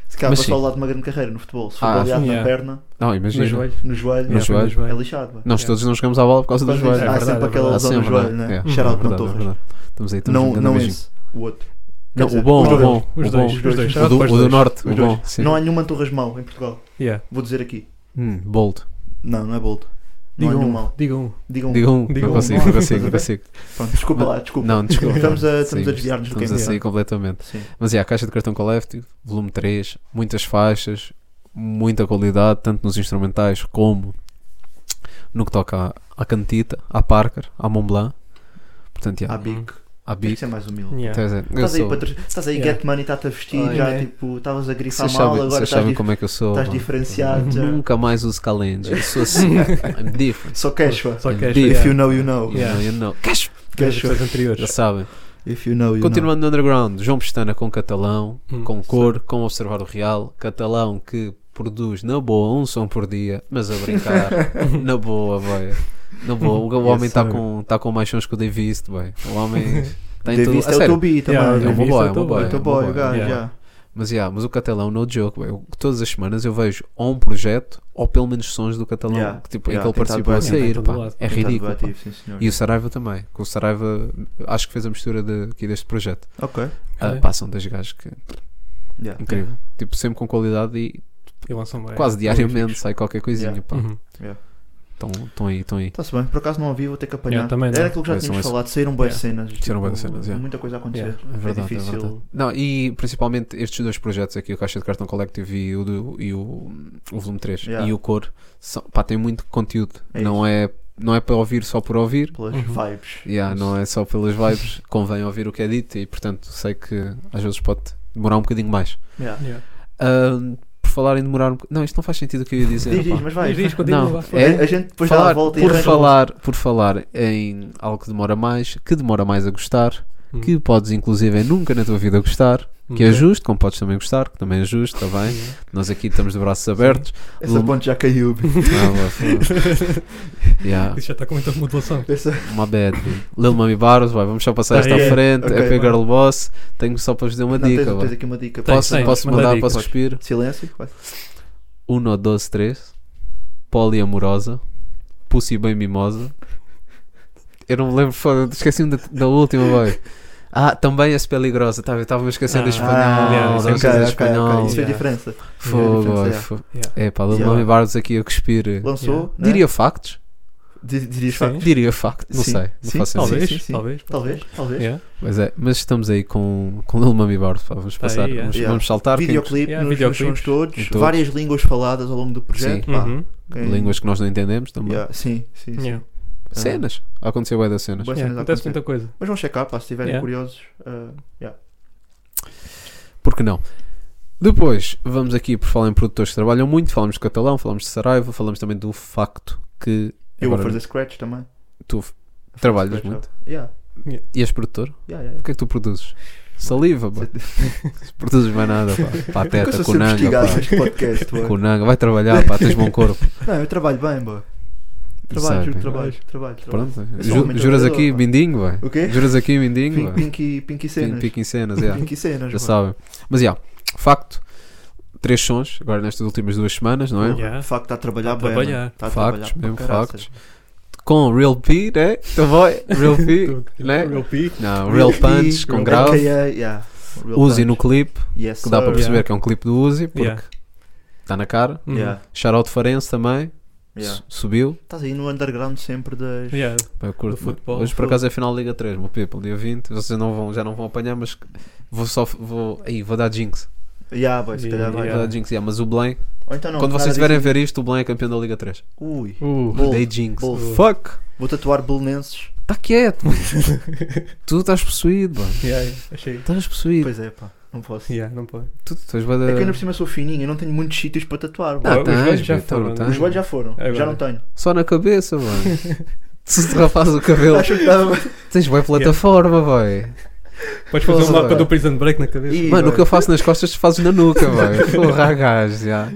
[SPEAKER 5] Se calhar
[SPEAKER 7] Mas
[SPEAKER 5] passou
[SPEAKER 7] sim.
[SPEAKER 5] ao lado de uma grande carreira no futebol. Se for
[SPEAKER 7] Ah,
[SPEAKER 5] baleado
[SPEAKER 6] sim,
[SPEAKER 5] na
[SPEAKER 6] é.
[SPEAKER 5] perna,
[SPEAKER 7] Não, imagina.
[SPEAKER 6] Nos joelhos.
[SPEAKER 5] no joelho,
[SPEAKER 7] No
[SPEAKER 6] Yeah,
[SPEAKER 7] joelho.
[SPEAKER 6] nos joelhos.
[SPEAKER 5] é lixado. bué.
[SPEAKER 7] Nós todos não jogamos à bola por causa do
[SPEAKER 5] Quase Ah,
[SPEAKER 7] joelho.
[SPEAKER 5] há
[SPEAKER 6] É verdade,
[SPEAKER 5] sempre
[SPEAKER 6] é
[SPEAKER 5] aquela
[SPEAKER 6] verdade.
[SPEAKER 7] Há
[SPEAKER 5] lesão no
[SPEAKER 7] sempre,
[SPEAKER 5] joelho,
[SPEAKER 7] né?
[SPEAKER 5] né?
[SPEAKER 7] É,
[SPEAKER 5] Shout
[SPEAKER 7] é
[SPEAKER 5] out
[SPEAKER 7] verdade, é
[SPEAKER 5] Pantorras.
[SPEAKER 7] verdade. Estamos aí, estamos
[SPEAKER 5] Não,
[SPEAKER 7] jogando
[SPEAKER 5] não
[SPEAKER 7] mesmo.
[SPEAKER 5] esse, o outro. Quer
[SPEAKER 7] Não,
[SPEAKER 5] dizer,
[SPEAKER 7] o bom,
[SPEAKER 5] os
[SPEAKER 7] o
[SPEAKER 5] dois.
[SPEAKER 7] bom, o
[SPEAKER 6] Os
[SPEAKER 7] bom.
[SPEAKER 6] dois, os dois.
[SPEAKER 7] O do,
[SPEAKER 6] Shout out para os
[SPEAKER 7] o do
[SPEAKER 6] dois.
[SPEAKER 7] norte,
[SPEAKER 5] Os
[SPEAKER 7] o
[SPEAKER 5] dois.
[SPEAKER 7] bom. Sim.
[SPEAKER 5] Não há nenhum Mantorras mau em Portugal.
[SPEAKER 6] Yeah.
[SPEAKER 5] Vou dizer aqui.
[SPEAKER 7] Hum, bold.
[SPEAKER 5] Não, não é bold. Não há
[SPEAKER 6] Diga
[SPEAKER 5] nenhum
[SPEAKER 6] um,
[SPEAKER 5] mau.
[SPEAKER 6] diga um.
[SPEAKER 5] Digam.
[SPEAKER 7] Diga um,
[SPEAKER 6] Diga
[SPEAKER 7] não
[SPEAKER 6] um.
[SPEAKER 7] consigo, não consigo, não consigo.
[SPEAKER 5] Pronto, desculpa lá, desculpa.
[SPEAKER 7] Não, desculpa.
[SPEAKER 5] Estamos a- estamos
[SPEAKER 7] Saímos.
[SPEAKER 5] a desviar-nos do é
[SPEAKER 7] Estamos
[SPEAKER 5] tema.
[SPEAKER 7] a sair completamente.
[SPEAKER 5] Sim.
[SPEAKER 7] Mas é, a caixa de cartão coletivo, volume 3, muitas faixas, muita qualidade, tanto nos instrumentais como no que toca à, à Cantita, à Parker, à Mont Blanc. Portanto,
[SPEAKER 5] Há
[SPEAKER 7] yeah, Uhum.
[SPEAKER 5] bico.
[SPEAKER 7] à
[SPEAKER 5] Tem que
[SPEAKER 7] Bic.
[SPEAKER 5] ser mais humilde.
[SPEAKER 6] Yeah.
[SPEAKER 7] Quer dizer, eu
[SPEAKER 5] Ah, Estás aí,
[SPEAKER 7] sou-
[SPEAKER 5] patro... estás aí
[SPEAKER 6] Yeah.
[SPEAKER 5] get money, está-te a vestir,
[SPEAKER 7] Ai,
[SPEAKER 5] já
[SPEAKER 7] é.
[SPEAKER 5] tipo, estavas a grifar
[SPEAKER 7] Vocês
[SPEAKER 5] mal,
[SPEAKER 7] sabem,
[SPEAKER 5] agora
[SPEAKER 7] vocês
[SPEAKER 5] estás,
[SPEAKER 7] sabem
[SPEAKER 5] dif...
[SPEAKER 7] como é que eu sou.
[SPEAKER 5] estás
[SPEAKER 7] mano.
[SPEAKER 5] diferenciado. já.
[SPEAKER 7] Nunca mais uso calendar. Eu sou assim.
[SPEAKER 5] <laughs>
[SPEAKER 7] I'm different.
[SPEAKER 5] Só Cashwa.
[SPEAKER 6] Só que
[SPEAKER 7] Yeah.
[SPEAKER 6] esta
[SPEAKER 7] If
[SPEAKER 5] If
[SPEAKER 6] yeah,
[SPEAKER 5] you know, you know.
[SPEAKER 7] You know, you know. Cash!
[SPEAKER 6] das pessoas
[SPEAKER 7] Já
[SPEAKER 6] anteriores.
[SPEAKER 7] sabem.
[SPEAKER 5] If you know, you
[SPEAKER 7] Continuando no underground, João Pestana com Catalão,
[SPEAKER 6] Hum,
[SPEAKER 7] com cor, com Observar o Real, Catalão que produz na boa um som por dia, mas a
[SPEAKER 5] <laughs>
[SPEAKER 7] brincar, na boa, boy. Na boa, o, o homem está com, tá com mais sons que o Davis, boy. O
[SPEAKER 5] <laughs>
[SPEAKER 7] homem está
[SPEAKER 5] know.
[SPEAKER 7] em tudo.
[SPEAKER 5] Davis
[SPEAKER 7] A
[SPEAKER 5] é o teu
[SPEAKER 7] sério,
[SPEAKER 5] beat também.
[SPEAKER 6] Yeah,
[SPEAKER 7] é um bom
[SPEAKER 6] Davis
[SPEAKER 7] boy,
[SPEAKER 6] é
[SPEAKER 7] é
[SPEAKER 6] o
[SPEAKER 7] um bom boy.
[SPEAKER 6] teu boy.
[SPEAKER 7] é um
[SPEAKER 5] Muito
[SPEAKER 7] bom
[SPEAKER 5] bom,
[SPEAKER 7] boy.
[SPEAKER 5] o gajo,
[SPEAKER 6] yeah.
[SPEAKER 5] já.
[SPEAKER 7] Mas, yeah, mas o Catalão, no joke, boy. Eu- todas as semanas eu vejo ou um projeto ou pelo menos sons do Catalão
[SPEAKER 5] Yeah,
[SPEAKER 7] que, tipo, em
[SPEAKER 5] yeah,
[SPEAKER 7] que ele
[SPEAKER 5] tem estado
[SPEAKER 7] participou a
[SPEAKER 5] bem.
[SPEAKER 6] Yeah,
[SPEAKER 7] sair,
[SPEAKER 6] tem
[SPEAKER 7] pá.
[SPEAKER 6] todo lado.
[SPEAKER 7] É
[SPEAKER 5] Tem estado
[SPEAKER 7] ridículo. pá.
[SPEAKER 5] ativo, sim, senhor.
[SPEAKER 7] E o Saraiva também, que o Saraiva acho que fez a mistura de, aqui deste projeto.
[SPEAKER 5] Ok.
[SPEAKER 7] Ah,
[SPEAKER 6] Ok.
[SPEAKER 7] pá, são dois gajos que.
[SPEAKER 5] Yeah.
[SPEAKER 7] Incrível. Tipo, sempre com qualidade e
[SPEAKER 6] Eu lanço uma-
[SPEAKER 7] quase diariamente sai qualquer coisinha.
[SPEAKER 5] Yeah.
[SPEAKER 7] pá.
[SPEAKER 6] É, Uhum.
[SPEAKER 7] Estão estão aí, estão aí.
[SPEAKER 5] Está-se bem, por acaso não ouvi, vou ter que apanhar.
[SPEAKER 6] Yeah, também não.
[SPEAKER 5] Era aquilo que já
[SPEAKER 7] Mas são
[SPEAKER 5] tínhamos
[SPEAKER 7] esse-
[SPEAKER 5] falado, saíram boas
[SPEAKER 6] Yeah.
[SPEAKER 5] cenas.
[SPEAKER 7] Saíram bué
[SPEAKER 5] tipo,
[SPEAKER 7] cenas, yeah.
[SPEAKER 5] Muita coisa a acontecer.
[SPEAKER 6] Yeah,
[SPEAKER 7] É verdade, é
[SPEAKER 5] difícil.
[SPEAKER 7] verdade. Não, e principalmente estes dois projetos aqui, o Caixa de Cartão Collective e o, do- e o, o Volume 3
[SPEAKER 5] Yeah.
[SPEAKER 7] e o Cor, são, pá, têm muito conteúdo.
[SPEAKER 5] É
[SPEAKER 7] não, é, não é para ouvir só por ouvir.
[SPEAKER 5] Pelas
[SPEAKER 6] Uhum.
[SPEAKER 5] vibes.
[SPEAKER 7] Yeah, não é só pelas vibes, convém ouvir o que é dito e portanto sei que às vezes pode demorar um bocadinho mais.
[SPEAKER 5] Yeah.
[SPEAKER 6] Yeah.
[SPEAKER 7] Ahm, por falar em demorar um boc- Não, isto não faz sentido o que eu ia dizer.
[SPEAKER 5] Diz, diz,
[SPEAKER 7] pá.
[SPEAKER 5] mas vai.
[SPEAKER 6] Diz, diz,
[SPEAKER 5] vai.
[SPEAKER 6] continua.
[SPEAKER 7] Não,
[SPEAKER 6] vá.
[SPEAKER 7] é-
[SPEAKER 5] A gente depois dá
[SPEAKER 7] falar,
[SPEAKER 5] a volta e
[SPEAKER 7] por,
[SPEAKER 5] arranja-
[SPEAKER 7] falar, por falar em algo que demora mais, que demora mais a gostar,
[SPEAKER 6] Hum.
[SPEAKER 7] que podes inclusive é nunca na tua vida gostar, que é
[SPEAKER 6] Ok.
[SPEAKER 7] justo, como podes também gostar, que também é justo, está bem?
[SPEAKER 6] Uhum.
[SPEAKER 7] Nós aqui estamos de braços abertos.
[SPEAKER 5] Essa ponte já caiu.
[SPEAKER 7] Ah, boa, foda. yeah,
[SPEAKER 6] <laughs> Isso já está com muita modulação.
[SPEAKER 5] Essa-
[SPEAKER 7] uma bad. dude. Lil Mami Barros, vai, vamos só passar
[SPEAKER 6] Tá,
[SPEAKER 7] esta à
[SPEAKER 5] yeah.
[SPEAKER 7] frente.
[SPEAKER 5] Ok,
[SPEAKER 7] é
[SPEAKER 5] vai.
[SPEAKER 7] EP Girl Boss, tenho só para vos dar uma
[SPEAKER 5] Não,
[SPEAKER 7] dica.
[SPEAKER 5] tens,
[SPEAKER 7] vá.
[SPEAKER 5] tens aqui uma dica.
[SPEAKER 6] Tens,
[SPEAKER 7] posso
[SPEAKER 6] tens,
[SPEAKER 7] posso
[SPEAKER 6] manda a
[SPEAKER 7] mudar,
[SPEAKER 6] dica.
[SPEAKER 7] posso cuspir?
[SPEAKER 5] Silêncio? vai.
[SPEAKER 7] 1, 12, 3, poliamorosa, pussy bem mimosa. Eu não me lembro, foda esqueci-me da, da última, boy. Ah, também a peligrosa, estava estava me esquecendo do espanhol.
[SPEAKER 6] Ah,
[SPEAKER 7] estava-me
[SPEAKER 6] yeah,
[SPEAKER 7] a
[SPEAKER 5] ok,
[SPEAKER 7] esquecer do
[SPEAKER 5] ok, ok.
[SPEAKER 7] espanhol.
[SPEAKER 5] Isso fez
[SPEAKER 6] Yeah.
[SPEAKER 5] diferença.
[SPEAKER 7] Fogo, boy,
[SPEAKER 5] Yeah.
[SPEAKER 7] fogo.
[SPEAKER 6] Yeah.
[SPEAKER 7] É pá, Lil
[SPEAKER 5] Yeah.
[SPEAKER 7] Mami Barros aqui a cuspir.
[SPEAKER 5] Lançou. né?
[SPEAKER 7] Diria factos?
[SPEAKER 5] Di- Dirias
[SPEAKER 6] Sim.
[SPEAKER 5] factos.
[SPEAKER 7] Diria factos, não
[SPEAKER 5] Sim.
[SPEAKER 7] sei, não
[SPEAKER 5] Sim,
[SPEAKER 7] faço
[SPEAKER 5] sim,
[SPEAKER 7] ideia.
[SPEAKER 6] Talvez,
[SPEAKER 5] sim, sim.
[SPEAKER 6] talvez.
[SPEAKER 5] Talvez, talvez.
[SPEAKER 6] Yeah.
[SPEAKER 7] Mas, é, mas estamos aí com, com Lil Mami Barros, pá, vamos
[SPEAKER 6] Tá aí,
[SPEAKER 7] passar,
[SPEAKER 6] yeah.
[SPEAKER 7] vamos,
[SPEAKER 5] Yeah.
[SPEAKER 7] vamos saltar. é quem-
[SPEAKER 5] Videoclipe,
[SPEAKER 6] Yeah,
[SPEAKER 5] nos nos sons
[SPEAKER 6] videoclipes.
[SPEAKER 5] todos,
[SPEAKER 7] Em todos.
[SPEAKER 5] várias línguas faladas ao longo do projeto.
[SPEAKER 7] Sim.
[SPEAKER 5] pá.
[SPEAKER 6] Uhum.
[SPEAKER 5] Quem-
[SPEAKER 7] Línguas que nós não entendemos também.
[SPEAKER 5] Yeah, Sim, sim, sim.
[SPEAKER 6] Yeah.
[SPEAKER 7] Cenas, aconteceu bem das cenas.
[SPEAKER 5] Boas
[SPEAKER 6] Yeah,
[SPEAKER 5] cenas a
[SPEAKER 6] Acontece
[SPEAKER 5] acontecer.
[SPEAKER 6] muita coisa.
[SPEAKER 5] Mas vão checar, pá, se estiverem
[SPEAKER 6] Yeah.
[SPEAKER 5] curiosos. ah, yeah.
[SPEAKER 7] Por que não? Depois, vamos aqui por falar em produtores que trabalham muito, falamos de Catalão, falamos de Saraiva, falamos também do facto que
[SPEAKER 5] Eu vou
[SPEAKER 7] Agora-
[SPEAKER 5] fazer scratch também.
[SPEAKER 7] tu trabalhas
[SPEAKER 5] Scratch,
[SPEAKER 7] muito.
[SPEAKER 5] ó. Yeah,
[SPEAKER 7] E és produtor?
[SPEAKER 5] yeah, yeah.
[SPEAKER 7] O que é que tu produzes? Saliva, pá. <laughs> Não produzes mais nada,
[SPEAKER 5] <laughs>
[SPEAKER 7] pá.
[SPEAKER 5] Nunca
[SPEAKER 7] Pateta,
[SPEAKER 5] sou sempre
[SPEAKER 7] cunanga,
[SPEAKER 5] investigado
[SPEAKER 7] pá.
[SPEAKER 5] neste podcast, boy.
[SPEAKER 7] Cunanga, vai trabalhar, pá, tens bom corpo.
[SPEAKER 5] <laughs> Não, eu trabalho bem, boy. Trabalho,
[SPEAKER 7] Sabe,
[SPEAKER 5] juro,
[SPEAKER 7] pá.
[SPEAKER 5] trabalho, trabalho, trabalho.
[SPEAKER 7] Pronto,
[SPEAKER 5] Eu sou
[SPEAKER 7] Ju-
[SPEAKER 5] muito
[SPEAKER 7] juras
[SPEAKER 5] trabalhador,
[SPEAKER 7] aqui
[SPEAKER 5] pá.
[SPEAKER 7] mindingo, vai.
[SPEAKER 5] O quê?
[SPEAKER 7] Juras aqui mindingo,
[SPEAKER 5] Pin-
[SPEAKER 7] vai.
[SPEAKER 5] Pinky, pinky
[SPEAKER 7] Pin-
[SPEAKER 5] cenas.
[SPEAKER 7] Pique em cenas, é.
[SPEAKER 5] Pinky cenas,
[SPEAKER 7] Já
[SPEAKER 5] boy.
[SPEAKER 7] sabem. Mas, já, facto, três sons, agora nestas últimas duas semanas, não é?
[SPEAKER 6] Yeah.
[SPEAKER 5] De facto, está a
[SPEAKER 6] Tá
[SPEAKER 5] trabalhar
[SPEAKER 6] a
[SPEAKER 5] bem.
[SPEAKER 6] trabalhar.
[SPEAKER 5] mano. Tá a
[SPEAKER 7] Factos,
[SPEAKER 5] trabalhar
[SPEAKER 7] mesmo
[SPEAKER 5] pra caraças.
[SPEAKER 7] factos. com Real P, né? Então vai, Real
[SPEAKER 5] <laughs>
[SPEAKER 7] P, né?
[SPEAKER 6] Real P.
[SPEAKER 7] Não, Real Punch
[SPEAKER 5] P,
[SPEAKER 7] com
[SPEAKER 5] Real
[SPEAKER 7] grave.
[SPEAKER 5] AKA, yeah. Real
[SPEAKER 7] Uzi
[SPEAKER 5] punch.
[SPEAKER 7] no clipe,
[SPEAKER 5] Yes,
[SPEAKER 7] que dá para
[SPEAKER 5] sir.
[SPEAKER 7] perceber que é um clipe do Uzi, porque
[SPEAKER 6] Yeah.
[SPEAKER 7] está na cara.
[SPEAKER 6] Uhum.
[SPEAKER 5] Yeah,
[SPEAKER 7] Shoutout Farense também,
[SPEAKER 5] yeah.
[SPEAKER 7] su- subiu.
[SPEAKER 5] Estás aí no underground sempre das.
[SPEAKER 6] Yeah.
[SPEAKER 7] Pá, eu curto
[SPEAKER 6] Do
[SPEAKER 7] muito.
[SPEAKER 6] futebol.
[SPEAKER 7] Hoje por acaso é final da Liga 3, meu people, dia 20. Vocês não vão, já não vão apanhar, mas vou só. Vou, aí, vou dar jinx.
[SPEAKER 5] Yeah, boy, se calhar vai.
[SPEAKER 6] Yeah.
[SPEAKER 7] Vou dar jinx, yeah, mas o Blaine,
[SPEAKER 5] Ou então não,
[SPEAKER 7] quando
[SPEAKER 5] nada
[SPEAKER 7] vocês
[SPEAKER 5] disso.
[SPEAKER 7] estiverem a ver isto, o Blaine é campeão da Liga 3.
[SPEAKER 5] Ui,
[SPEAKER 6] Uh.
[SPEAKER 5] Bold,
[SPEAKER 7] Dei jinx.
[SPEAKER 5] bold.
[SPEAKER 7] Fuck!
[SPEAKER 5] vou tatuar belenenses.
[SPEAKER 7] Está quieto,
[SPEAKER 5] <laughs>
[SPEAKER 7] mano. tu estás possuído, mano.
[SPEAKER 6] Yeah, yeah. Achei.
[SPEAKER 7] Estás possuído.
[SPEAKER 5] Pois é, pá, não
[SPEAKER 7] Eh,
[SPEAKER 5] posso.
[SPEAKER 6] Yeah, não pode.
[SPEAKER 7] Tu, tu és bué da-
[SPEAKER 5] É que ainda por cima sou fininho, eu não tenho muitos sítios para tatuar.
[SPEAKER 7] Ah,
[SPEAKER 5] boy.
[SPEAKER 6] Não, Os joelhos
[SPEAKER 7] tens,
[SPEAKER 6] já
[SPEAKER 7] já
[SPEAKER 6] foram, né?
[SPEAKER 5] Os
[SPEAKER 6] tenho.
[SPEAKER 5] joelhos já foram,
[SPEAKER 6] Agora.
[SPEAKER 5] já não tenho.
[SPEAKER 7] Só na cabeça,
[SPEAKER 5] <laughs>
[SPEAKER 7] mano. Se te rapas o cabelo,
[SPEAKER 5] Acho que tá- estava.
[SPEAKER 7] <laughs> tens boa plataforma, boy.
[SPEAKER 6] Podes fazer um
[SPEAKER 7] Nossa,
[SPEAKER 6] mapa
[SPEAKER 7] vai.
[SPEAKER 6] do Prison Break na cabeça.
[SPEAKER 5] Ih,
[SPEAKER 7] Mano, o
[SPEAKER 5] boy.
[SPEAKER 7] que eu faço nas costas tu fazes na nuca,
[SPEAKER 5] <laughs>
[SPEAKER 7] boy. Porra, há gajos, já.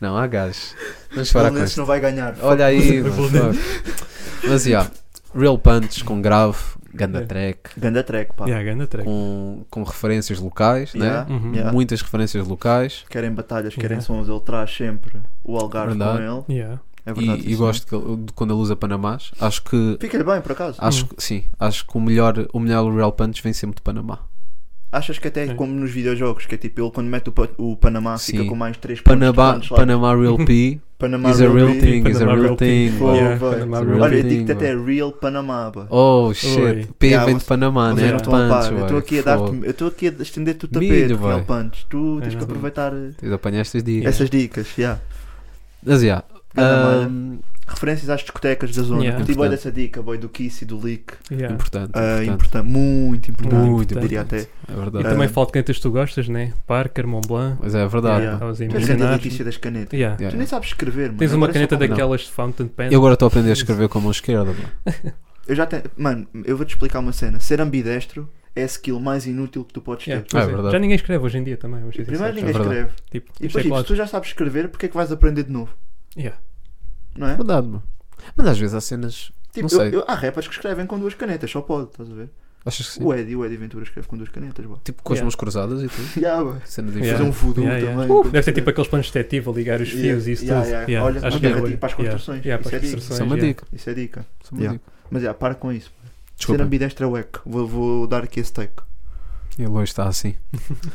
[SPEAKER 7] Não, há gajos. Vamos parar com
[SPEAKER 5] Belenenses
[SPEAKER 7] isto.
[SPEAKER 5] não vai ganhar.
[SPEAKER 7] Olha aí, mano,
[SPEAKER 6] Belenenses.
[SPEAKER 7] fuck. Mas, já. Real punch com grave. Ganda
[SPEAKER 6] Yeah.
[SPEAKER 7] track.
[SPEAKER 5] Ganda track, pá. Hum.
[SPEAKER 6] Yeah, ganda track.
[SPEAKER 7] Com, com referências locais,
[SPEAKER 5] Yeah,
[SPEAKER 7] né?
[SPEAKER 6] Uhum.
[SPEAKER 5] yeah.
[SPEAKER 7] Muitas referências locais.
[SPEAKER 5] Querem batalhas, querem
[SPEAKER 6] Yeah.
[SPEAKER 5] sons, ele traz sempre o Algarve
[SPEAKER 7] Verdade.
[SPEAKER 5] com ele.
[SPEAKER 6] Yeah.
[SPEAKER 5] É verdade.
[SPEAKER 7] e e
[SPEAKER 5] isso,
[SPEAKER 7] gosto que ele- de quando ele usa Panamás. Acho que.
[SPEAKER 5] né? Fica-lhe bem, por acaso.
[SPEAKER 7] Acho que sim. Acho que o melhor, o melhor Real Punch vem sempre de Panamá.
[SPEAKER 5] Achas que até
[SPEAKER 6] É.
[SPEAKER 5] como nos videojogos, que é tipo ele quando mete o, pa- o Panamá fica
[SPEAKER 7] Sim.
[SPEAKER 5] com mais 3 pontos.
[SPEAKER 7] Panamá,
[SPEAKER 5] de punch lá.
[SPEAKER 7] Panamá Real
[SPEAKER 5] <laughs>
[SPEAKER 7] P
[SPEAKER 5] Panamá
[SPEAKER 7] is a
[SPEAKER 5] Real
[SPEAKER 7] real
[SPEAKER 5] Beat.
[SPEAKER 7] thing, is a
[SPEAKER 6] Panamá
[SPEAKER 7] real
[SPEAKER 6] Real
[SPEAKER 7] thing.
[SPEAKER 6] P.
[SPEAKER 5] Pô,
[SPEAKER 7] boy.
[SPEAKER 6] Yeah,
[SPEAKER 5] boy.
[SPEAKER 6] Panamá
[SPEAKER 7] Real
[SPEAKER 5] Olha, eu
[SPEAKER 7] Beat.
[SPEAKER 5] digo-te
[SPEAKER 7] thing,
[SPEAKER 5] até Real Panamá, pá.
[SPEAKER 7] Oh shit,
[SPEAKER 6] Oi.
[SPEAKER 7] P
[SPEAKER 5] Yeah,
[SPEAKER 7] vem
[SPEAKER 5] vocês-
[SPEAKER 7] de Panamá,
[SPEAKER 5] Vocês
[SPEAKER 7] né?
[SPEAKER 5] não
[SPEAKER 7] Era
[SPEAKER 5] estão a par,
[SPEAKER 7] punch,
[SPEAKER 5] eu estou
[SPEAKER 7] boy.
[SPEAKER 5] aqui a dar
[SPEAKER 7] Fogo.
[SPEAKER 5] eu estou aqui a estender-te o
[SPEAKER 7] Milho,
[SPEAKER 5] tapete,
[SPEAKER 7] boy.
[SPEAKER 5] Real Punch. Tu tens
[SPEAKER 6] É,
[SPEAKER 5] que
[SPEAKER 6] não.
[SPEAKER 5] aproveitar eh,
[SPEAKER 7] Tens de apanhar estas dicas.
[SPEAKER 5] essas dicas, yeah. né?
[SPEAKER 7] Mas yeah.
[SPEAKER 5] Ganda
[SPEAKER 7] ahm,
[SPEAKER 5] Referências às discotecas da zona.
[SPEAKER 6] Yeah.
[SPEAKER 5] Curti boy
[SPEAKER 7] Importante.
[SPEAKER 5] dessa dica, boy, do Kiss e do Leak.
[SPEAKER 6] Yeah.
[SPEAKER 7] importante,
[SPEAKER 5] Ah,
[SPEAKER 7] importante.
[SPEAKER 5] importante. Muito importante,
[SPEAKER 6] Muito
[SPEAKER 5] diria
[SPEAKER 6] importante.
[SPEAKER 5] até.
[SPEAKER 7] É
[SPEAKER 6] E
[SPEAKER 7] verdade.
[SPEAKER 6] também
[SPEAKER 5] Ah.
[SPEAKER 6] falo de quem tu gostas, né? Parker, Montblanc.
[SPEAKER 7] Mas é verdade.
[SPEAKER 5] Yeah.
[SPEAKER 6] Estavas a
[SPEAKER 5] Tu és grande
[SPEAKER 6] imaginar.
[SPEAKER 5] elitista das canetas.
[SPEAKER 6] Yeah.
[SPEAKER 7] Yeah.
[SPEAKER 5] Tu nem sabes escrever, mano.
[SPEAKER 6] Tens uma
[SPEAKER 5] Agora só
[SPEAKER 6] caneta
[SPEAKER 5] com-
[SPEAKER 7] Não.
[SPEAKER 6] daquelas de fountain pen.
[SPEAKER 7] Eu agora estou a aprender a escrever com a mão esquerda. bro.
[SPEAKER 5] Eu já tenho. Mano, eu vou-te explicar uma cena. Ser ambidestro é a skill mais inútil que tu podes
[SPEAKER 6] Yeah,
[SPEAKER 5] ter.
[SPEAKER 6] pois
[SPEAKER 7] Ah, é
[SPEAKER 6] é.
[SPEAKER 7] verdade.
[SPEAKER 6] Já ninguém escreve hoje em dia também. vamos ser
[SPEAKER 5] Primeiro
[SPEAKER 6] sinceros.
[SPEAKER 5] ninguém
[SPEAKER 7] é verdade.
[SPEAKER 5] escreve.
[SPEAKER 6] Tipo,
[SPEAKER 5] E
[SPEAKER 6] isto é
[SPEAKER 5] depois, tipo, se
[SPEAKER 6] claro.
[SPEAKER 5] tu já sabes escrever, porque é que vais aprender de novo?
[SPEAKER 6] Yeah.
[SPEAKER 5] Não é?
[SPEAKER 7] É verdade, mano. Mas às vezes há cenas.
[SPEAKER 5] Tipo,
[SPEAKER 7] sei.
[SPEAKER 5] eu- eu- há rappers que escrevem com duas canetas, só pode, estás a ver?
[SPEAKER 7] Achas que sim?
[SPEAKER 5] O Eddie, o Eddie Ventura escreve com duas canetas,
[SPEAKER 7] <laughs>
[SPEAKER 5] bó.
[SPEAKER 7] Tipo com as
[SPEAKER 6] Yeah.
[SPEAKER 7] mãos cruzadas e tudo.
[SPEAKER 5] Yeah, bó.
[SPEAKER 7] Cena
[SPEAKER 5] Fazer
[SPEAKER 7] diferente.
[SPEAKER 5] um voodoo
[SPEAKER 6] Yeah, yeah.
[SPEAKER 5] também.
[SPEAKER 6] Uh,
[SPEAKER 5] quando
[SPEAKER 6] deve ser tipo
[SPEAKER 5] escreve.
[SPEAKER 6] aqueles panos de detetive a ligar os
[SPEAKER 5] Yeah,
[SPEAKER 6] fios e isso
[SPEAKER 5] yeah,
[SPEAKER 6] tudo.
[SPEAKER 5] yeah.
[SPEAKER 6] Yeah,
[SPEAKER 5] Olha,
[SPEAKER 6] acho
[SPEAKER 5] mas
[SPEAKER 6] que é
[SPEAKER 5] é
[SPEAKER 6] boa.
[SPEAKER 5] tipo para as
[SPEAKER 6] Yeah,
[SPEAKER 5] construções.
[SPEAKER 6] yeah,
[SPEAKER 5] Isso
[SPEAKER 6] para
[SPEAKER 5] é
[SPEAKER 6] as
[SPEAKER 5] dica.
[SPEAKER 6] construções,
[SPEAKER 7] Isso é uma
[SPEAKER 6] yeah.
[SPEAKER 7] dica.
[SPEAKER 5] Isso é dica.
[SPEAKER 7] Isso é uma
[SPEAKER 5] Yeah.
[SPEAKER 7] dica.
[SPEAKER 5] Mas é, para com isso. Ser
[SPEAKER 7] Desculpa.
[SPEAKER 5] ambidestro é wack. Vou, vou dar aqui esse take.
[SPEAKER 7] E a Lois está assim.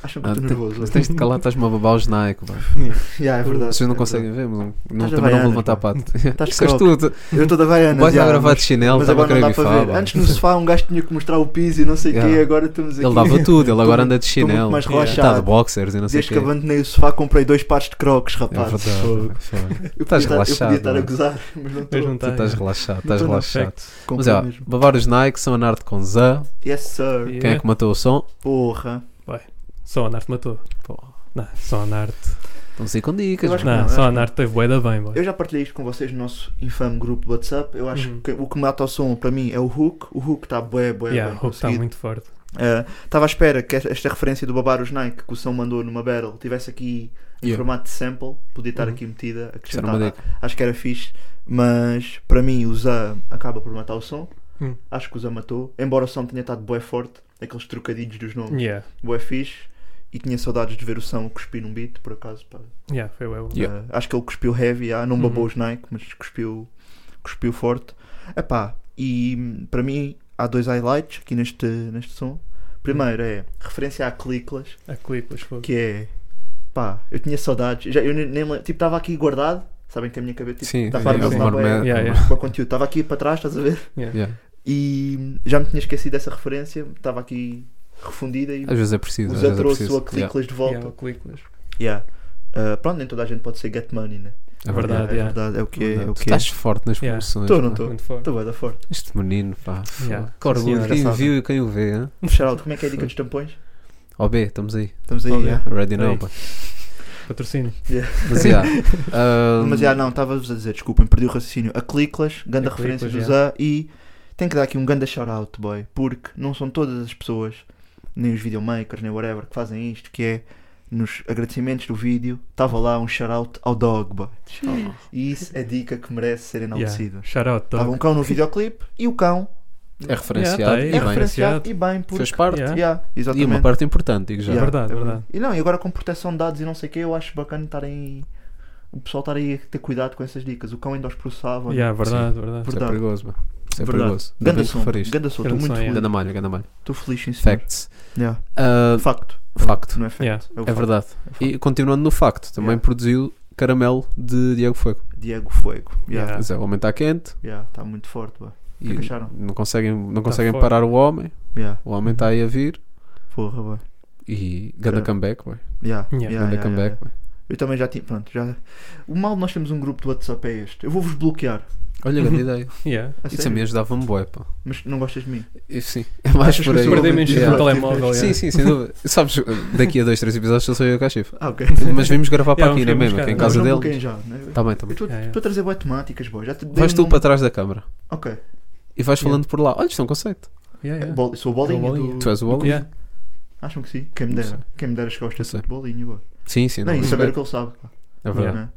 [SPEAKER 5] Acham que eu
[SPEAKER 7] Ah,
[SPEAKER 5] estou
[SPEAKER 7] te-
[SPEAKER 5] nervoso.
[SPEAKER 7] mas
[SPEAKER 5] hoje.
[SPEAKER 7] tens de calar, estás-me a babar o genaico. bro.
[SPEAKER 5] <laughs> Yeah, é verdade.
[SPEAKER 7] Vocês não
[SPEAKER 5] é
[SPEAKER 7] conseguem ver, mas não, não,
[SPEAKER 5] Estás
[SPEAKER 7] também não
[SPEAKER 5] Havaianas,
[SPEAKER 7] vou levantar a
[SPEAKER 5] bro.
[SPEAKER 7] pato.
[SPEAKER 5] Estás
[SPEAKER 7] <laughs> Isso és
[SPEAKER 5] croque.
[SPEAKER 7] tu. tu-
[SPEAKER 5] verdade. Eu estou da Havaianas.
[SPEAKER 7] Vais a
[SPEAKER 5] yeah,
[SPEAKER 7] gravar de chinelo,
[SPEAKER 5] Mas
[SPEAKER 7] estava a
[SPEAKER 5] agora
[SPEAKER 7] querer
[SPEAKER 5] não dá para
[SPEAKER 7] bifar.
[SPEAKER 5] ver.
[SPEAKER 7] bro.
[SPEAKER 5] Antes no sofá um gajo tinha que mostrar o piso e não sei o
[SPEAKER 7] Yeah.
[SPEAKER 5] quê, agora estamos aqui.
[SPEAKER 7] Ele dava tudo, ele agora
[SPEAKER 5] Estou
[SPEAKER 7] anda de
[SPEAKER 5] muito-
[SPEAKER 7] chinelo.
[SPEAKER 5] Estou muito mais
[SPEAKER 6] Yeah.
[SPEAKER 7] Está de
[SPEAKER 5] relaxado.
[SPEAKER 7] boxers e não sei o
[SPEAKER 5] Desde
[SPEAKER 7] quê.
[SPEAKER 5] que abandonei o sofá, comprei dois pares de crocs,
[SPEAKER 7] É
[SPEAKER 5] rapaz.
[SPEAKER 7] verdade. Fogo.
[SPEAKER 5] Eu
[SPEAKER 7] Estás
[SPEAKER 5] podia estar- Eu podia
[SPEAKER 7] relaxado,
[SPEAKER 5] estar a
[SPEAKER 7] mano.
[SPEAKER 5] gozar, mas não
[SPEAKER 6] Mas
[SPEAKER 5] estou.
[SPEAKER 6] não
[SPEAKER 7] Tu
[SPEAKER 6] tá,
[SPEAKER 7] estás
[SPEAKER 6] yeah.
[SPEAKER 7] relaxado, estás
[SPEAKER 5] Não tô no
[SPEAKER 7] relaxado. Mas
[SPEAKER 5] Comprei
[SPEAKER 7] é,
[SPEAKER 5] mesmo.
[SPEAKER 7] babar os Nike, são Anarte com Zé.
[SPEAKER 5] Yes, sir.
[SPEAKER 7] Quem é
[SPEAKER 6] Yeah.
[SPEAKER 7] que matou o som?
[SPEAKER 5] Porra.
[SPEAKER 6] Só a Narte matou.
[SPEAKER 7] Pô,
[SPEAKER 6] Não, só a Narte.
[SPEAKER 7] Estamos aí com dicas.
[SPEAKER 5] Eu acho
[SPEAKER 7] mano.
[SPEAKER 5] não,
[SPEAKER 6] Não, só
[SPEAKER 5] acho
[SPEAKER 6] a
[SPEAKER 5] que-
[SPEAKER 6] Narte teve bué da bem, boy.
[SPEAKER 5] Eu já partilhei isto com vocês no nosso infame grupo do WhatsApp. Eu acho
[SPEAKER 6] Uhum.
[SPEAKER 5] que o que mata o som para mim é o Hook. O Hook está bué, bué,
[SPEAKER 6] Yeah,
[SPEAKER 5] bem
[SPEAKER 6] o Hulk está
[SPEAKER 5] conseguido.
[SPEAKER 6] muito forte.
[SPEAKER 5] Eh, Estava à espera que esta referência do Babar os Nike que o São mandou numa battle tivesse aqui em
[SPEAKER 7] Yeah.
[SPEAKER 5] formato de sample. Podia estar
[SPEAKER 6] Uhum.
[SPEAKER 5] aqui metida,
[SPEAKER 7] Isso era uma
[SPEAKER 5] acrescentada.
[SPEAKER 7] dica.
[SPEAKER 5] Acho que era fixe. Mas para mim o Zé acaba por matar o som.
[SPEAKER 6] Uhum.
[SPEAKER 5] Acho que o Zé matou. Embora o som tenha estado bué forte. Aqueles trocadilhos dos nomes.
[SPEAKER 6] Yeah,
[SPEAKER 5] bué fixe e tinha saudades de ver o São cuspir num beat, por acaso. pá.
[SPEAKER 6] yeah, foi bué bom.
[SPEAKER 7] Yeah.
[SPEAKER 5] Eh, acho que ele cuspiu heavy, ah, não babou
[SPEAKER 6] Uhum.
[SPEAKER 5] os Nike, mas cuspiu, cuspiu forte. Epá, e hum, para mim há dois highlights aqui neste, neste som. Primeiro é referência a Cliclas,
[SPEAKER 6] A Clippers, fogo.
[SPEAKER 5] que é pá, eu tinha saudades, eu já, eu nem, nem le- tipo, estava aqui guardado, sabem que a minha cabeça tipo,
[SPEAKER 7] Sim,
[SPEAKER 5] dá
[SPEAKER 7] sim,
[SPEAKER 5] para
[SPEAKER 6] sim.
[SPEAKER 5] armazenar bué-
[SPEAKER 7] Armar-
[SPEAKER 6] Yeah,
[SPEAKER 5] bué conteúdo, estava aqui para trás, estás a ver?
[SPEAKER 6] Yeah.
[SPEAKER 7] Yeah.
[SPEAKER 5] E hum, já me tinha esquecido dessa referência, estava aqui refundida e
[SPEAKER 7] Às vezes é preciso.
[SPEAKER 5] o
[SPEAKER 7] Às
[SPEAKER 5] Zé
[SPEAKER 7] vezes é
[SPEAKER 5] trouxe
[SPEAKER 7] preciso.
[SPEAKER 5] o a Cliclas
[SPEAKER 7] Yeah.
[SPEAKER 5] de volta.
[SPEAKER 6] Yeah, o Clippers.
[SPEAKER 5] Yeah. Uh, pronto, nem toda a gente pode ser get money, né?
[SPEAKER 7] É verdade.
[SPEAKER 6] Verdade,
[SPEAKER 5] é,
[SPEAKER 6] yeah.
[SPEAKER 5] verdade, é o que é. é, o
[SPEAKER 7] Tu
[SPEAKER 5] que é.
[SPEAKER 7] estás forte nas
[SPEAKER 6] Yeah.
[SPEAKER 7] promoções.
[SPEAKER 5] Tô, não
[SPEAKER 7] pá.
[SPEAKER 5] tô.
[SPEAKER 6] Muito forte.
[SPEAKER 5] Estou bué da forte.
[SPEAKER 7] Este menino, pá.
[SPEAKER 6] Yeah.
[SPEAKER 7] Que orgulho.
[SPEAKER 6] Senhora.
[SPEAKER 7] Quem
[SPEAKER 5] Engraçado.
[SPEAKER 7] viu e quem o vê. hein?
[SPEAKER 5] Geraldo, como é que é a dica dos tampões?
[SPEAKER 7] OB, estamos aí.
[SPEAKER 5] Estamos aí,
[SPEAKER 6] Ok.
[SPEAKER 5] yeah.
[SPEAKER 7] Ready now,
[SPEAKER 6] Aí.
[SPEAKER 7] pá.
[SPEAKER 6] Patrocínio.
[SPEAKER 7] Mas yeah.
[SPEAKER 5] Mas já não, estava-vos a dizer, desculpem, perdi o raciocínio. A Cliclas, ganda
[SPEAKER 6] A
[SPEAKER 5] referência do
[SPEAKER 6] Cliclas,
[SPEAKER 5] Zé e tem que dar aqui um ganda shout-out, boy, porque não são todas as pessoas, nem os videomakers, nem whatever, que fazem isto, que é nos agradecimentos do vídeo, estava lá um shout-out ao dog, boy.
[SPEAKER 7] Oh.
[SPEAKER 5] E isso é dica que merece ser enaltecida.
[SPEAKER 6] Yeah. Shout out, dog.
[SPEAKER 5] Estava um cão no videoclipe e o cão
[SPEAKER 7] É
[SPEAKER 6] Yeah, tá
[SPEAKER 7] referenciado
[SPEAKER 6] aí.
[SPEAKER 5] é
[SPEAKER 7] e bem.
[SPEAKER 5] referenciado e bem porque
[SPEAKER 7] Fez parte.
[SPEAKER 6] Yeah.
[SPEAKER 5] Yeah,
[SPEAKER 7] E
[SPEAKER 5] exatamente.
[SPEAKER 7] uma parte importante, digo já.
[SPEAKER 6] Yeah. É Verdade, verdade.
[SPEAKER 5] E não, e agora com proteção de dados e não sei o que, eu acho bacana estarem. O pessoal estarem a ter cuidado com essas dicas. O cão ainda os processava.
[SPEAKER 6] Yeah, verdade, verdade.
[SPEAKER 7] Isso é
[SPEAKER 5] Verdade.
[SPEAKER 7] perigoso, mano. Isso é
[SPEAKER 5] Verdade.
[SPEAKER 7] perigoso. Ainda
[SPEAKER 5] Ganda
[SPEAKER 7] bem que
[SPEAKER 5] som,
[SPEAKER 7] referiste.
[SPEAKER 5] ganda som, estou
[SPEAKER 6] Ganda
[SPEAKER 5] muito
[SPEAKER 6] som, yeah.
[SPEAKER 5] feliz.
[SPEAKER 7] Ganda malha, ganda malha.
[SPEAKER 5] Estou feliz, sim, senhor.
[SPEAKER 7] Facts.
[SPEAKER 5] Yeah.
[SPEAKER 7] Ah,
[SPEAKER 5] Facto,
[SPEAKER 7] Facto.
[SPEAKER 5] não é facto.
[SPEAKER 6] Yeah.
[SPEAKER 5] o
[SPEAKER 7] É
[SPEAKER 5] facto.
[SPEAKER 7] verdade. E continuando no facto, também
[SPEAKER 5] Yeah.
[SPEAKER 7] produziu Caramelo de Diego Fuego.
[SPEAKER 5] Diego Fuego. Yeah,
[SPEAKER 6] Yeah.
[SPEAKER 7] Mas é, o homem está quente
[SPEAKER 5] yeah, está muito forte, pá.
[SPEAKER 7] e
[SPEAKER 5] que acharam? Tá
[SPEAKER 7] não conseguem, não conseguem
[SPEAKER 6] fora.
[SPEAKER 7] parar o homem.
[SPEAKER 5] Yeah,
[SPEAKER 7] O homem está aí a vir
[SPEAKER 5] porra, bá.
[SPEAKER 7] e ganda
[SPEAKER 5] Cara.
[SPEAKER 7] comeback, boy.
[SPEAKER 5] Yeah,
[SPEAKER 6] Yeah.
[SPEAKER 5] yeah,
[SPEAKER 7] Ganda
[SPEAKER 5] Ah, yeah,
[SPEAKER 7] comeback,
[SPEAKER 5] yeah.
[SPEAKER 7] boy.
[SPEAKER 5] Eu também já tinha. Pronto, já. O mal de nós temos um grupo de WhatsApp é este. Eu vou-vos bloquear.
[SPEAKER 7] Olha, grande ideia.
[SPEAKER 6] Yeah.
[SPEAKER 5] <laughs> a
[SPEAKER 7] Isso é a
[SPEAKER 5] sério.
[SPEAKER 7] mim ajudava-me bué, pá.
[SPEAKER 5] Mas não gostas de mim?
[SPEAKER 7] E, sim, <laughs> é mais por
[SPEAKER 5] Achas que eu
[SPEAKER 7] aí.
[SPEAKER 5] sou
[SPEAKER 6] Perder
[SPEAKER 5] Sim.
[SPEAKER 6] menos tempo
[SPEAKER 5] Oh, Yeah.
[SPEAKER 6] no telemóvel.
[SPEAKER 7] Sim,
[SPEAKER 6] yeah.
[SPEAKER 7] sim, sem dúvida. Sabes, daqui a dois, três episódios eu sou eu que
[SPEAKER 5] <laughs>
[SPEAKER 7] achifo.
[SPEAKER 5] Ah, ok.
[SPEAKER 7] Mas vimos gravar para
[SPEAKER 6] Yeah,
[SPEAKER 7] aqui,
[SPEAKER 6] vamos
[SPEAKER 7] não é
[SPEAKER 6] ver,
[SPEAKER 7] mesmo?
[SPEAKER 6] vamos
[SPEAKER 7] Que em
[SPEAKER 6] buscar.
[SPEAKER 7] casa
[SPEAKER 5] Não, não
[SPEAKER 7] dele.
[SPEAKER 5] bloqueiem já, né?
[SPEAKER 7] Tá bem, tá
[SPEAKER 5] Eu
[SPEAKER 7] bem.
[SPEAKER 5] estou
[SPEAKER 6] Yeah, yeah.
[SPEAKER 5] a trazer boas temáticas, boa. Já te dei
[SPEAKER 7] Vais
[SPEAKER 5] um
[SPEAKER 7] tu
[SPEAKER 5] nome-
[SPEAKER 7] para trás da câmara
[SPEAKER 5] Ok.
[SPEAKER 7] e vais
[SPEAKER 6] Yeah.
[SPEAKER 7] falando por lá. Olha, isto é um conceito.
[SPEAKER 6] Yeah, yeah.
[SPEAKER 5] Bol- Sou o bolinho,
[SPEAKER 6] É o bolinho.
[SPEAKER 5] do-
[SPEAKER 7] Tu és o Wally?
[SPEAKER 6] Yeah.
[SPEAKER 5] Acham que sim? Quem me
[SPEAKER 7] Não
[SPEAKER 5] dera.
[SPEAKER 7] sei.
[SPEAKER 5] Quem me dera chegar aos
[SPEAKER 7] Não sei.
[SPEAKER 5] estatuto de bolinho, boa.
[SPEAKER 7] Sim, sim.
[SPEAKER 5] Nem
[SPEAKER 7] não,
[SPEAKER 5] saber o que ele sabe. pá.
[SPEAKER 7] É verdade.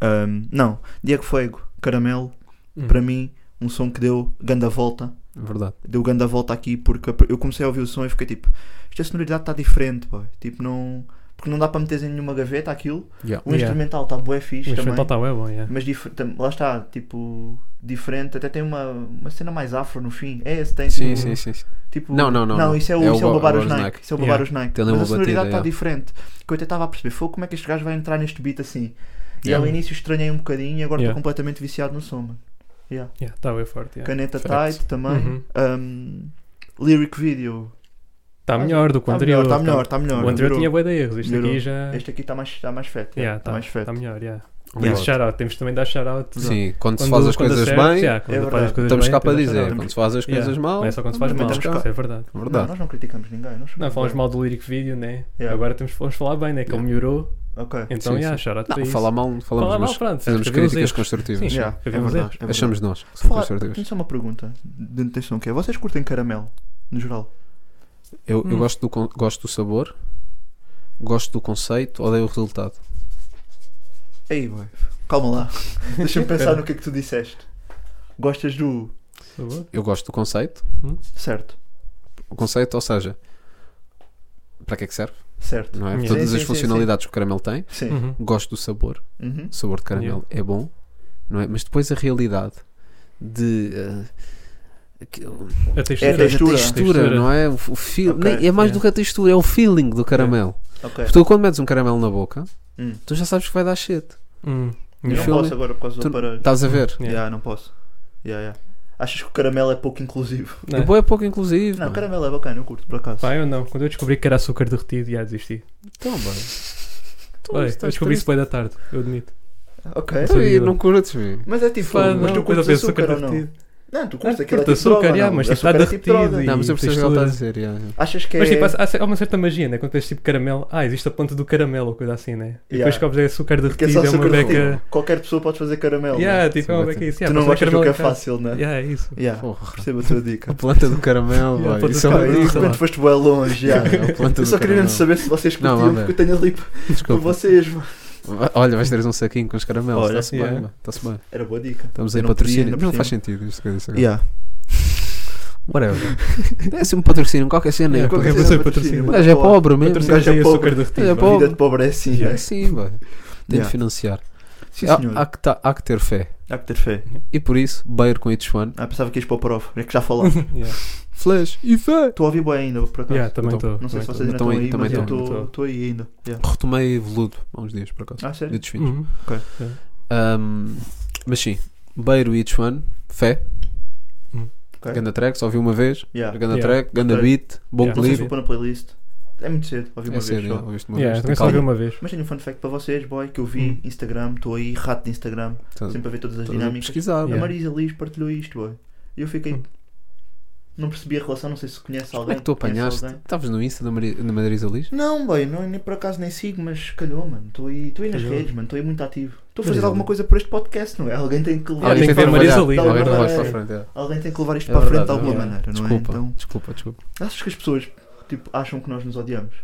[SPEAKER 5] Não é? Ahm, não, Diego Fuego, Caramelo,
[SPEAKER 6] Hum.
[SPEAKER 5] para mim, um som que deu ganda volta
[SPEAKER 7] É Verdade.
[SPEAKER 5] Deu grande a volta aqui porque a pr- eu comecei a ouvir o som e fiquei tipo, esta sonoridade está diferente, pá. Tipo, não. Porque não dá para meter em nenhuma gaveta aquilo.
[SPEAKER 7] Yeah.
[SPEAKER 5] O
[SPEAKER 6] Yeah.
[SPEAKER 5] instrumental está bué
[SPEAKER 6] O
[SPEAKER 5] fixe também.
[SPEAKER 6] instrumental está bem bom, yeah.
[SPEAKER 5] Mas dif- tam- lá está, tipo, diferente. Até tem uma, uma cena mais afro no fim. É esse, tem
[SPEAKER 7] Sim,
[SPEAKER 5] tipo,
[SPEAKER 7] sim, sim, sim.
[SPEAKER 5] Tipo,
[SPEAKER 7] Não, não, não, não.
[SPEAKER 5] isso é o,
[SPEAKER 7] É o
[SPEAKER 5] isso é o
[SPEAKER 7] Bo-
[SPEAKER 5] babar os
[SPEAKER 7] Boris
[SPEAKER 5] Nike.
[SPEAKER 7] Nike.
[SPEAKER 5] Isso é o
[SPEAKER 6] Yeah.
[SPEAKER 5] babar os Nike.
[SPEAKER 7] Tem ali
[SPEAKER 5] Mas
[SPEAKER 7] uma
[SPEAKER 5] a
[SPEAKER 7] batida,
[SPEAKER 5] sonoridade está
[SPEAKER 7] yeah.
[SPEAKER 5] diferente. Que eu até estava a perceber, "Fogo, como é que este gajo vai entrar neste beat assim? E
[SPEAKER 7] Yeah.
[SPEAKER 5] ao início estranhei um bocadinho e agora estou
[SPEAKER 6] Yeah.
[SPEAKER 5] completamente viciado no som. mano. Yeah.
[SPEAKER 6] Yeah, Está bem forte, yeah.
[SPEAKER 5] Caneta
[SPEAKER 7] Fact.
[SPEAKER 5] tight também.
[SPEAKER 6] Uhum.
[SPEAKER 5] Um, lyric video.
[SPEAKER 6] Está Tá melhor do que o
[SPEAKER 5] Está
[SPEAKER 6] anterior. tá
[SPEAKER 5] melhor, está melhor, está melhor.
[SPEAKER 6] O anterior
[SPEAKER 5] melhorou.
[SPEAKER 6] tinha boa de erros. Este
[SPEAKER 5] Melhorou.
[SPEAKER 6] aqui já.
[SPEAKER 5] Este aqui está mais, tá mais fat.
[SPEAKER 6] Yeah,
[SPEAKER 5] está
[SPEAKER 6] tá-
[SPEAKER 5] mais fat.
[SPEAKER 6] tá melhor, yeah. Por
[SPEAKER 7] Verdade.
[SPEAKER 6] isso, shout-out. Temos também de dar shout-out.
[SPEAKER 7] Sim, quando, se faz as
[SPEAKER 6] quando
[SPEAKER 7] coisas
[SPEAKER 6] acertas,
[SPEAKER 7] bem,
[SPEAKER 6] yeah, quando faz as
[SPEAKER 5] É verdade.
[SPEAKER 6] coisas
[SPEAKER 7] estamos
[SPEAKER 6] bem,
[SPEAKER 7] cá para
[SPEAKER 6] temos de
[SPEAKER 7] dizer.
[SPEAKER 6] shout-out.
[SPEAKER 7] Quando se faz as coisas
[SPEAKER 6] Yeah.
[SPEAKER 7] mal,
[SPEAKER 6] Não é só quando se faz
[SPEAKER 5] Também
[SPEAKER 6] mal,
[SPEAKER 5] estamos cá.
[SPEAKER 6] isso é verdade.
[SPEAKER 5] Não,
[SPEAKER 7] verdade.
[SPEAKER 5] nós não criticamos ninguém. Nós
[SPEAKER 6] Não, falamos mal do lyric video, né?
[SPEAKER 5] Yeah.
[SPEAKER 6] Agora temos, vamos falar bem, né? Que ele melhorou.
[SPEAKER 5] Ok.
[SPEAKER 6] Então,
[SPEAKER 7] Sim,
[SPEAKER 6] yeah,
[SPEAKER 7] sim.
[SPEAKER 6] shout-out para
[SPEAKER 7] Não,
[SPEAKER 6] isso.
[SPEAKER 7] falar mal, não falamos,
[SPEAKER 6] Falar mal,
[SPEAKER 7] mas
[SPEAKER 6] pronto,
[SPEAKER 7] fazemos
[SPEAKER 6] escrevemos
[SPEAKER 7] críticas
[SPEAKER 6] erros.
[SPEAKER 7] construtivas.
[SPEAKER 6] Sim.
[SPEAKER 5] Yeah, é
[SPEAKER 6] Escrevemos
[SPEAKER 5] verdade,
[SPEAKER 6] erros.
[SPEAKER 5] é verdade.
[SPEAKER 7] Achamos nós que são
[SPEAKER 5] Fala-
[SPEAKER 7] construtivas.
[SPEAKER 5] Tenho só uma pergunta de atenção que é: vocês curtem caramelo, no geral?
[SPEAKER 7] Eu, eu
[SPEAKER 6] Hum.
[SPEAKER 7] gosto, do, con- gosto do sabor, gosto do conceito, odeio o resultado.
[SPEAKER 5] Ei, boy,
[SPEAKER 6] <laughs>
[SPEAKER 5] calma lá. Deixa-me pensar no que é que tu disseste. Gostas do.
[SPEAKER 6] Por favor.
[SPEAKER 7] Eu gosto do conceito.
[SPEAKER 5] Certo,
[SPEAKER 7] O conceito, ou seja, para que é que serve?
[SPEAKER 5] certo.
[SPEAKER 7] Não é?
[SPEAKER 6] Yeah.
[SPEAKER 7] Todas
[SPEAKER 5] Sim,
[SPEAKER 7] as
[SPEAKER 5] sim, sim,
[SPEAKER 7] funcionalidades que o caramelo tem.
[SPEAKER 5] Sim.
[SPEAKER 6] Uhum.
[SPEAKER 7] Gosto do sabor.
[SPEAKER 6] Hum.
[SPEAKER 5] Uhum.
[SPEAKER 7] O sabor de caramelo é bom, não é? Mas depois a realidade de. eh, que-
[SPEAKER 6] A
[SPEAKER 5] É
[SPEAKER 6] textura.
[SPEAKER 5] a textura.
[SPEAKER 7] a textura, não é? O, o feel,
[SPEAKER 5] Ok,
[SPEAKER 7] nem- é mais
[SPEAKER 6] yeah.
[SPEAKER 7] do que a textura, é o feeling do caramelo.
[SPEAKER 5] Ok.
[SPEAKER 7] Porque tu, quando metes um caramelo na boca,
[SPEAKER 5] Hum.
[SPEAKER 7] tu já sabes que vai dar shit.
[SPEAKER 6] Hum.
[SPEAKER 5] Eu não
[SPEAKER 7] no filme-
[SPEAKER 5] posso agora por causa
[SPEAKER 7] Tu-
[SPEAKER 5] do aparelho.
[SPEAKER 7] Estás a ver?
[SPEAKER 5] Yeah. não posso. Yeah, yeah. Achas que o caramelo é pouco inclusivo?
[SPEAKER 7] E boa é pouco, inclusive.
[SPEAKER 5] Não,
[SPEAKER 7] pá.
[SPEAKER 5] o caramelo é bacana, eu curto, por acaso.
[SPEAKER 6] Pai ou não? Quando eu descobri que era açúcar derretido, já desisti.
[SPEAKER 7] Então, bem. Então,
[SPEAKER 6] Olha, eu
[SPEAKER 5] é
[SPEAKER 7] estás
[SPEAKER 6] descobri isso
[SPEAKER 7] triste.
[SPEAKER 6] foi da tarde, eu admito.
[SPEAKER 5] Ok.
[SPEAKER 7] Então, e
[SPEAKER 6] sabia.
[SPEAKER 7] não curtes, meu.
[SPEAKER 5] Mas é tipo,
[SPEAKER 6] Pá,
[SPEAKER 5] mas
[SPEAKER 6] não,
[SPEAKER 5] tu
[SPEAKER 6] depois eu
[SPEAKER 5] curtes
[SPEAKER 6] penso
[SPEAKER 5] açúcar
[SPEAKER 6] açúcar
[SPEAKER 5] ou não?
[SPEAKER 6] é derretido.
[SPEAKER 5] Não, tu
[SPEAKER 6] Não,
[SPEAKER 5] curtes aquele
[SPEAKER 6] curto açúcar, yeah, mas tipo, tá derretido e-
[SPEAKER 7] Não, mas eu percebo que ele
[SPEAKER 6] textura.
[SPEAKER 7] está a dizer. yeah, yeah.
[SPEAKER 5] é Achas que é...
[SPEAKER 6] Mas tipo, há, há uma certa magia, né? Quando tens tipo caramelo, ah, existe a ponta do caramelo ou coisa assim, né? E
[SPEAKER 5] Yeah.
[SPEAKER 6] depois cobres açúcar
[SPEAKER 5] Porque é
[SPEAKER 6] derretido,
[SPEAKER 5] só
[SPEAKER 6] é uma
[SPEAKER 5] açúcar derretido.
[SPEAKER 6] beca.
[SPEAKER 5] Qualquer pessoa pode fazer caramelo.
[SPEAKER 6] Yeah, tipo, é uma
[SPEAKER 7] Sim,
[SPEAKER 6] beca isso.
[SPEAKER 5] Tu
[SPEAKER 6] yeah,
[SPEAKER 5] não
[SPEAKER 6] pode ser
[SPEAKER 5] achas que o que é
[SPEAKER 6] caramelo em casa.
[SPEAKER 5] fácil, né?
[SPEAKER 6] Yeah, é isso.
[SPEAKER 5] Yeah,
[SPEAKER 7] Porra,
[SPEAKER 5] Percebo a tua
[SPEAKER 7] a
[SPEAKER 5] dica.
[SPEAKER 7] planta do caramelo,
[SPEAKER 6] Yeah, a
[SPEAKER 7] vai,
[SPEAKER 6] planta
[SPEAKER 7] isso é
[SPEAKER 6] do
[SPEAKER 7] uma
[SPEAKER 5] Cara,
[SPEAKER 6] caramelo.
[SPEAKER 5] eu, de
[SPEAKER 7] delícia,
[SPEAKER 6] <laughs>
[SPEAKER 5] repente foste bem longe. yeah.
[SPEAKER 7] É a planta
[SPEAKER 5] Eu
[SPEAKER 7] do
[SPEAKER 5] só queria
[SPEAKER 7] caramelo.
[SPEAKER 5] mesmo saber se vocês
[SPEAKER 7] Não,
[SPEAKER 5] curtiam,
[SPEAKER 7] vamos
[SPEAKER 5] porque eu
[SPEAKER 7] ver.
[SPEAKER 5] tenho ali por
[SPEAKER 7] Desculpa.
[SPEAKER 5] vocês. mano.
[SPEAKER 7] Va- Olha, vais teres um saquinho com os caramelos.
[SPEAKER 5] Olha,
[SPEAKER 7] Está-se
[SPEAKER 6] yeah.
[SPEAKER 7] bem, bem, está-se bem.
[SPEAKER 5] Era boa dica.
[SPEAKER 7] Estamos
[SPEAKER 5] Eu
[SPEAKER 7] aí
[SPEAKER 5] não pedi,
[SPEAKER 7] patrocínio.
[SPEAKER 5] ainda por
[SPEAKER 7] Não faz
[SPEAKER 5] cima.
[SPEAKER 7] sentido isto que eu disse agora.
[SPEAKER 5] Yeah.
[SPEAKER 7] Whatever.
[SPEAKER 5] <laughs>
[SPEAKER 7] É assim um patrocínio, qualquer cena.
[SPEAKER 6] Yeah,
[SPEAKER 7] qualquer
[SPEAKER 6] qualquer
[SPEAKER 7] coisa.
[SPEAKER 6] pessoa patrocina.
[SPEAKER 5] patrocínio,
[SPEAKER 7] O
[SPEAKER 5] mas-
[SPEAKER 7] gajo é
[SPEAKER 5] Patrocínio.
[SPEAKER 7] pobre mesmo.
[SPEAKER 5] Patrocínio.
[SPEAKER 6] Patrocinas
[SPEAKER 5] gajo é
[SPEAKER 6] aí açúcar
[SPEAKER 5] pobre.
[SPEAKER 6] derretido.
[SPEAKER 7] É
[SPEAKER 6] vai.
[SPEAKER 7] pobre.
[SPEAKER 5] Vida de pobre é assim,
[SPEAKER 7] É
[SPEAKER 5] né?
[SPEAKER 7] Sim, vai. Tem de
[SPEAKER 5] Yeah.
[SPEAKER 7] financiar.
[SPEAKER 5] Sim,
[SPEAKER 7] Há-
[SPEAKER 5] senhor.
[SPEAKER 7] Há que ta- há que ter fé.
[SPEAKER 5] Há que ter fé.
[SPEAKER 7] E por isso, beiro com each one.
[SPEAKER 5] Ah, pensava que ias para o prof. É que já falaste.
[SPEAKER 6] Yeah.
[SPEAKER 7] Flash e fé.
[SPEAKER 5] Estou a ouvir bem ainda, por acaso.
[SPEAKER 6] Yeah, também
[SPEAKER 7] Então,
[SPEAKER 6] estou.
[SPEAKER 5] Não sei se
[SPEAKER 7] também
[SPEAKER 5] vocês ainda
[SPEAKER 7] tô
[SPEAKER 5] estão
[SPEAKER 7] aí,
[SPEAKER 5] aí,
[SPEAKER 7] também
[SPEAKER 5] mas eu
[SPEAKER 6] tô.
[SPEAKER 5] estou- estou aí ainda. Yeah.
[SPEAKER 7] Retomei veludo há uns dias, por acaso.
[SPEAKER 5] Ah, sério?
[SPEAKER 7] Eu desfiz.
[SPEAKER 6] Uhum.
[SPEAKER 5] Ok.
[SPEAKER 7] Um, mas sim, beiro each one. Fé.
[SPEAKER 5] Ok.
[SPEAKER 7] Ganda track, só ouvi uma vez.
[SPEAKER 5] Yeah.
[SPEAKER 7] Ganda
[SPEAKER 6] Yeah.
[SPEAKER 7] track, ganda
[SPEAKER 5] Gostei.
[SPEAKER 7] beat, bom
[SPEAKER 6] Yeah.
[SPEAKER 5] Não sei
[SPEAKER 7] clipe.
[SPEAKER 5] se vou pôr na playlist. É muito cedo, ouvi uma
[SPEAKER 7] É
[SPEAKER 5] vez
[SPEAKER 7] sério,
[SPEAKER 5] só.
[SPEAKER 7] ouviste uma
[SPEAKER 6] Yeah,
[SPEAKER 7] vez. tem
[SPEAKER 6] também só vi
[SPEAKER 7] calma.
[SPEAKER 6] uma vez.
[SPEAKER 5] Mas tenho um fun fact para vocês, boy, que eu vi
[SPEAKER 6] Hum.
[SPEAKER 5] Instagram, estou aí, rato de Instagram,
[SPEAKER 7] Estás-
[SPEAKER 5] sempre a ver todas as
[SPEAKER 7] estás a
[SPEAKER 5] dinâmicas.
[SPEAKER 7] pesquisar,
[SPEAKER 5] A
[SPEAKER 6] Yeah.
[SPEAKER 5] Marisa Liz partilhou isto, boy. E eu fiquei. Não percebi a relação, não sei se conhece
[SPEAKER 7] Como
[SPEAKER 5] alguém.
[SPEAKER 7] é que tu
[SPEAKER 5] conhece
[SPEAKER 7] apanhaste?
[SPEAKER 5] alguém.
[SPEAKER 7] Estavas no Insta da Mari- da Marisa Liz?
[SPEAKER 5] Não, boy, não, nem por acaso nem sigo, mas calhou, mano. Estou aí, tô aí nas
[SPEAKER 6] Calhou.
[SPEAKER 5] redes, mano, estou aí muito ativo. Estou a fazer
[SPEAKER 7] Marisa
[SPEAKER 5] alguma
[SPEAKER 7] Liz.
[SPEAKER 5] coisa por este podcast, não é? Alguém tem que levar,
[SPEAKER 6] Alguém tem que
[SPEAKER 5] isto,
[SPEAKER 6] ver
[SPEAKER 5] para-
[SPEAKER 6] Marisa
[SPEAKER 7] trabalhar.
[SPEAKER 6] Liz,
[SPEAKER 5] de
[SPEAKER 7] Alguém
[SPEAKER 5] alguma
[SPEAKER 7] trabalha para a
[SPEAKER 5] maneira.
[SPEAKER 7] frente. é.
[SPEAKER 5] alguém tem que levar isto
[SPEAKER 7] É
[SPEAKER 5] para a frente de
[SPEAKER 7] verdade,
[SPEAKER 5] alguma
[SPEAKER 7] é.
[SPEAKER 5] maneira, não
[SPEAKER 7] Desculpa,
[SPEAKER 5] é? Então,
[SPEAKER 7] desculpa, desculpa.
[SPEAKER 5] achas que as pessoas tipo, acham que nós nos odiamos?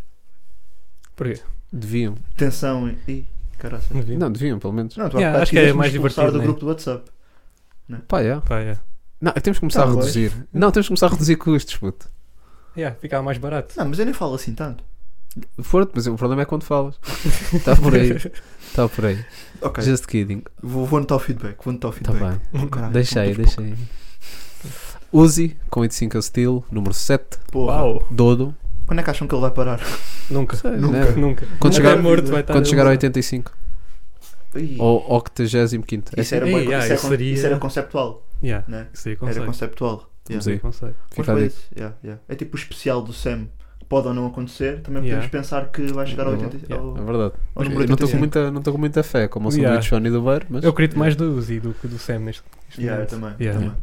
[SPEAKER 6] Porquê?
[SPEAKER 7] Deviam.
[SPEAKER 5] Tensão e. Ih, caraca.
[SPEAKER 6] Não vi.
[SPEAKER 7] Não, deviam, pelo menos.
[SPEAKER 5] Não, tu há
[SPEAKER 6] Yeah,
[SPEAKER 5] bocado
[SPEAKER 6] acho que é
[SPEAKER 5] quiseste-me
[SPEAKER 6] mais
[SPEAKER 5] expulsar
[SPEAKER 6] divertido,
[SPEAKER 5] do
[SPEAKER 6] né?
[SPEAKER 5] grupo do WhatsApp.
[SPEAKER 7] Pá, é.
[SPEAKER 6] Pá, yeah.
[SPEAKER 7] Não, temos que começar
[SPEAKER 5] Tá
[SPEAKER 7] a
[SPEAKER 5] bem.
[SPEAKER 7] reduzir. Não, temos que começar a reduzir custos, puto.
[SPEAKER 6] Yeah, ficava mais barato.
[SPEAKER 5] Não, mas eu nem falo assim tanto.
[SPEAKER 7] Forte, mas o problema é quando
[SPEAKER 5] <laughs>
[SPEAKER 7] falas. Está por
[SPEAKER 6] <laughs>
[SPEAKER 7] aí. Está por aí.
[SPEAKER 5] Ok.
[SPEAKER 7] Just kidding.
[SPEAKER 5] Vou, vou anotar o feedback, vou anotar o
[SPEAKER 7] Está
[SPEAKER 5] feedback.
[SPEAKER 7] bem.
[SPEAKER 5] Oh, caralho,
[SPEAKER 7] Deixa aí,
[SPEAKER 5] são todos
[SPEAKER 7] deixa aí. Uzi com 85 a Steel, número 7.
[SPEAKER 5] poucos. Porra.
[SPEAKER 6] Uau,
[SPEAKER 7] Dodo.
[SPEAKER 5] Quando é que acham que ele vai parar?
[SPEAKER 6] nunca.
[SPEAKER 7] Nunca.
[SPEAKER 5] né?
[SPEAKER 6] Nunca.
[SPEAKER 7] Quando chegar-
[SPEAKER 6] Até morto vai estar um-
[SPEAKER 7] Quando
[SPEAKER 6] a
[SPEAKER 7] chegar a
[SPEAKER 6] usar.
[SPEAKER 7] 85.
[SPEAKER 5] Ih,
[SPEAKER 7] Ou 85.
[SPEAKER 5] isso, era,
[SPEAKER 6] Ei,
[SPEAKER 5] boi-
[SPEAKER 6] yeah,
[SPEAKER 5] isso, era
[SPEAKER 6] isso
[SPEAKER 5] con-
[SPEAKER 6] seria-
[SPEAKER 5] isso era conceptual,
[SPEAKER 6] Yeah.
[SPEAKER 5] né?
[SPEAKER 6] Isso aí
[SPEAKER 5] Era
[SPEAKER 6] consegue.
[SPEAKER 5] conceptual. Yeah.
[SPEAKER 7] Sim.
[SPEAKER 6] Consegue.
[SPEAKER 5] Mas
[SPEAKER 7] Fica a
[SPEAKER 5] foi
[SPEAKER 7] dica.
[SPEAKER 5] esse, yeah, yeah. É tipo o especial do Sam. que Pode ou não acontecer, também
[SPEAKER 6] Yeah.
[SPEAKER 5] podemos pensar que vai chegar ao, 80,
[SPEAKER 6] Yeah.
[SPEAKER 5] ao,
[SPEAKER 7] É verdade.
[SPEAKER 5] ao
[SPEAKER 7] Eu
[SPEAKER 5] número
[SPEAKER 7] não estou com
[SPEAKER 5] 85.
[SPEAKER 7] muita, não estou com muita fé, como o
[SPEAKER 6] Yeah.
[SPEAKER 7] sanduíche Johnny do Beiro, mas
[SPEAKER 6] Eu acredito mais do Uzi do que do Sam neste, neste
[SPEAKER 5] Yeah, eu
[SPEAKER 6] momento.
[SPEAKER 5] também.
[SPEAKER 6] Yeah.
[SPEAKER 5] também.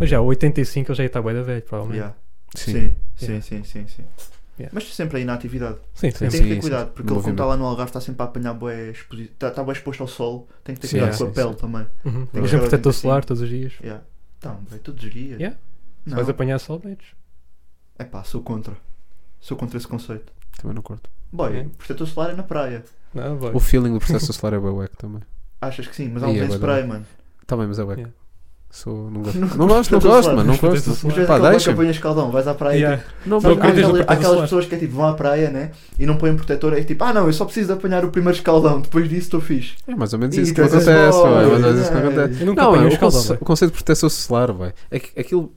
[SPEAKER 6] Mas já, o 85 ele já está bué da velho, provavelmente.
[SPEAKER 5] Yeah.
[SPEAKER 7] sim.
[SPEAKER 5] Sim, sim,
[SPEAKER 6] Yeah.
[SPEAKER 5] sim, sim. sim.
[SPEAKER 6] Yeah.
[SPEAKER 5] Mas sempre aí na atividade.
[SPEAKER 6] Sim, sim.
[SPEAKER 7] Sim,
[SPEAKER 5] tem que ter
[SPEAKER 7] sim. Um
[SPEAKER 5] cuidado, porque ele, como
[SPEAKER 7] Movimento.
[SPEAKER 5] está lá no Algarve, está sempre a apanhar boé exposi... está, está bué exposto ao sol, tem que ter
[SPEAKER 7] Sim,
[SPEAKER 5] cuidado
[SPEAKER 7] sim,
[SPEAKER 5] com a
[SPEAKER 7] sim,
[SPEAKER 5] pele
[SPEAKER 7] sim.
[SPEAKER 5] também.
[SPEAKER 6] Uhum.
[SPEAKER 5] Tem
[SPEAKER 6] Mas
[SPEAKER 5] que
[SPEAKER 6] sempre protetor
[SPEAKER 5] 85.
[SPEAKER 6] solar todos os dias.
[SPEAKER 5] Yeah. Então, bué, todos os dias.
[SPEAKER 6] Yeah. Se
[SPEAKER 5] Não.
[SPEAKER 6] vais apanhar sol, metes.
[SPEAKER 5] É pá, sou contra. Sou contra esse conceito.
[SPEAKER 7] também não curto.
[SPEAKER 5] Boy,
[SPEAKER 6] Ok.
[SPEAKER 5] protetor solar é na praia.
[SPEAKER 6] Não, vai.
[SPEAKER 7] O feeling do processo solar é bem wack também.
[SPEAKER 5] Achas que sim, mas há um
[SPEAKER 7] Ih, é
[SPEAKER 5] bem
[SPEAKER 7] bué
[SPEAKER 5] spray, mano.
[SPEAKER 7] Também, mas é wack.
[SPEAKER 6] Yeah.
[SPEAKER 7] Sou, não gosto, não gosto, não gosto, mano. Não gosto.
[SPEAKER 6] Protetor
[SPEAKER 7] Pá,
[SPEAKER 6] solar.
[SPEAKER 5] Pá, deixa.
[SPEAKER 7] deixa-me.
[SPEAKER 5] apanha escaldão, vais à praia.
[SPEAKER 6] Yeah.
[SPEAKER 5] Tipo,
[SPEAKER 7] Não,
[SPEAKER 5] sabe,
[SPEAKER 6] Não
[SPEAKER 5] há
[SPEAKER 6] acreditas
[SPEAKER 5] aquela-
[SPEAKER 6] no
[SPEAKER 5] há
[SPEAKER 6] protetor
[SPEAKER 5] aquelas
[SPEAKER 6] solar.
[SPEAKER 5] pessoas que é tipo, vão à praia, né? E não põem protetor, é tipo, ah não, eu só preciso de apanhar o primeiro escaldão, depois disso estou fixe.
[SPEAKER 7] É mais ou menos
[SPEAKER 5] E
[SPEAKER 7] isso que
[SPEAKER 5] tu és
[SPEAKER 7] acontece.
[SPEAKER 5] bom,
[SPEAKER 7] vai, é mais ou menos
[SPEAKER 5] é.
[SPEAKER 7] isso que acontece.
[SPEAKER 6] Eu nunca
[SPEAKER 7] Não,
[SPEAKER 6] apanhei
[SPEAKER 7] é,
[SPEAKER 6] um
[SPEAKER 7] o,
[SPEAKER 6] escaldão,
[SPEAKER 7] conce-
[SPEAKER 6] vai.
[SPEAKER 7] o conceito de proteção solar, vai. É que- Aquilo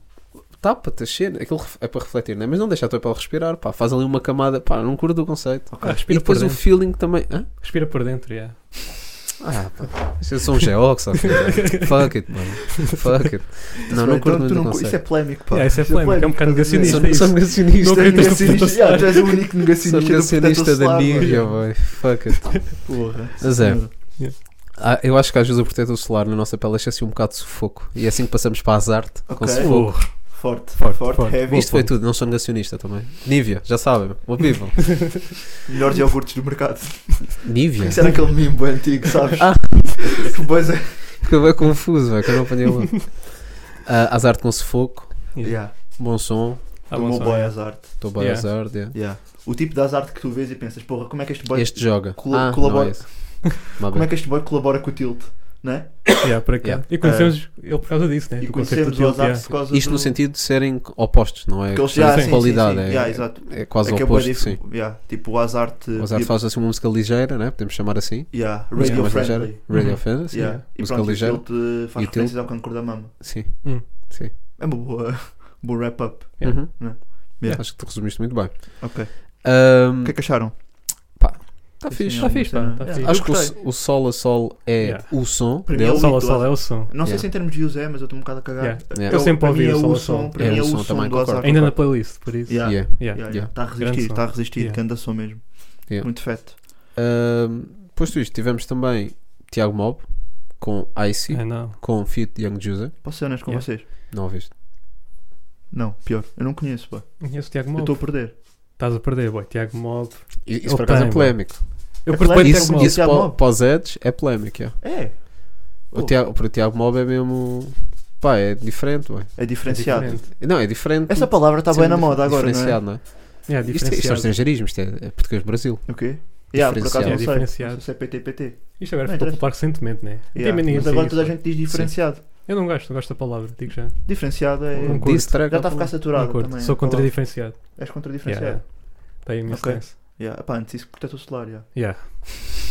[SPEAKER 7] tapa-te a cena, aquilo ref- é para refletir, né? mas não deixa a tua pele respirar, pá, faz ali uma camada, pá, não curto o conceito.
[SPEAKER 6] Ah,
[SPEAKER 7] E
[SPEAKER 6] respira por
[SPEAKER 7] depois o
[SPEAKER 6] dentro.
[SPEAKER 7] feeling também. Hã?
[SPEAKER 6] Respira por dentro, yeah.
[SPEAKER 7] Ah, pá, eu sou um geox, sabe? Fuck it, mano. Fuck it. Não, não
[SPEAKER 5] Então,
[SPEAKER 7] curto
[SPEAKER 5] tu
[SPEAKER 7] muito o
[SPEAKER 5] não- Isso é
[SPEAKER 7] conceito.
[SPEAKER 5] polémico, pá.
[SPEAKER 6] Yeah, isso é polémico, é um bocado
[SPEAKER 5] estás a ver?
[SPEAKER 6] negacionista.
[SPEAKER 7] Sou-
[SPEAKER 6] isso.
[SPEAKER 7] Sou negacionista.
[SPEAKER 6] Não
[SPEAKER 5] Tu és
[SPEAKER 6] acreditas no
[SPEAKER 5] negacionista,
[SPEAKER 6] protetor
[SPEAKER 5] yeah, tu és o único
[SPEAKER 7] Sou
[SPEAKER 5] negacionista, do
[SPEAKER 7] negacionista
[SPEAKER 5] protetor
[SPEAKER 7] da
[SPEAKER 5] solar, mano.
[SPEAKER 7] Ninja, vai. Fuck it.
[SPEAKER 5] Porra.
[SPEAKER 7] Mas é.
[SPEAKER 6] Yeah.
[SPEAKER 7] Ah, eu acho que às vezes o protetor solar na nossa pele deixa-se um bocado de sufoco. E é assim que passamos para a arte com
[SPEAKER 5] Ok.
[SPEAKER 7] sufoco.
[SPEAKER 5] Forte,
[SPEAKER 6] Forte,
[SPEAKER 5] forte,
[SPEAKER 6] forte.
[SPEAKER 5] heavy.
[SPEAKER 7] Isto foi tudo, não sou negacionista também. Nívia, já sabem, o people.
[SPEAKER 5] Melhores iogurtes do mercado.
[SPEAKER 7] Nívia?
[SPEAKER 5] Isso era aquele meme bem antigo, sabes?
[SPEAKER 7] Ah.
[SPEAKER 5] Que boas é-
[SPEAKER 7] Fica bem confuso, velho, que eu não apanhei o. Ah, Azar com sufoco,
[SPEAKER 5] Yeah,
[SPEAKER 7] bom som,
[SPEAKER 6] Ah,
[SPEAKER 5] do
[SPEAKER 6] bom
[SPEAKER 5] meu
[SPEAKER 6] som.
[SPEAKER 5] boy Hazard.
[SPEAKER 7] estou bem
[SPEAKER 6] Yeah.
[SPEAKER 7] azar. yeah.
[SPEAKER 5] Yeah. O tipo de Hazard que tu vês e pensas, porra, como é que este boy,
[SPEAKER 7] Este joga.
[SPEAKER 5] colo-
[SPEAKER 7] ah,
[SPEAKER 5] colabora-
[SPEAKER 7] não é esse. Má
[SPEAKER 5] como é
[SPEAKER 7] bem.
[SPEAKER 5] que este boy colabora com o Tilt? Né?
[SPEAKER 6] Yeah, por acaso.
[SPEAKER 7] Yeah.
[SPEAKER 6] E conhecemos ele por causa disso, né?
[SPEAKER 5] É. E
[SPEAKER 6] Do concerto
[SPEAKER 5] conhecemos
[SPEAKER 6] do
[SPEAKER 5] o
[SPEAKER 6] Tilt,
[SPEAKER 5] Hazard
[SPEAKER 6] yeah.
[SPEAKER 5] por causa
[SPEAKER 7] Isto
[SPEAKER 5] do...
[SPEAKER 7] no sentido de serem opostos, não é?
[SPEAKER 5] que eles
[SPEAKER 7] questão
[SPEAKER 5] já
[SPEAKER 7] de
[SPEAKER 5] sim,
[SPEAKER 7] qualidade,
[SPEAKER 5] sim, sim.
[SPEAKER 7] é,
[SPEAKER 5] Yeah, exato.
[SPEAKER 7] é quase
[SPEAKER 5] é que
[SPEAKER 7] o
[SPEAKER 5] é bué
[SPEAKER 7] oposto, sim.
[SPEAKER 5] dif- yeah, tipo o Hazard,
[SPEAKER 7] O Azar
[SPEAKER 5] tipo,
[SPEAKER 7] faz assim uma música ligeira, né? podemos chamar assim.
[SPEAKER 5] yeah,
[SPEAKER 7] Música
[SPEAKER 5] radio
[SPEAKER 7] mais
[SPEAKER 5] friendly.
[SPEAKER 7] ligeira. Radio
[SPEAKER 6] Uhum.
[SPEAKER 7] friendly, sim.
[SPEAKER 5] Yeah. E
[SPEAKER 7] Música
[SPEAKER 5] pronto, o
[SPEAKER 7] ligeira.
[SPEAKER 5] Tilt eh,
[SPEAKER 7] E
[SPEAKER 5] faz
[SPEAKER 7] o Tilt?
[SPEAKER 5] referências ao cancro da mama.
[SPEAKER 7] Sim.
[SPEAKER 6] Hum.
[SPEAKER 7] Sim.
[SPEAKER 5] É uma boa, <laughs> boa wrap-up.
[SPEAKER 6] Yeah.
[SPEAKER 7] Uhum.
[SPEAKER 5] É, né? Yeah.
[SPEAKER 7] Yeah. Acho que tu resumiste muito bem.
[SPEAKER 5] Ok.
[SPEAKER 7] Ahm,
[SPEAKER 5] O que é que acharam?
[SPEAKER 7] Tá
[SPEAKER 5] Sim,
[SPEAKER 7] fixe.
[SPEAKER 5] senhor.
[SPEAKER 6] Está fixe, pá. Está
[SPEAKER 5] Yeah.
[SPEAKER 6] fixe.
[SPEAKER 7] Acho que o,
[SPEAKER 5] gostei.
[SPEAKER 7] s- o Sol a Sol é
[SPEAKER 6] Yeah.
[SPEAKER 7] o som
[SPEAKER 5] Para mim
[SPEAKER 7] dele.
[SPEAKER 5] é o
[SPEAKER 6] Sol a
[SPEAKER 5] Sim.
[SPEAKER 6] sol é o som.
[SPEAKER 5] Não sei
[SPEAKER 7] Yeah.
[SPEAKER 5] se em termos de views é, mas eu estou um bocado a cagar.
[SPEAKER 6] Yeah.
[SPEAKER 5] É
[SPEAKER 7] Eu
[SPEAKER 5] o-
[SPEAKER 6] sempre
[SPEAKER 5] para
[SPEAKER 6] ouvi
[SPEAKER 5] mim é
[SPEAKER 6] o Sol
[SPEAKER 5] o
[SPEAKER 6] a
[SPEAKER 5] som,
[SPEAKER 6] Sol.
[SPEAKER 5] para
[SPEAKER 7] É,
[SPEAKER 5] mim é
[SPEAKER 7] o
[SPEAKER 5] o
[SPEAKER 7] som
[SPEAKER 5] som
[SPEAKER 7] também,
[SPEAKER 5] do Hazard.
[SPEAKER 7] concordo.
[SPEAKER 6] Ainda na playlist, por isso.
[SPEAKER 5] Yeah.
[SPEAKER 7] Yeah.
[SPEAKER 6] Yeah.
[SPEAKER 5] Yeah,
[SPEAKER 7] Yeah.
[SPEAKER 5] yeah. Está a resistir,
[SPEAKER 6] Grande som.
[SPEAKER 5] está a resistir,
[SPEAKER 6] Yeah.
[SPEAKER 5] que anda som mesmo.
[SPEAKER 7] Yeah.
[SPEAKER 5] Muito feto.
[SPEAKER 7] Ahm, Posto isto, tivemos também Tiago Mob com Icy,
[SPEAKER 6] Ah, não.
[SPEAKER 7] com Fit Young Juicer.
[SPEAKER 5] Posso ser honesto com
[SPEAKER 6] Yeah.
[SPEAKER 5] vocês?
[SPEAKER 7] Não ouviste?
[SPEAKER 5] Não, pior. Eu não conheço, pá.
[SPEAKER 6] Conheço o Tiago
[SPEAKER 5] Eu estou
[SPEAKER 6] Mob.
[SPEAKER 5] a perder.
[SPEAKER 6] Estás a perder, boy. Tiago Mob.
[SPEAKER 7] I-
[SPEAKER 6] Ele
[SPEAKER 7] Isso por acaso
[SPEAKER 6] tem,
[SPEAKER 7] é polémico.
[SPEAKER 6] Eu
[SPEAKER 5] É
[SPEAKER 6] perpetuo
[SPEAKER 5] polémico,
[SPEAKER 6] Tiago
[SPEAKER 5] é
[SPEAKER 7] Isso,
[SPEAKER 6] Mob.
[SPEAKER 5] bonito.
[SPEAKER 7] isso
[SPEAKER 5] Tiago
[SPEAKER 7] para,
[SPEAKER 5] Mob.
[SPEAKER 7] para os Eds é polémico. Yeah.
[SPEAKER 5] É,
[SPEAKER 7] O
[SPEAKER 5] Oh.
[SPEAKER 7] Tiago, para o Tiago Mob é mesmo. Pá, é diferente, ué.
[SPEAKER 5] é diferenciado.
[SPEAKER 6] É diferente.
[SPEAKER 7] Não, é diferente.
[SPEAKER 5] Essa palavra está
[SPEAKER 7] Sim,
[SPEAKER 5] bem na moda agora, não é?
[SPEAKER 7] Diferenciado, não é?
[SPEAKER 6] Yeah,
[SPEAKER 7] Isto, é- isto é
[SPEAKER 6] diferenciado.
[SPEAKER 7] estrangeirismo, isto é, é português-brasil.
[SPEAKER 5] O quê? Yeah,
[SPEAKER 7] Diferenciado.
[SPEAKER 5] por acaso não
[SPEAKER 6] É
[SPEAKER 5] sei. Não
[SPEAKER 6] diferenciado.
[SPEAKER 5] sei se é PTPT.
[SPEAKER 6] Isto agora
[SPEAKER 5] Não
[SPEAKER 6] ficou
[SPEAKER 5] interessa.
[SPEAKER 6] popular recentemente, né? Não tem
[SPEAKER 5] Yeah.
[SPEAKER 6] mais ninguém
[SPEAKER 5] Mas
[SPEAKER 6] que
[SPEAKER 5] agora
[SPEAKER 6] diga
[SPEAKER 5] toda a
[SPEAKER 6] isso.
[SPEAKER 5] gente diz diferenciado.
[SPEAKER 6] Eu não gosto, não gosto da palavra, digo já.
[SPEAKER 5] Diferenciado é.
[SPEAKER 6] Não curto.
[SPEAKER 7] Diss track,
[SPEAKER 5] Já assim. está a
[SPEAKER 7] ou-
[SPEAKER 5] ficar saturado
[SPEAKER 6] não curto.
[SPEAKER 5] também.
[SPEAKER 6] Sou
[SPEAKER 5] a
[SPEAKER 6] contra
[SPEAKER 5] palavra.
[SPEAKER 6] diferenciado.
[SPEAKER 5] És contra
[SPEAKER 6] Yeah.
[SPEAKER 5] diferenciado.
[SPEAKER 6] Está aí a minha
[SPEAKER 5] Ok.
[SPEAKER 6] stance.
[SPEAKER 5] Yeah. Pá, antes isso, protetor solar. Yeah.
[SPEAKER 6] Yeah.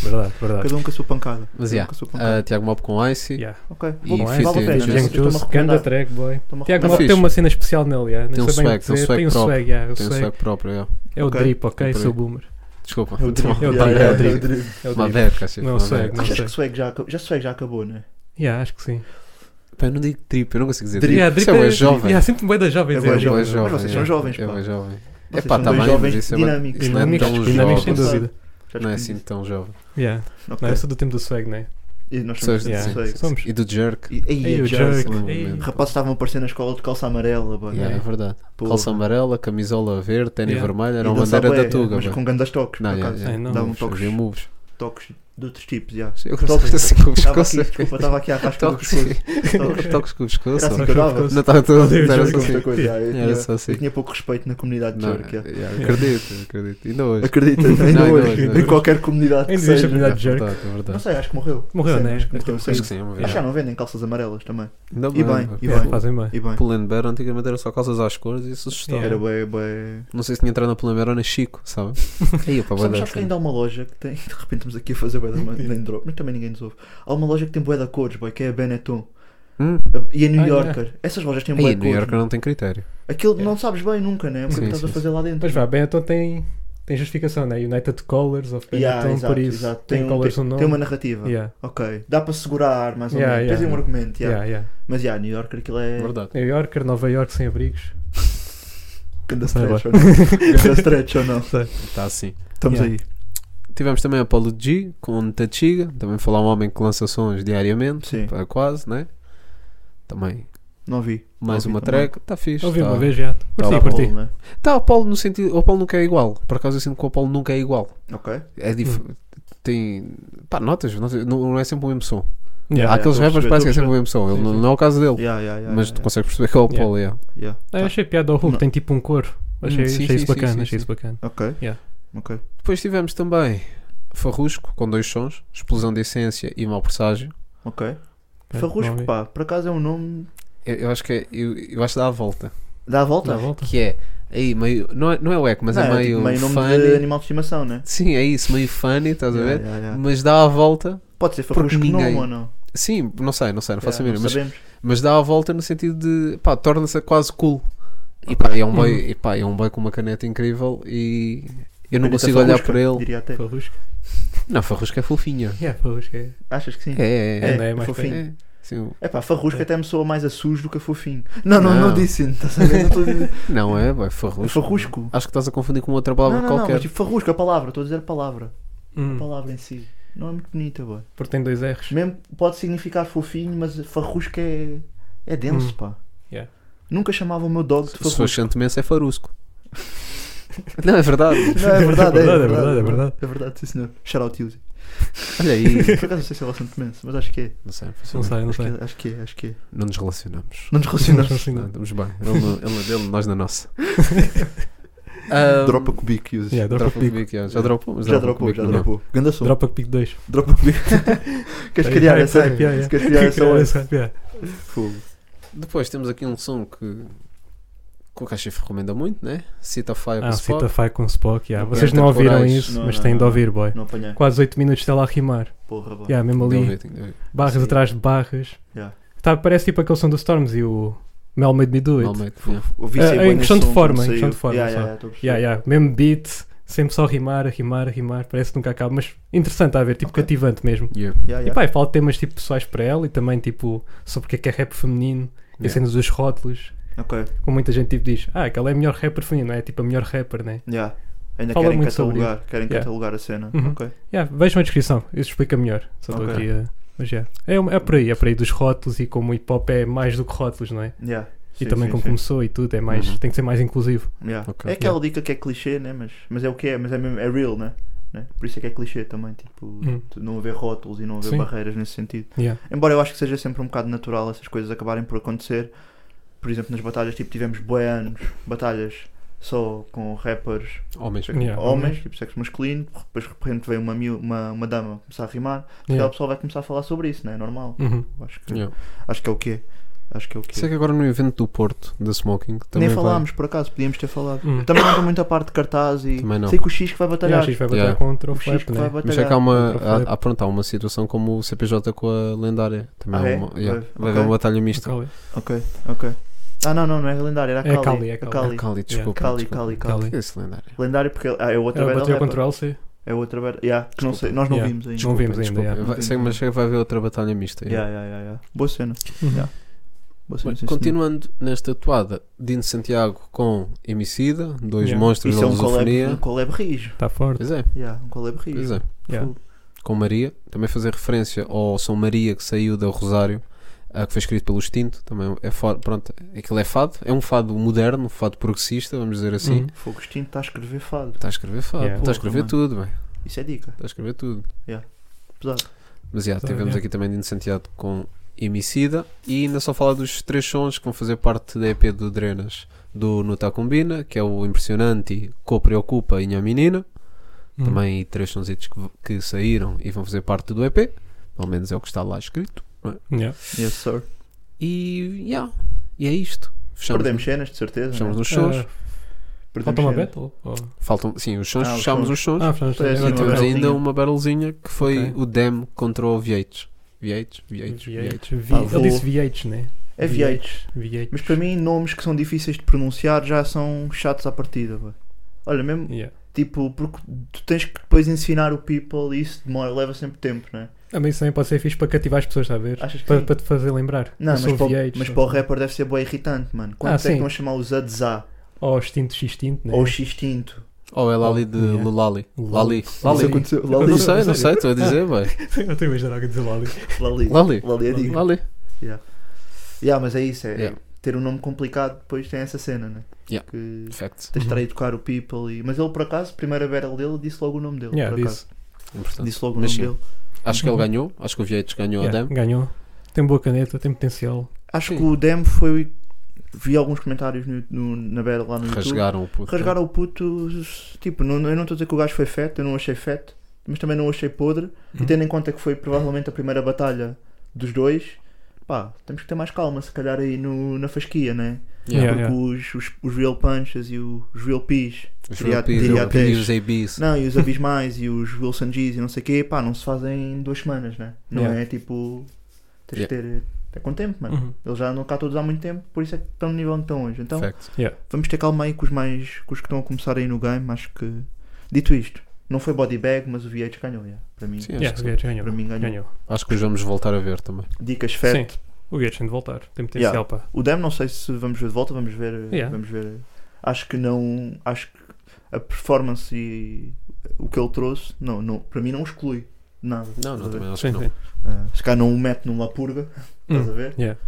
[SPEAKER 6] Verdade, verdade.
[SPEAKER 5] Cada um com a sua pancada.
[SPEAKER 7] Mas
[SPEAKER 5] Cada um
[SPEAKER 7] yeah.
[SPEAKER 5] com a sua
[SPEAKER 7] ah,
[SPEAKER 5] pancada.
[SPEAKER 7] Tiago Mob com Icy.
[SPEAKER 6] Yeah.
[SPEAKER 5] Ok,
[SPEAKER 7] e
[SPEAKER 5] bom,
[SPEAKER 7] Fit
[SPEAKER 5] vale a pena.
[SPEAKER 7] Young
[SPEAKER 5] né?
[SPEAKER 6] Young
[SPEAKER 7] Juice.
[SPEAKER 5] Estou-me a
[SPEAKER 6] Juice,
[SPEAKER 5] recomendar.
[SPEAKER 6] ganda track, boy.
[SPEAKER 5] Estou-me
[SPEAKER 7] Não
[SPEAKER 6] Tiago
[SPEAKER 5] a recomendar.
[SPEAKER 6] Mob
[SPEAKER 7] fixe.
[SPEAKER 6] tem uma cena especial nele, yeah.
[SPEAKER 7] Tem
[SPEAKER 6] não
[SPEAKER 7] um
[SPEAKER 6] sei bem
[SPEAKER 7] swag, tem um
[SPEAKER 6] dizer.
[SPEAKER 7] swag
[SPEAKER 6] tem um
[SPEAKER 7] próprio.
[SPEAKER 6] swag, yeah, eu
[SPEAKER 7] Tem um
[SPEAKER 6] sei.
[SPEAKER 7] swag próprio, yeah.
[SPEAKER 6] É o
[SPEAKER 5] Ok.
[SPEAKER 6] drip, ok?
[SPEAKER 7] É por aí.
[SPEAKER 6] Sou boomer.
[SPEAKER 7] Desculpa.
[SPEAKER 5] É o drip.
[SPEAKER 6] É o
[SPEAKER 5] Yeah,
[SPEAKER 6] drip, é o
[SPEAKER 5] yeah,
[SPEAKER 6] drip.
[SPEAKER 5] drip.
[SPEAKER 6] É o
[SPEAKER 7] Uma
[SPEAKER 6] drip.
[SPEAKER 7] verga, assim.
[SPEAKER 6] Não é o
[SPEAKER 7] uma
[SPEAKER 6] swag,
[SPEAKER 7] verga.
[SPEAKER 6] não.
[SPEAKER 5] Achas
[SPEAKER 6] sei.
[SPEAKER 5] que swag já acabou? Já swag já acabou, não é?
[SPEAKER 6] Yeah, acho que sim.
[SPEAKER 7] Pá, eu não digo trip, eu não consigo dizer
[SPEAKER 5] Drip.
[SPEAKER 7] drip.
[SPEAKER 6] Yeah,
[SPEAKER 7] Isso é bué jovem.
[SPEAKER 6] Yeah, sempre bué da jovem.
[SPEAKER 5] É
[SPEAKER 6] dizer
[SPEAKER 5] bué
[SPEAKER 7] É
[SPEAKER 6] drip.
[SPEAKER 7] bué
[SPEAKER 5] jovem. Mas vocês são
[SPEAKER 7] yeah.
[SPEAKER 5] jovens,
[SPEAKER 7] É
[SPEAKER 5] pá.
[SPEAKER 7] bué jovem. É
[SPEAKER 5] Vocês
[SPEAKER 7] pá,
[SPEAKER 5] são
[SPEAKER 7] tá
[SPEAKER 5] dois
[SPEAKER 7] bem,
[SPEAKER 5] jovens
[SPEAKER 7] mas isso é bué-
[SPEAKER 5] dinâmicos.
[SPEAKER 7] isso não é
[SPEAKER 6] Dinâmicos,
[SPEAKER 7] tão
[SPEAKER 6] dinâmicos sem
[SPEAKER 7] jovem.
[SPEAKER 5] dúvida.
[SPEAKER 6] dúvida.
[SPEAKER 5] Já
[SPEAKER 7] Não é
[SPEAKER 5] discutimos
[SPEAKER 7] assim tão jovem.
[SPEAKER 6] Yeah.
[SPEAKER 5] isso. Ok.
[SPEAKER 6] Não, eu sou do tempo do swag, né?
[SPEAKER 5] E nós
[SPEAKER 7] Sabes,
[SPEAKER 5] somos de
[SPEAKER 6] Yeah.
[SPEAKER 7] sim,
[SPEAKER 5] seis.
[SPEAKER 7] sim,
[SPEAKER 6] Somos.
[SPEAKER 7] sim. E do jerk.
[SPEAKER 5] E, e,
[SPEAKER 6] Ei,
[SPEAKER 5] a
[SPEAKER 6] o
[SPEAKER 5] jersey.
[SPEAKER 6] jerk.
[SPEAKER 7] mano.
[SPEAKER 6] ei.
[SPEAKER 5] Rapazes estavam a aparecer na escola de calça amarela, boy.
[SPEAKER 7] Yeah, É verdade.
[SPEAKER 5] Porra.
[SPEAKER 7] Calça amarela, camisola verde, tênis
[SPEAKER 6] Yeah.
[SPEAKER 7] vermelho, era
[SPEAKER 5] E
[SPEAKER 7] uma
[SPEAKER 5] dançar
[SPEAKER 7] bandeira da
[SPEAKER 5] bué,
[SPEAKER 7] Tuga.
[SPEAKER 5] Mas
[SPEAKER 7] bué.
[SPEAKER 5] com grandes toques,
[SPEAKER 7] Não,
[SPEAKER 5] por
[SPEAKER 7] yeah,
[SPEAKER 5] acaso.
[SPEAKER 7] yeah.
[SPEAKER 6] Ai, não.
[SPEAKER 5] Davam
[SPEAKER 7] Moves,
[SPEAKER 5] toques.
[SPEAKER 7] havia moves.
[SPEAKER 5] Toques de outros tipos, já.
[SPEAKER 7] Eu
[SPEAKER 5] Toques.
[SPEAKER 7] gosto assim com o
[SPEAKER 5] Estava
[SPEAKER 7] pescoço.
[SPEAKER 5] aqui, desculpa, estava aqui à rasca do
[SPEAKER 7] Toques.
[SPEAKER 5] pescoço. Toques.
[SPEAKER 7] Toques com o pescoço.
[SPEAKER 5] Era assim que eu dava.
[SPEAKER 7] Não estava todo.
[SPEAKER 6] Deus,
[SPEAKER 7] Era
[SPEAKER 6] eu
[SPEAKER 7] só
[SPEAKER 6] gosto
[SPEAKER 7] assim.
[SPEAKER 5] Outra coisa, já, eu
[SPEAKER 7] Era
[SPEAKER 5] tinha-
[SPEAKER 7] só assim.
[SPEAKER 5] Eu tinha pouco respeito na comunidade de
[SPEAKER 7] Não,
[SPEAKER 5] jerk. já.
[SPEAKER 7] yeah, acredito, acredito. Ainda hoje.
[SPEAKER 5] Acredita, ainda
[SPEAKER 7] Não,
[SPEAKER 5] hoje,
[SPEAKER 7] não,
[SPEAKER 5] em
[SPEAKER 7] não.
[SPEAKER 5] qualquer comunidade que
[SPEAKER 6] Ainda existe a
[SPEAKER 5] seja.
[SPEAKER 6] comunidade de
[SPEAKER 7] É
[SPEAKER 6] jerk.
[SPEAKER 7] verdade, é
[SPEAKER 5] Não
[SPEAKER 7] verdade.
[SPEAKER 5] sei, acho que morreu.
[SPEAKER 6] Morreu,
[SPEAKER 5] Sim,
[SPEAKER 6] né?
[SPEAKER 5] acho que morreu,
[SPEAKER 6] Acho
[SPEAKER 5] sim.
[SPEAKER 7] Acho que sim, é uma
[SPEAKER 5] Acho que já
[SPEAKER 7] vez.
[SPEAKER 5] não vendem calças amarelas também.
[SPEAKER 7] Ainda
[SPEAKER 5] E bem, e
[SPEAKER 6] Yeah,
[SPEAKER 5] bem.
[SPEAKER 6] Fazem bem.
[SPEAKER 5] E bem.
[SPEAKER 7] Pull and bear antigamente era só calças às cores e isso assustava.
[SPEAKER 6] Yeah.
[SPEAKER 5] Era bué, bué...
[SPEAKER 7] Não sei se tinha entrado na Pull and bear ou na Chico, sabe? Aí, pá, vai
[SPEAKER 5] Sabes,
[SPEAKER 7] dar.
[SPEAKER 5] sabes que ainda há uma loja que tem. <laughs> De repente estamos aqui a fazer bué da
[SPEAKER 7] <laughs>
[SPEAKER 5] man- nem drop, mas também ninguém nos ouve. Há uma loja que tem bué da cores, boy, que é a Benetton.
[SPEAKER 7] Hum?
[SPEAKER 5] A- E a New
[SPEAKER 6] Ah,
[SPEAKER 5] Yorker. Essas lojas têm um bué
[SPEAKER 7] Aí,
[SPEAKER 5] de
[SPEAKER 7] New
[SPEAKER 5] cores.
[SPEAKER 7] York não tem critério.
[SPEAKER 5] Aquilo
[SPEAKER 7] Yeah.
[SPEAKER 5] não sabes bem nunca, né? O que é
[SPEAKER 7] Sim,
[SPEAKER 5] que estás a
[SPEAKER 7] sim,
[SPEAKER 5] fazer lá dentro.
[SPEAKER 6] Mas vá, Benetton tem, tem justificação, né? United Colors of Benetton,
[SPEAKER 5] Yeah, exato,
[SPEAKER 6] então, por isso.
[SPEAKER 5] exato.
[SPEAKER 6] Tem,
[SPEAKER 5] um-
[SPEAKER 6] Colors
[SPEAKER 5] tem,
[SPEAKER 6] no nome.
[SPEAKER 5] tem uma narrativa.
[SPEAKER 6] Yeah,
[SPEAKER 5] Ok. Dá para segurar mais ou
[SPEAKER 6] Yeah,
[SPEAKER 5] menos.
[SPEAKER 6] yeah.
[SPEAKER 5] Tens aí um argumento.
[SPEAKER 6] yeah,
[SPEAKER 5] yeah.
[SPEAKER 6] yeah.
[SPEAKER 5] Mas já, New Yorker aquilo é.
[SPEAKER 7] Verdade.
[SPEAKER 6] New Yorker, Nova York sem abrigos.
[SPEAKER 5] Ganda
[SPEAKER 6] Sei lá.
[SPEAKER 5] stretch ou não?
[SPEAKER 6] <laughs>
[SPEAKER 5] Ganda stretch ou não?
[SPEAKER 7] Está assim.
[SPEAKER 5] Estamos
[SPEAKER 6] Yeah.
[SPEAKER 5] aí.
[SPEAKER 7] Tivemos também Apollo G com Tachiga. Também foi lá um homem que lança sons diariamente.
[SPEAKER 5] Sim.
[SPEAKER 7] pá, Quase, né? Também.
[SPEAKER 5] Não vi.
[SPEAKER 7] Mais
[SPEAKER 5] Não
[SPEAKER 7] uma
[SPEAKER 5] vi
[SPEAKER 7] track. Está fixe.
[SPEAKER 6] Ouvi
[SPEAKER 7] tá-
[SPEAKER 6] uma vez já. Curti,
[SPEAKER 7] tá
[SPEAKER 5] Apollo,
[SPEAKER 6] curti.
[SPEAKER 5] né?
[SPEAKER 7] Tá, o Apollo no sentido. O Apollo nunca é igual. Por acaso eu sinto que o Apollo nunca é igual.
[SPEAKER 5] Ok.
[SPEAKER 7] É dif... Tem. Pá, notas, notas- não, não é sempre o mesmo som.
[SPEAKER 6] Yeah.
[SPEAKER 7] Há aqueles
[SPEAKER 5] estou a
[SPEAKER 7] rappers que
[SPEAKER 5] perceber,
[SPEAKER 7] parecem
[SPEAKER 5] estou a
[SPEAKER 7] sempre o mesmo som. Ele
[SPEAKER 6] Sim,
[SPEAKER 7] não,
[SPEAKER 6] sim.
[SPEAKER 7] não é o caso dele.
[SPEAKER 5] Yeah, yeah, yeah,
[SPEAKER 7] mas
[SPEAKER 5] yeah,
[SPEAKER 7] tu consegues perceber que é o Apollo, yeah.
[SPEAKER 5] yeah.
[SPEAKER 6] Ah, eu achei piada ao Hulk, tem tipo um coro. Achei,
[SPEAKER 7] sim,
[SPEAKER 6] achei
[SPEAKER 7] sim,
[SPEAKER 6] isso
[SPEAKER 7] sim,
[SPEAKER 6] bacana,
[SPEAKER 7] sim,
[SPEAKER 6] achei
[SPEAKER 7] sim.
[SPEAKER 6] isso bacana.
[SPEAKER 5] Ok.
[SPEAKER 6] Yeah.
[SPEAKER 5] Ok.
[SPEAKER 7] Depois tivemos também Farrusco com dois sons: Explosão de Essência e Mal Presságio.
[SPEAKER 5] Ok. Farrusco, pá, por acaso é um nome.
[SPEAKER 7] Eu, eu acho que é- eu, eu acho que dá a volta.
[SPEAKER 5] Dá a volta?
[SPEAKER 6] Dá a volta.
[SPEAKER 7] Que é aí meio. Não é, não é o eco, mas
[SPEAKER 5] Não,
[SPEAKER 7] é
[SPEAKER 5] tipo
[SPEAKER 7] meio,
[SPEAKER 5] meio nome de
[SPEAKER 7] funny.
[SPEAKER 5] animal de estimação, né?
[SPEAKER 7] Sim, é isso, meio funny, estás a ver?
[SPEAKER 5] Yeah, yeah, yeah.
[SPEAKER 7] Mas dá a volta.
[SPEAKER 5] Pode ser
[SPEAKER 7] Porque
[SPEAKER 5] farrusco ninguém...
[SPEAKER 7] ninguém-
[SPEAKER 5] ou não?
[SPEAKER 7] Sim, não sei, não sei, não faço a
[SPEAKER 5] Yeah,
[SPEAKER 7] mínima,
[SPEAKER 5] não
[SPEAKER 7] mas,
[SPEAKER 5] sabemos.
[SPEAKER 7] mas dá a volta no sentido de pá, torna-se quase cool. E pá,
[SPEAKER 5] Uhum.
[SPEAKER 7] é um boy, e, pá, é um boy com uma caneta incrível e eu não
[SPEAKER 5] Caneta
[SPEAKER 7] consigo olhar
[SPEAKER 5] farrusca,
[SPEAKER 7] para ele.
[SPEAKER 5] Diria até.
[SPEAKER 6] Farrusco.
[SPEAKER 7] Não, Farrusca é fofinha.
[SPEAKER 6] Yeah, farrusco é.
[SPEAKER 5] Achas que sim?
[SPEAKER 7] É, é, é.
[SPEAKER 6] não é
[SPEAKER 5] é
[SPEAKER 6] mais
[SPEAKER 5] fofinho.
[SPEAKER 7] É. Sim.
[SPEAKER 5] É pá, farrusco até me soa mais a sujo do que a fofinho. Não, não, não,
[SPEAKER 7] Não.
[SPEAKER 5] disse. Não estás a ver? Não estou
[SPEAKER 7] <laughs>
[SPEAKER 5] a dizer.
[SPEAKER 7] Não é, boy, Farrusca.
[SPEAKER 5] Farrusco.
[SPEAKER 7] Acho que estás a confundir com outra
[SPEAKER 5] Não,
[SPEAKER 7] palavra
[SPEAKER 5] não, não,
[SPEAKER 7] qualquer.
[SPEAKER 5] mas tipo farrusco, a palavra. Estou a dizer a palavra. A
[SPEAKER 6] Hum,
[SPEAKER 5] palavra em si. Não é muito bonita, boa.
[SPEAKER 6] porque tem dois R's.
[SPEAKER 5] Mesmo pode significar fofinho, mas farrusco é, é denso,
[SPEAKER 6] Hum.
[SPEAKER 5] pá.
[SPEAKER 6] Yeah.
[SPEAKER 5] Nunca chamava o meu dog de
[SPEAKER 7] Se for
[SPEAKER 5] farrusco.
[SPEAKER 7] chantemense é farusco. não, é verdade.
[SPEAKER 5] Não, é verdade,
[SPEAKER 6] <laughs> É verdade,
[SPEAKER 5] é verdade.
[SPEAKER 6] é verdade, é verdade.
[SPEAKER 5] É verdade, sim senhor. Shout out Yuzi.
[SPEAKER 7] Olha aí.
[SPEAKER 5] Por acaso não sei se é o assunto imenso, mas acho que é.
[SPEAKER 7] Não sei, assim.
[SPEAKER 6] Não sei, não
[SPEAKER 5] Acho que
[SPEAKER 6] sei.
[SPEAKER 5] é, <laughs> acho que é. Acho que é.
[SPEAKER 7] não nos relacionamos.
[SPEAKER 5] Não nos
[SPEAKER 6] <laughs>
[SPEAKER 5] relacionamos.
[SPEAKER 6] Não, não,
[SPEAKER 7] Não,
[SPEAKER 6] não.
[SPEAKER 7] estamos bem. Ele, na- ele na dele, nós na
[SPEAKER 5] <laughs>
[SPEAKER 7] nossa. Ahm,
[SPEAKER 5] Dropa cubico, Yuzi.
[SPEAKER 6] Yeah, dropa
[SPEAKER 7] dropa
[SPEAKER 6] comigo.
[SPEAKER 7] comigo, já. Já dropou? mas
[SPEAKER 5] Já dropou,
[SPEAKER 7] comigo
[SPEAKER 5] já
[SPEAKER 7] não.
[SPEAKER 5] dropou. Ganda som.
[SPEAKER 6] Dropa É, Pico 2. <laughs>
[SPEAKER 5] Dropa cubico. Queres criar essa? Queres criar essa? hora?
[SPEAKER 6] é.
[SPEAKER 5] Fogo.
[SPEAKER 7] Depois temos aqui um som que, que o Cachif recomenda muito, né? Cita Fire
[SPEAKER 6] Ah,
[SPEAKER 7] com
[SPEAKER 6] Cita
[SPEAKER 7] Spock.
[SPEAKER 6] Fai com Spock, é yeah.
[SPEAKER 7] Não
[SPEAKER 6] vocês
[SPEAKER 7] tem
[SPEAKER 6] não ouviram
[SPEAKER 7] temporais.
[SPEAKER 6] isso,
[SPEAKER 5] Não,
[SPEAKER 6] mas
[SPEAKER 5] não,
[SPEAKER 6] têm de
[SPEAKER 5] não.
[SPEAKER 6] ouvir, boy.
[SPEAKER 5] Não apanhei.
[SPEAKER 6] Quase 8 minutos está lá a rimar.
[SPEAKER 5] Porra, boy.
[SPEAKER 6] Yeah, mesmo
[SPEAKER 7] Deu um
[SPEAKER 6] ali,
[SPEAKER 7] rating, deu rating.
[SPEAKER 6] barras
[SPEAKER 5] Sim.
[SPEAKER 6] atrás de barras.
[SPEAKER 5] Yeah.
[SPEAKER 6] Tá, parece tipo aquele som do Storms e o Mel Made Me Do It.
[SPEAKER 7] Malmate, yeah.
[SPEAKER 5] Ouvi
[SPEAKER 6] É,
[SPEAKER 5] sair
[SPEAKER 6] é
[SPEAKER 5] bué
[SPEAKER 6] em questão
[SPEAKER 5] nesse
[SPEAKER 6] de
[SPEAKER 5] som
[SPEAKER 6] forma,
[SPEAKER 5] quando
[SPEAKER 6] em questão
[SPEAKER 5] saiu.
[SPEAKER 6] de forma,
[SPEAKER 5] Yeah,
[SPEAKER 6] só.
[SPEAKER 5] yeah, yeah, estou a perceber.
[SPEAKER 6] Yeah, yeah. Mesmo beat, sempre só a rimar, a rimar, a rimar. Parece que nunca acaba, mas interessante a ver, tipo
[SPEAKER 5] Ok.
[SPEAKER 6] cativante mesmo.
[SPEAKER 7] Yeah.
[SPEAKER 5] Yeah,
[SPEAKER 6] E
[SPEAKER 5] yeah.
[SPEAKER 6] pá, e fala de temas tipo pessoais para ela e também tipo sobre o que é que é rap feminino e
[SPEAKER 7] Yeah.
[SPEAKER 6] as cenas dos rótulos.
[SPEAKER 5] Ok.
[SPEAKER 6] Como muita gente tipo diz, ah, aquela é a melhor rapper feminina, é tipo a melhor rapper, né?
[SPEAKER 5] Yeah. Ainda
[SPEAKER 6] Fala
[SPEAKER 5] querem
[SPEAKER 6] muito sobre
[SPEAKER 5] catalogar, querem
[SPEAKER 6] Yeah.
[SPEAKER 5] catalogar a cena.
[SPEAKER 6] Uhum.
[SPEAKER 5] Ok.
[SPEAKER 6] Yeah, vejam a descrição, isso explica melhor. Só estou
[SPEAKER 5] Ok.
[SPEAKER 6] aqui a. Mas yeah. é, um- é por aí, é por aí dos rótulos e como o hip hop é mais do que rótulos, não é?
[SPEAKER 5] Yeah.
[SPEAKER 6] E também como começou e tudo, é mais,
[SPEAKER 5] Uhum.
[SPEAKER 6] tem que ser mais inclusivo.
[SPEAKER 5] Yeah.
[SPEAKER 7] Ok.
[SPEAKER 5] É aquela dica que é clichê, né? Mas, mas é o que é, mas é, mesmo, é real, né? né? Por isso é que é clichê também, tipo,
[SPEAKER 6] Hum.
[SPEAKER 5] de não haver rótulos e não haver
[SPEAKER 6] Sim.
[SPEAKER 5] barreiras nesse sentido.
[SPEAKER 6] Yeah.
[SPEAKER 5] Embora eu acho que seja sempre um bocado natural essas coisas acabarem por acontecer. Por exemplo, nas batalhas, tipo, tivemos bué anos, batalhas só com rappers
[SPEAKER 7] Homens.
[SPEAKER 6] Yeah,
[SPEAKER 5] homens,
[SPEAKER 6] homens.
[SPEAKER 5] tipo sexo masculino, depois de repente vem uma, miú- uma, uma dama começar a rimar, se calhar o
[SPEAKER 6] Yeah.
[SPEAKER 5] pessoal vai começar a falar sobre isso, não é normal.
[SPEAKER 6] Uhum.
[SPEAKER 5] Acho que,
[SPEAKER 7] Yeah.
[SPEAKER 5] acho que é o que é. Acho que é o que é.
[SPEAKER 7] Sei que agora no evento do Porto, da Smoking, também
[SPEAKER 5] Nem
[SPEAKER 7] vai-
[SPEAKER 5] falámos, por acaso, podíamos ter falado.
[SPEAKER 6] Hum.
[SPEAKER 5] Também não tem muita parte de cartaz e
[SPEAKER 7] Também não.
[SPEAKER 5] sei que o X que vai
[SPEAKER 6] Yeah,
[SPEAKER 5] batalhar.
[SPEAKER 6] o X vai bater
[SPEAKER 7] Yeah.
[SPEAKER 6] contra o,
[SPEAKER 5] O X
[SPEAKER 6] Flap,
[SPEAKER 5] que vai
[SPEAKER 6] né?
[SPEAKER 5] batalhar.
[SPEAKER 7] Mas é que há uma,
[SPEAKER 6] Outra
[SPEAKER 7] há,
[SPEAKER 6] flip.
[SPEAKER 7] há, pronto, há uma situação como o CPJ com a lendária. Também
[SPEAKER 5] Ah,
[SPEAKER 7] há
[SPEAKER 5] é?
[SPEAKER 7] uma, yeah.
[SPEAKER 5] Vai-
[SPEAKER 7] Vai
[SPEAKER 5] ok.
[SPEAKER 7] haver uma batalha mista.
[SPEAKER 6] Cali.
[SPEAKER 5] Ok, ok. Ah, não, não, não é lendário, era a
[SPEAKER 6] É a
[SPEAKER 5] Kali.
[SPEAKER 6] Kali, é
[SPEAKER 5] a
[SPEAKER 6] a Kali.
[SPEAKER 5] Kali.
[SPEAKER 7] Cali, desculpa.
[SPEAKER 5] Kali,
[SPEAKER 7] desculpa. é
[SPEAKER 5] Kali, Kali.
[SPEAKER 6] Cali.
[SPEAKER 7] Esse lendário.
[SPEAKER 5] Lendário porque ele- ah, é outra
[SPEAKER 6] Ela
[SPEAKER 5] battle
[SPEAKER 6] bateu
[SPEAKER 5] rapper.
[SPEAKER 6] contra o LC.
[SPEAKER 5] É outra battle. Yeah, que não sei, nós não
[SPEAKER 6] Yeah.
[SPEAKER 5] vimos ainda.
[SPEAKER 6] Não vimos ainda.
[SPEAKER 7] Desculpa.
[SPEAKER 6] yeah.
[SPEAKER 7] Vai- sei, mas sei que vai haver outra batalha mista. yeah.
[SPEAKER 5] Yeah, yeah, yeah, yeah. Boa cena.
[SPEAKER 6] Uhum.
[SPEAKER 5] Yeah. Boa cena.
[SPEAKER 7] Bem,
[SPEAKER 5] sim,
[SPEAKER 7] continuando nesta atuada, Dino Santiago com Emicida, dois
[SPEAKER 6] Yeah.
[SPEAKER 5] senhor.
[SPEAKER 7] monstros
[SPEAKER 5] Isso
[SPEAKER 7] da
[SPEAKER 5] é um collab,
[SPEAKER 7] lusofonia.
[SPEAKER 5] um collab rijo.
[SPEAKER 6] Está Tá forte.
[SPEAKER 7] Pois é,
[SPEAKER 5] Yeah, um collab rijo.
[SPEAKER 7] pois é.
[SPEAKER 6] Yeah.
[SPEAKER 5] Fogo.
[SPEAKER 7] Com Maria, também fazer referência ao São Maria que saiu da Rosário, ah, que foi escrito pelo Extinto. Também é fado, pronto, aquilo é fado, é um fado moderno, um fado progressista, vamos dizer assim.
[SPEAKER 6] Uhum.
[SPEAKER 5] Fogo Extinto está a escrever fado.
[SPEAKER 7] Está a escrever fado,
[SPEAKER 6] Yeah.
[SPEAKER 7] está a
[SPEAKER 5] Porra,
[SPEAKER 7] escrever
[SPEAKER 5] mano.
[SPEAKER 7] tudo, bem.
[SPEAKER 5] Isso é dica.
[SPEAKER 7] Está a escrever tudo.
[SPEAKER 5] Pesado.
[SPEAKER 7] Mas já,
[SPEAKER 6] Então,
[SPEAKER 7] tivemos
[SPEAKER 6] yeah.
[SPEAKER 7] aqui também Dino Santiago com Emicida e ainda só falar dos três sons que vão fazer parte da EP do Drenas do Nuta Combina, que é o Impressionante, Co Preocupa e Minha Menina.
[SPEAKER 6] uhum.
[SPEAKER 7] Também três sonzitos que, v- que saíram e vão fazer parte do EP, pelo menos é o que está lá escrito.
[SPEAKER 6] Uhum. Yeah.
[SPEAKER 5] Yes, sir.
[SPEAKER 7] E, yeah, e é isto. Fechamos,
[SPEAKER 5] Perdemos cenas, de certeza.
[SPEAKER 7] fechamos
[SPEAKER 5] né?
[SPEAKER 7] nos sons.
[SPEAKER 6] Ah,
[SPEAKER 5] Perdemos
[SPEAKER 6] falta uma
[SPEAKER 5] cenas.
[SPEAKER 6] battle? Ou-
[SPEAKER 7] Faltam, sim, os sons,
[SPEAKER 5] Ah, os
[SPEAKER 7] fechamos
[SPEAKER 5] sons.
[SPEAKER 7] os sons.
[SPEAKER 6] Ah, Fernando,
[SPEAKER 5] Pois,
[SPEAKER 7] e
[SPEAKER 5] sim,
[SPEAKER 6] agora
[SPEAKER 7] temos
[SPEAKER 5] uma
[SPEAKER 7] ainda
[SPEAKER 5] battlezinha.
[SPEAKER 7] uma battlezinha que foi
[SPEAKER 6] Ok.
[SPEAKER 7] o Dem contra o VH. VH, VH, VH.
[SPEAKER 6] VH.
[SPEAKER 5] Ah,
[SPEAKER 6] Ele
[SPEAKER 5] vou-
[SPEAKER 6] disse VH, né?
[SPEAKER 5] É VH.
[SPEAKER 6] VH.
[SPEAKER 5] Mas para mim, nomes que são difíceis de pronunciar já são chatos à partida. bué. Olha, mesmo,
[SPEAKER 6] Yeah.
[SPEAKER 5] tipo, porque tu tens que depois ensinar o people e isso demora, leva sempre tempo, não é?
[SPEAKER 6] Também isso também pode ser fixe para cativar as pessoas, está a ver?
[SPEAKER 5] Achas que
[SPEAKER 6] Para,
[SPEAKER 5] sim?
[SPEAKER 6] para te fazer lembrar.
[SPEAKER 5] Não,
[SPEAKER 6] Eu
[SPEAKER 5] mas,
[SPEAKER 6] sou
[SPEAKER 5] para, o-
[SPEAKER 6] VH,
[SPEAKER 5] mas
[SPEAKER 6] ou-
[SPEAKER 5] para o rapper deve ser boa irritante, mano. Quando
[SPEAKER 6] Ah,
[SPEAKER 5] é que
[SPEAKER 6] sim.
[SPEAKER 5] estão a chamar o Zadzá
[SPEAKER 6] Ou extinto extinto, né? <laughs>
[SPEAKER 5] ou Xistinto?
[SPEAKER 7] Ou é Lali de
[SPEAKER 6] Yeah.
[SPEAKER 7] Lulali?
[SPEAKER 6] Lali.
[SPEAKER 7] Lali. Lali.
[SPEAKER 5] aconteceu.
[SPEAKER 7] Eu
[SPEAKER 5] Lali.
[SPEAKER 7] não sei, não sei, estou a dizer, vai.
[SPEAKER 6] Eu estou a imaginar alguém dizer Lali.
[SPEAKER 5] Lali.
[SPEAKER 7] Lali.
[SPEAKER 5] Lali é digo.
[SPEAKER 7] Lali.
[SPEAKER 5] Yeah, mas é isso, é
[SPEAKER 7] Yeah.
[SPEAKER 5] ter um nome complicado, depois tem essa cena, né?
[SPEAKER 7] Yeah.
[SPEAKER 5] Que
[SPEAKER 7] Perfeito.
[SPEAKER 5] tens de estar a educar o people. E... Mas ele, por acaso, primeira battle dele, disse logo o nome dele.
[SPEAKER 6] Yeah,
[SPEAKER 5] por acaso.
[SPEAKER 6] disse.
[SPEAKER 7] Importante.
[SPEAKER 5] Disse logo o
[SPEAKER 7] Mas
[SPEAKER 5] nome
[SPEAKER 7] sim.
[SPEAKER 5] dele.
[SPEAKER 7] Acho que ele ganhou, acho que o Vieites ganhou a
[SPEAKER 6] Yeah,
[SPEAKER 7] Dem.
[SPEAKER 6] Ganhou. Tem boa caneta, tem potencial.
[SPEAKER 5] Acho
[SPEAKER 7] Sim.
[SPEAKER 5] que o Dem foi. Vi alguns comentários no- no- na battle lá no YouTube.
[SPEAKER 7] Rasgaram o puto.
[SPEAKER 5] Rasgaram o puto. Tipo, não, eu não estou a dizer que o gajo foi feto, eu não o achei
[SPEAKER 6] Uhum.
[SPEAKER 5] feto, mas também não o achei podre. E tendo em conta que foi provavelmente a primeira batalha dos dois, pá, temos que ter mais calma, se calhar aí no, na fasquia, né?
[SPEAKER 6] Yeah,
[SPEAKER 5] Porque
[SPEAKER 6] yeah.
[SPEAKER 5] Os, os, os real punches e o- os real peas,
[SPEAKER 7] Os
[SPEAKER 5] diria-
[SPEAKER 7] Europeans,
[SPEAKER 5] diria até-
[SPEAKER 7] e os ABs.
[SPEAKER 5] não, e os abismais e os Wilson G's e não sei o quê, pá, não se fazem em duas semanas, né? Não
[SPEAKER 6] Yeah.
[SPEAKER 5] é tipo, tens de ter, é com tempo, mano.
[SPEAKER 6] Uhum.
[SPEAKER 5] Eles já andam cá todos há muito tempo, por isso é que estão no nível onde estão hoje. Então,
[SPEAKER 7] Facts.
[SPEAKER 5] Vamos ter calma aí com os mais. com os que estão a começar aí no game, acho que. Dito isto, não foi body bag, mas o VH ganhou, yeah, para mim.
[SPEAKER 7] Sim,
[SPEAKER 6] Yeah,
[SPEAKER 7] acho,
[SPEAKER 6] o
[SPEAKER 7] que,
[SPEAKER 6] Gates ganhou.
[SPEAKER 5] Para mim ganhou.
[SPEAKER 6] ganhou.
[SPEAKER 7] acho que os vamos voltar a ver também.
[SPEAKER 5] Dicas
[SPEAKER 6] Sim,
[SPEAKER 5] fat.
[SPEAKER 6] o Gates tem de voltar. Tem potencial
[SPEAKER 5] Yeah.
[SPEAKER 6] para.
[SPEAKER 5] O Dem não sei se vamos ver de volta, vamos ver.
[SPEAKER 6] Yeah.
[SPEAKER 5] Vamos ver. Acho que não. Acho que a performance e o que ele trouxe, não, não, para mim não exclui nada.
[SPEAKER 7] Não, não,
[SPEAKER 5] Estás a ver?
[SPEAKER 7] também acho
[SPEAKER 6] Sim,
[SPEAKER 7] que não.
[SPEAKER 6] sim.
[SPEAKER 5] Ah, se calhar não o mete numa purga, estás
[SPEAKER 6] Hum.
[SPEAKER 5] a ver?
[SPEAKER 6] Yeah.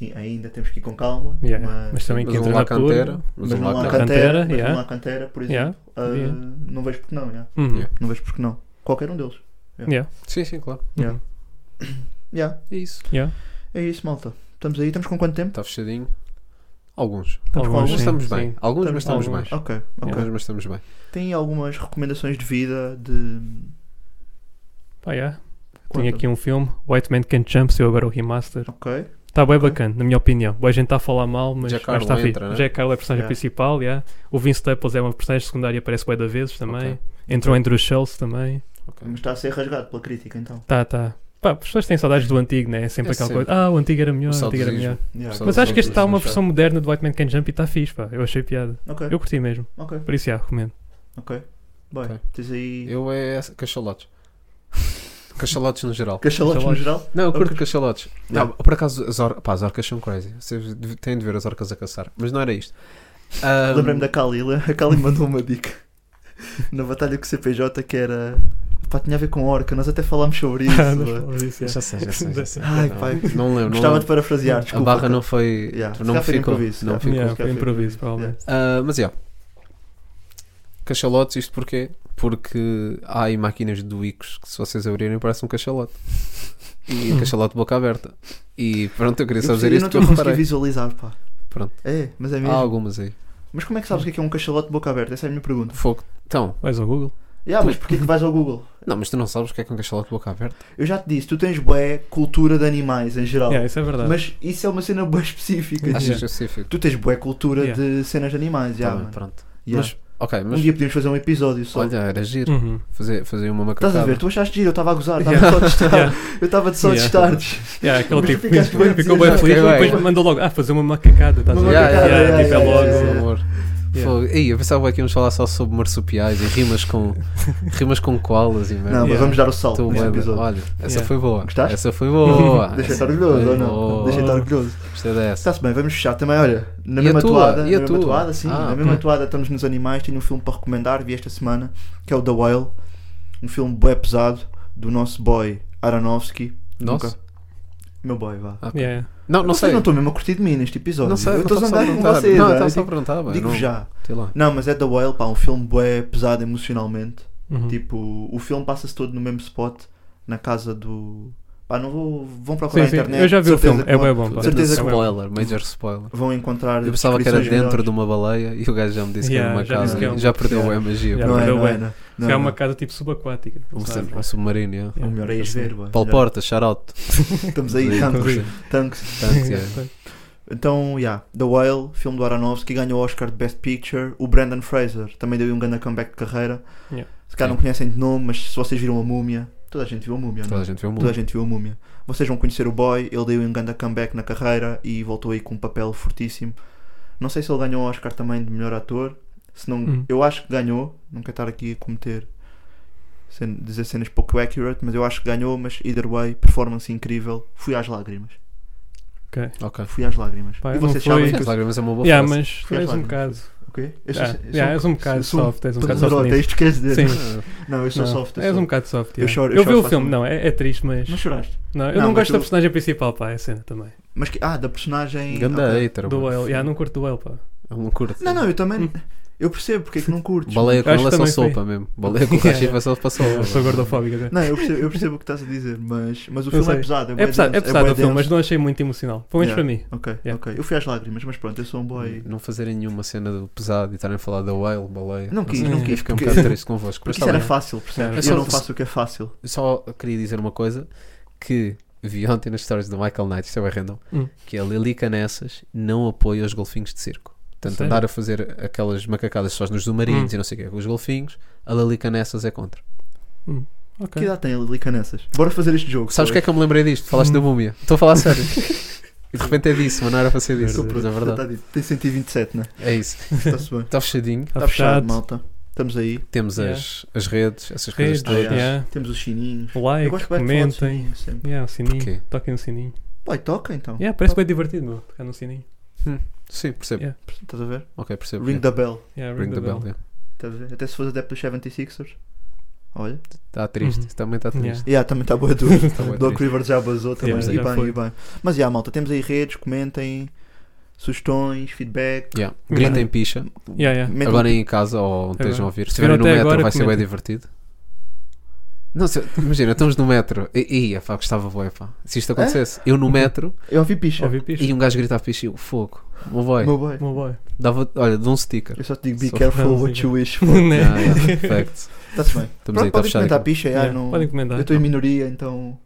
[SPEAKER 5] E ainda temos que ir com calma.
[SPEAKER 6] Uhum. Yeah,
[SPEAKER 5] Mas,
[SPEAKER 6] Mas também
[SPEAKER 7] Mas
[SPEAKER 6] que
[SPEAKER 7] um
[SPEAKER 6] entra na
[SPEAKER 7] Lacantera.
[SPEAKER 6] purga.
[SPEAKER 5] mas
[SPEAKER 7] Mas um
[SPEAKER 5] não há
[SPEAKER 7] Lacantera.
[SPEAKER 5] cantera, mas
[SPEAKER 6] yeah.
[SPEAKER 5] não há cantera, por exemplo.
[SPEAKER 6] Yeah,
[SPEAKER 5] ah,
[SPEAKER 6] podia.
[SPEAKER 5] Não vejo porque não, yeah.
[SPEAKER 6] Uhum.
[SPEAKER 7] é. Yeah.
[SPEAKER 5] Não vejo porque não. Qualquer um deles.
[SPEAKER 6] Yeah.
[SPEAKER 7] Sim, sim, claro.
[SPEAKER 5] Yeah. Yeah,
[SPEAKER 7] É isso.
[SPEAKER 6] Yeah.
[SPEAKER 5] É isso, malta. Estamos aí, estamos com quanto tempo?
[SPEAKER 7] Está fechadinho. Alguns.
[SPEAKER 5] Estamos com
[SPEAKER 7] Alguns
[SPEAKER 5] alguns,
[SPEAKER 6] sim,
[SPEAKER 7] estamos
[SPEAKER 6] sim.
[SPEAKER 7] bem. Alguns, mas
[SPEAKER 5] Estamos
[SPEAKER 7] estamos
[SPEAKER 6] com
[SPEAKER 7] bem.
[SPEAKER 5] Ok, ok.
[SPEAKER 7] Alguns, mas estamos bem.
[SPEAKER 5] Tem algumas recomendações de vida de.
[SPEAKER 6] Pá, Ah, yeah.
[SPEAKER 5] Conta.
[SPEAKER 6] Tenho aqui um filme, White Man Can't Jump, saiu agora é o remaster.
[SPEAKER 5] Ok.
[SPEAKER 6] Está bem
[SPEAKER 5] Ok.
[SPEAKER 6] Tá bacana, na minha opinião. Boa gente está a falar mal, mas
[SPEAKER 7] Jack
[SPEAKER 6] mas está
[SPEAKER 7] Harlow
[SPEAKER 6] fixe.
[SPEAKER 7] entra, né?
[SPEAKER 6] Jack Carlo é a personagem
[SPEAKER 5] Yeah.
[SPEAKER 6] principal, yeah. o Vince Staples é uma personagem secundária, aparece bué da vezes também.
[SPEAKER 7] Ok.
[SPEAKER 6] Entrou entre os Shells também.
[SPEAKER 5] Mas está a ser rasgado pela crítica então.
[SPEAKER 6] Tá, tá. Pá, as pessoas têm saudades do antigo, né? É sempre
[SPEAKER 7] É
[SPEAKER 6] aquela
[SPEAKER 7] sempre.
[SPEAKER 6] coisa. Ah, o antigo era melhor,
[SPEAKER 7] O
[SPEAKER 6] o antigo era
[SPEAKER 7] saudosismo.
[SPEAKER 6] melhor.
[SPEAKER 5] Yeah.
[SPEAKER 7] Só-
[SPEAKER 6] Mas
[SPEAKER 7] só-
[SPEAKER 6] acho que este está
[SPEAKER 7] só-
[SPEAKER 6] uma
[SPEAKER 7] só-
[SPEAKER 6] versão moderna do White Man Can Jump e está fixe, pá. Eu achei piada.
[SPEAKER 5] Ok,
[SPEAKER 6] Eu curti mesmo.
[SPEAKER 5] ok,
[SPEAKER 6] Por isso, yeah,
[SPEAKER 5] <laughs>
[SPEAKER 6] recomendo.
[SPEAKER 5] ok. Bem,
[SPEAKER 7] Ok.
[SPEAKER 5] tens aí.
[SPEAKER 7] Eu é essa- cachalotes. <laughs> cachalotes no geral.
[SPEAKER 5] Cachalotes no geral?
[SPEAKER 7] Não, eu curto cachalotes. Não,
[SPEAKER 5] Yeah.
[SPEAKER 7] por acaso, as, or... pá, as orcas são crazy. Vocês dev- têm de ver as orcas a caçar. Mas não era
[SPEAKER 5] <laughs>
[SPEAKER 7] isto.
[SPEAKER 6] Um.
[SPEAKER 7] Ahm,
[SPEAKER 5] Lembrei-me da Kali. A Kali mandou uma dica <laughs> na batalha com o CPJ que era. Pá, tinha a ver com Orca, nós até
[SPEAKER 6] <laughs>
[SPEAKER 5] falámos sobre isso.
[SPEAKER 6] Ah, nós falamos disso, yeah.
[SPEAKER 7] Já sei, já
[SPEAKER 5] <laughs>
[SPEAKER 7] sei. já sei.
[SPEAKER 5] Ai, pai.
[SPEAKER 7] Não lembro. não
[SPEAKER 5] Gostava de
[SPEAKER 7] lembro.
[SPEAKER 5] parafrasear,
[SPEAKER 7] A
[SPEAKER 5] desculpa.
[SPEAKER 7] barra não foi.
[SPEAKER 5] Yeah, se
[SPEAKER 7] Não me
[SPEAKER 5] calhar foi de
[SPEAKER 7] ficou.
[SPEAKER 5] improviso,
[SPEAKER 7] não
[SPEAKER 5] yeah.
[SPEAKER 7] ficou.
[SPEAKER 6] Yeah, foi
[SPEAKER 5] se calhar foi
[SPEAKER 6] improviso,
[SPEAKER 5] improviso.
[SPEAKER 6] provavelmente.
[SPEAKER 7] Ah, mas é. Cachalotes, isto porquê? Porque há aí máquinas de Wicos que se vocês abrirem parece um cachalote.
[SPEAKER 5] <laughs>
[SPEAKER 7] E um cachalote de boca aberta. E pronto, eu queria só
[SPEAKER 5] Eu,
[SPEAKER 7] dizer
[SPEAKER 5] eu não
[SPEAKER 7] isto que
[SPEAKER 5] estou
[SPEAKER 7] eu
[SPEAKER 5] a conseguir
[SPEAKER 7] reparei. Ah,
[SPEAKER 5] visualizar, pá.
[SPEAKER 7] Pronto.
[SPEAKER 5] É, mas é
[SPEAKER 7] Há
[SPEAKER 5] mesmo.
[SPEAKER 7] algumas aí.
[SPEAKER 5] Mas como é que sabes o que é que é um cachalote de boca aberta? Essa é a minha
[SPEAKER 7] <laughs>
[SPEAKER 5] pergunta.
[SPEAKER 7] Fogo. Então,
[SPEAKER 6] Vais ao Google.
[SPEAKER 5] Yeah, mas porquê que vais ao Google?
[SPEAKER 7] não, mas tu não sabes o que é que é um cachalote de boca
[SPEAKER 5] <laughs>
[SPEAKER 7] aberta?
[SPEAKER 5] Eu já te disse, tu tens bué cultura de animais em geral.
[SPEAKER 6] Yeah, isso é verdade.
[SPEAKER 5] Mas isso é uma cena bué específica.
[SPEAKER 7] Achas
[SPEAKER 6] Yeah.
[SPEAKER 7] específico?
[SPEAKER 5] Tu tens bué cultura
[SPEAKER 6] Yeah.
[SPEAKER 5] de cenas de animais,
[SPEAKER 7] Tá
[SPEAKER 5] já,
[SPEAKER 7] bem,
[SPEAKER 5] mano.
[SPEAKER 7] pronto.
[SPEAKER 5] Yeah.
[SPEAKER 7] Mas, ok, mas
[SPEAKER 5] Um dia podíamos fazer um episódio só.
[SPEAKER 7] olha, era giro.
[SPEAKER 6] Uhum.
[SPEAKER 7] Fazer, fazer uma
[SPEAKER 5] Estás
[SPEAKER 7] macacada.
[SPEAKER 5] a ver? Tu achaste giro, eu estava a gozar, estava só a testar.
[SPEAKER 6] Yeah.
[SPEAKER 5] Eu estava só a
[SPEAKER 6] Yeah.
[SPEAKER 5] testar.
[SPEAKER 7] <laughs>
[SPEAKER 6] Yeah, aquele
[SPEAKER 5] Mas
[SPEAKER 6] tipo
[SPEAKER 5] ficaste
[SPEAKER 6] <laughs>
[SPEAKER 5] bem
[SPEAKER 6] ficou bem
[SPEAKER 5] entusiasmado.
[SPEAKER 6] feliz
[SPEAKER 7] Ok,
[SPEAKER 6] e
[SPEAKER 7] bem.
[SPEAKER 6] depois mandou logo, ah, fazer uma macacada, estás a ver?
[SPEAKER 5] Uma
[SPEAKER 7] Yeah,
[SPEAKER 5] macacada,
[SPEAKER 7] yeah,
[SPEAKER 5] yeah,
[SPEAKER 6] tipo, é
[SPEAKER 5] yeah,
[SPEAKER 6] logo.
[SPEAKER 5] yeah,
[SPEAKER 7] Por
[SPEAKER 5] yeah.
[SPEAKER 7] favor.
[SPEAKER 6] Yeah.
[SPEAKER 7] um Fogo. Ei, eu pensava que íamos falar só sobre marsupiais e rimas
[SPEAKER 5] <laughs>
[SPEAKER 7] com rimas com koalas e merda.
[SPEAKER 5] Não, mas
[SPEAKER 6] Yeah.
[SPEAKER 5] vamos dar o salto
[SPEAKER 7] Estou
[SPEAKER 5] neste
[SPEAKER 7] bué-
[SPEAKER 5] episódio.
[SPEAKER 7] Olha, essa
[SPEAKER 6] Yeah.
[SPEAKER 7] foi boa.
[SPEAKER 5] Gostaste?
[SPEAKER 7] Essa foi
[SPEAKER 5] <laughs>
[SPEAKER 7] boa.
[SPEAKER 5] Deixa-te
[SPEAKER 7] Essa
[SPEAKER 5] orgulhoso
[SPEAKER 7] foi
[SPEAKER 5] ou não?
[SPEAKER 7] boa.
[SPEAKER 5] Deixa-te orgulhoso.
[SPEAKER 7] Gostei dessa.
[SPEAKER 5] Está-se bem, vamos fechar também, olha, na
[SPEAKER 7] E
[SPEAKER 5] mesma
[SPEAKER 7] a tua?
[SPEAKER 5] toada,
[SPEAKER 7] E a
[SPEAKER 5] na mesma
[SPEAKER 7] tua?
[SPEAKER 5] toada, sim,
[SPEAKER 7] Ah,
[SPEAKER 5] na mesma
[SPEAKER 6] ok.
[SPEAKER 5] toada estamos nos animais, tenho um filme para recomendar, vi esta semana, que é o The Whale, um filme bué pesado, do nosso boy Aronofsky.
[SPEAKER 7] Nossa.
[SPEAKER 5] Nunca- Meu boy, vá.
[SPEAKER 7] Ok.
[SPEAKER 6] Yeah.
[SPEAKER 7] Não, não
[SPEAKER 5] Vocês
[SPEAKER 7] sei.
[SPEAKER 5] não estou mesmo a curtir de mim neste episódio.
[SPEAKER 7] Não sei.
[SPEAKER 5] eu
[SPEAKER 7] não
[SPEAKER 5] estou a
[SPEAKER 7] tava só
[SPEAKER 5] zangar com
[SPEAKER 7] perguntar.
[SPEAKER 5] vocês.
[SPEAKER 7] Não,
[SPEAKER 5] é,
[SPEAKER 7] estava só a
[SPEAKER 5] digo-
[SPEAKER 7] perguntar. bem,
[SPEAKER 5] Digo
[SPEAKER 7] não-
[SPEAKER 5] já.
[SPEAKER 7] Sei lá.
[SPEAKER 5] Não, mas é The Whale, pá, um filme bué pesado emocionalmente.
[SPEAKER 7] Hum.
[SPEAKER 6] Uhum.
[SPEAKER 5] Tipo, o filme passa-se todo no mesmo spot, na casa do. Pá, não vou. Vão
[SPEAKER 6] Sim,
[SPEAKER 5] procurar na
[SPEAKER 6] sim.
[SPEAKER 5] internet.
[SPEAKER 6] Eu já vi o
[SPEAKER 5] certeza
[SPEAKER 6] filme,
[SPEAKER 5] que
[SPEAKER 6] é
[SPEAKER 5] vão-
[SPEAKER 6] bem bom. pá.
[SPEAKER 5] certeza que-
[SPEAKER 7] Spoiler, major spoiler.
[SPEAKER 5] Vão encontrar.
[SPEAKER 7] Eu pensava que era
[SPEAKER 5] descrições
[SPEAKER 7] dentro
[SPEAKER 5] melhores.
[SPEAKER 7] de uma baleia e o gajo já me disse
[SPEAKER 6] Yeah,
[SPEAKER 7] que
[SPEAKER 6] já
[SPEAKER 7] era uma
[SPEAKER 5] disse
[SPEAKER 7] casa.
[SPEAKER 5] que é
[SPEAKER 7] e
[SPEAKER 6] um-
[SPEAKER 7] Já perdeu
[SPEAKER 5] Yeah.
[SPEAKER 7] a magia. pá.
[SPEAKER 6] Yeah,
[SPEAKER 5] Não é,
[SPEAKER 6] perdeu
[SPEAKER 5] não é,
[SPEAKER 6] bem.
[SPEAKER 5] não.
[SPEAKER 6] Se
[SPEAKER 5] Não,
[SPEAKER 6] calhar uma
[SPEAKER 5] não.
[SPEAKER 6] casa tipo subaquática.
[SPEAKER 7] Um
[SPEAKER 6] sabes,
[SPEAKER 7] sub-
[SPEAKER 6] né?
[SPEAKER 7] Um submarino, yeah.
[SPEAKER 5] É o melhor é ires ver, boy.
[SPEAKER 7] Paulo Porta, shout-out.
[SPEAKER 5] <laughs> Estamos aí,
[SPEAKER 7] Estamos
[SPEAKER 5] tanques.
[SPEAKER 7] aí.
[SPEAKER 5] tanques.
[SPEAKER 7] Tanques, yeah.
[SPEAKER 5] Então, yeah, The Whale, filme do Aronofsky, ganhou o Oscar de Best Picture. O Brandon Fraser também deu um grande comeback de carreira.
[SPEAKER 6] Yeah.
[SPEAKER 5] Se calhar não
[SPEAKER 7] Sim.
[SPEAKER 5] conhecem de nome, mas se vocês viram a Múmia, toda a gente viu a Múmia, não
[SPEAKER 7] Toda
[SPEAKER 5] é?
[SPEAKER 7] a gente vê o
[SPEAKER 5] Toda
[SPEAKER 7] mundo.
[SPEAKER 5] a gente viu a múmia. Vocês vão conhecer o boy, ele deu um grande comeback na carreira e voltou aí com um papel fortíssimo. Não sei se ele ganhou o Oscar também de melhor ator. Se não,
[SPEAKER 6] Hum.
[SPEAKER 5] Eu acho que ganhou. Não quero estar aqui a cometer cen- dizer cenas pouco accurate, mas eu acho que ganhou, mas either way, performance incrível. Fui às lágrimas.
[SPEAKER 7] Ok.
[SPEAKER 5] Fui às lágrimas.
[SPEAKER 6] Pá,
[SPEAKER 5] e
[SPEAKER 6] eu não
[SPEAKER 5] vocês
[SPEAKER 6] fui.
[SPEAKER 5] sabem que
[SPEAKER 7] As
[SPEAKER 5] eu...
[SPEAKER 7] lágrimas é uma boa
[SPEAKER 6] Yeah,
[SPEAKER 7] frase.
[SPEAKER 6] mas tu
[SPEAKER 5] Fui às
[SPEAKER 6] és um bocado.
[SPEAKER 5] lágrimas. Ok? Eu sou-
[SPEAKER 6] Ah,
[SPEAKER 5] eu sou-
[SPEAKER 6] yeah, És um bocado
[SPEAKER 5] sou um-
[SPEAKER 6] soft, és um
[SPEAKER 5] sou
[SPEAKER 6] bocado soft.
[SPEAKER 5] derrota, é
[SPEAKER 6] nisso.
[SPEAKER 5] isto que queres dizer?
[SPEAKER 6] Sim.
[SPEAKER 5] <laughs> Não, eu sou
[SPEAKER 6] Não,
[SPEAKER 5] soft. eu
[SPEAKER 6] És
[SPEAKER 5] sou-
[SPEAKER 6] um bocado soft.
[SPEAKER 5] Eu
[SPEAKER 6] yeah.
[SPEAKER 5] choro- eu
[SPEAKER 6] Eu vi
[SPEAKER 5] choro
[SPEAKER 6] o filme,
[SPEAKER 5] facilmente.
[SPEAKER 6] não, é é triste, mas.
[SPEAKER 5] Não choraste.
[SPEAKER 6] Não, eu
[SPEAKER 5] Não,
[SPEAKER 6] não
[SPEAKER 5] mas
[SPEAKER 6] gosto da
[SPEAKER 5] tu-
[SPEAKER 6] personagem principal, pá, é a cena também.
[SPEAKER 5] Mas que... Ah, da personagem.
[SPEAKER 7] Ganda
[SPEAKER 5] ok.
[SPEAKER 7] hater,
[SPEAKER 6] Do
[SPEAKER 7] mano.
[SPEAKER 6] Whale. Yeah, não curto do Whale, pá.
[SPEAKER 7] É um curto.
[SPEAKER 5] Não, não, eu também.
[SPEAKER 6] Hum.
[SPEAKER 5] Eu percebo porque é que não curtes.
[SPEAKER 7] Baleia com
[SPEAKER 6] Acho
[SPEAKER 7] ela é
[SPEAKER 6] que
[SPEAKER 7] só
[SPEAKER 6] também foi.
[SPEAKER 7] sopa mesmo. Baleia com
[SPEAKER 6] <laughs> Yeah,
[SPEAKER 7] cachimbo é só para sopa.
[SPEAKER 6] Eu sou gordofóbico agora.
[SPEAKER 5] Não, eu percebo, eu percebo o que estás a dizer, mas, mas o
[SPEAKER 6] Eu
[SPEAKER 5] filme é
[SPEAKER 6] sei.
[SPEAKER 5] pesado. bué
[SPEAKER 6] É pesado, é
[SPEAKER 5] denso,
[SPEAKER 6] pesado
[SPEAKER 5] bué
[SPEAKER 6] o filme, mas
[SPEAKER 5] denso.
[SPEAKER 6] não achei muito emocional. Pelo menos
[SPEAKER 5] Yeah.
[SPEAKER 6] para mim.
[SPEAKER 5] Ok,
[SPEAKER 6] Yeah.
[SPEAKER 5] ok. Eu fui às lágrimas, mas pronto, eu sou um boy.
[SPEAKER 7] Não fazerem nenhuma cena do pesado e estarem a falar da whale, baleia.
[SPEAKER 5] Não quis,
[SPEAKER 7] sei,
[SPEAKER 6] não
[SPEAKER 7] eu
[SPEAKER 5] quis,
[SPEAKER 7] Fiquei um
[SPEAKER 5] porque-
[SPEAKER 7] bocado triste convosco. Mas
[SPEAKER 5] Porque
[SPEAKER 7] tá
[SPEAKER 6] É
[SPEAKER 5] isso era
[SPEAKER 7] bem.
[SPEAKER 5] fácil, percebes?
[SPEAKER 7] É
[SPEAKER 5] eu
[SPEAKER 7] só-
[SPEAKER 5] não faço o que é fácil.
[SPEAKER 7] Eu Só queria dizer uma coisa: que vi ontem nas stories do Michael Knight, isto é bem random,
[SPEAKER 6] Hum.
[SPEAKER 7] que a Lili Canessas não apoia os golfinhos de circo. Portanto,
[SPEAKER 6] Sério? Hum.
[SPEAKER 7] andar a fazer aquelas macacadas só nos zoomarinhos e não sei o que com os golfinhos, a Lili Canessas é contra.
[SPEAKER 6] Ok.
[SPEAKER 5] Que idade tem a Lili Canessas? Bora fazer este jogo.
[SPEAKER 7] Sabes o que é que eu me lembrei disto? Falaste
[SPEAKER 6] Hum.
[SPEAKER 7] da múmia. Estou a falar
[SPEAKER 6] <laughs>
[SPEAKER 7] sério. E de repente é disso, mas não era para ser disso. Mas é verdade.
[SPEAKER 5] tá Tem
[SPEAKER 6] <laughs>
[SPEAKER 5] 127, né?
[SPEAKER 7] É isso.
[SPEAKER 5] Está-se bem.
[SPEAKER 7] Está fechadinho.
[SPEAKER 6] Tá
[SPEAKER 5] Está fechado,
[SPEAKER 6] fechado.
[SPEAKER 5] malta. Estamos aí.
[SPEAKER 7] Temos
[SPEAKER 6] Yeah.
[SPEAKER 7] as, as redes, essas coisas
[SPEAKER 6] Redes,
[SPEAKER 7] todas.
[SPEAKER 5] Ah,
[SPEAKER 6] Tá yeah.
[SPEAKER 5] Temos os sininhos. eu
[SPEAKER 6] Like,
[SPEAKER 5] gosto bem de falar de
[SPEAKER 6] comentem.
[SPEAKER 5] sininho sempre.
[SPEAKER 6] Yeah, o sininho.
[SPEAKER 7] Porquê?
[SPEAKER 6] Toquem no sininho.
[SPEAKER 5] Pai, toca então.
[SPEAKER 6] Yeah, parece bem divertido, meu. Tocar no sininho.
[SPEAKER 7] Sim, percebo.
[SPEAKER 6] Yeah.
[SPEAKER 5] Estás a ver?
[SPEAKER 7] Ok, percebo.
[SPEAKER 5] Ring the bell.
[SPEAKER 6] Yeah,
[SPEAKER 7] Ring the bell. yeah.
[SPEAKER 5] Estás a ver? Até se fosse adepto dos 76ers. Olha.
[SPEAKER 7] Está Tá triste.
[SPEAKER 6] Uhum.
[SPEAKER 7] Isso Também está triste.
[SPEAKER 6] Yeah.
[SPEAKER 5] Yeah, também está boa dúvida.
[SPEAKER 7] Tá bué
[SPEAKER 5] Doc
[SPEAKER 7] triste.
[SPEAKER 5] Rivers já basou também.
[SPEAKER 6] Temos,
[SPEAKER 5] e
[SPEAKER 6] já
[SPEAKER 5] bem,
[SPEAKER 6] foi.
[SPEAKER 5] e bem. Mas yeah, malta, temos aí redes, comentem, sugestões, feedback.
[SPEAKER 7] Yeah. Gritem
[SPEAKER 6] Yeah.
[SPEAKER 7] picha.
[SPEAKER 6] Yeah, yeah.
[SPEAKER 5] Metam-
[SPEAKER 7] Agora em casa ou onde estejam a
[SPEAKER 6] Agora.
[SPEAKER 7] ouvir. Se
[SPEAKER 6] Se viram
[SPEAKER 7] estiverem no
[SPEAKER 6] até
[SPEAKER 7] metro
[SPEAKER 6] agora,
[SPEAKER 7] vai ser bem
[SPEAKER 6] comentem.
[SPEAKER 7] divertido. Não, se- imagina, estamos no metro. E, ia, pá, gostava bué, pá. Se
[SPEAKER 5] É?
[SPEAKER 7] isto acontecesse, eu no
[SPEAKER 5] <laughs>
[SPEAKER 7] metro
[SPEAKER 5] Eu ouvi picha.
[SPEAKER 6] Ouvi picho.
[SPEAKER 7] e um gajo gritava picha e eu, fogo. Meu boy.
[SPEAKER 5] Meu boy.
[SPEAKER 6] Meu boy.
[SPEAKER 7] Dava, olha, de um sticker.
[SPEAKER 5] Eu só te digo be
[SPEAKER 7] Só
[SPEAKER 5] careful
[SPEAKER 6] <laughs> franzinha.
[SPEAKER 5] what you wish for.
[SPEAKER 6] Né?
[SPEAKER 7] Ah, yeah,
[SPEAKER 5] <laughs>
[SPEAKER 7] Facts.
[SPEAKER 5] Está-se bem.
[SPEAKER 7] Estamos aí,
[SPEAKER 5] Pronto,
[SPEAKER 7] está fechado.
[SPEAKER 5] podem
[SPEAKER 7] então.
[SPEAKER 5] comentar
[SPEAKER 7] aqui.
[SPEAKER 5] picha. yeah,
[SPEAKER 6] Yeah,
[SPEAKER 5] não-
[SPEAKER 6] Podem comentar.
[SPEAKER 5] Eu estou em minoria, então.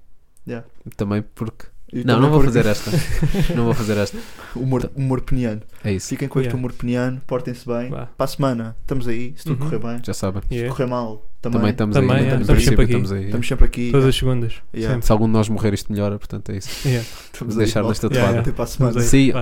[SPEAKER 7] Também porque.
[SPEAKER 5] eu
[SPEAKER 7] Não,
[SPEAKER 5] também
[SPEAKER 7] não vou
[SPEAKER 5] por-
[SPEAKER 7] fazer Tá. esta. <laughs> Não vou fazer esta.
[SPEAKER 5] Humor, humor peniano.
[SPEAKER 7] É isso.
[SPEAKER 5] Fiquem com este
[SPEAKER 6] Yeah.
[SPEAKER 5] humor peniano, portem-se bem.
[SPEAKER 6] Vá.
[SPEAKER 5] Para a semana, estamos aí. Se tudo
[SPEAKER 6] Uhum.
[SPEAKER 5] correr bem,
[SPEAKER 7] Já sabem.
[SPEAKER 5] se
[SPEAKER 6] Yeah.
[SPEAKER 5] correr mal, também.
[SPEAKER 7] Também estamos
[SPEAKER 6] Também,
[SPEAKER 7] aí.
[SPEAKER 5] é,
[SPEAKER 7] né?
[SPEAKER 5] estamos
[SPEAKER 7] No
[SPEAKER 5] sempre
[SPEAKER 7] princípio
[SPEAKER 6] aqui.
[SPEAKER 7] estamos aí.
[SPEAKER 5] Estamos sempre aqui. né?
[SPEAKER 6] Todas as segundas.
[SPEAKER 5] Yeah.
[SPEAKER 6] Sempre.
[SPEAKER 7] Se algum de nós morrer, isto melhora. Portanto, é isso.
[SPEAKER 6] Yeah.
[SPEAKER 5] Estamos
[SPEAKER 7] deixar
[SPEAKER 5] malta.
[SPEAKER 7] desta
[SPEAKER 6] Yeah,
[SPEAKER 7] toada.
[SPEAKER 5] Até para a semana.
[SPEAKER 6] Estamos aí.
[SPEAKER 7] See ya.
[SPEAKER 6] Vá.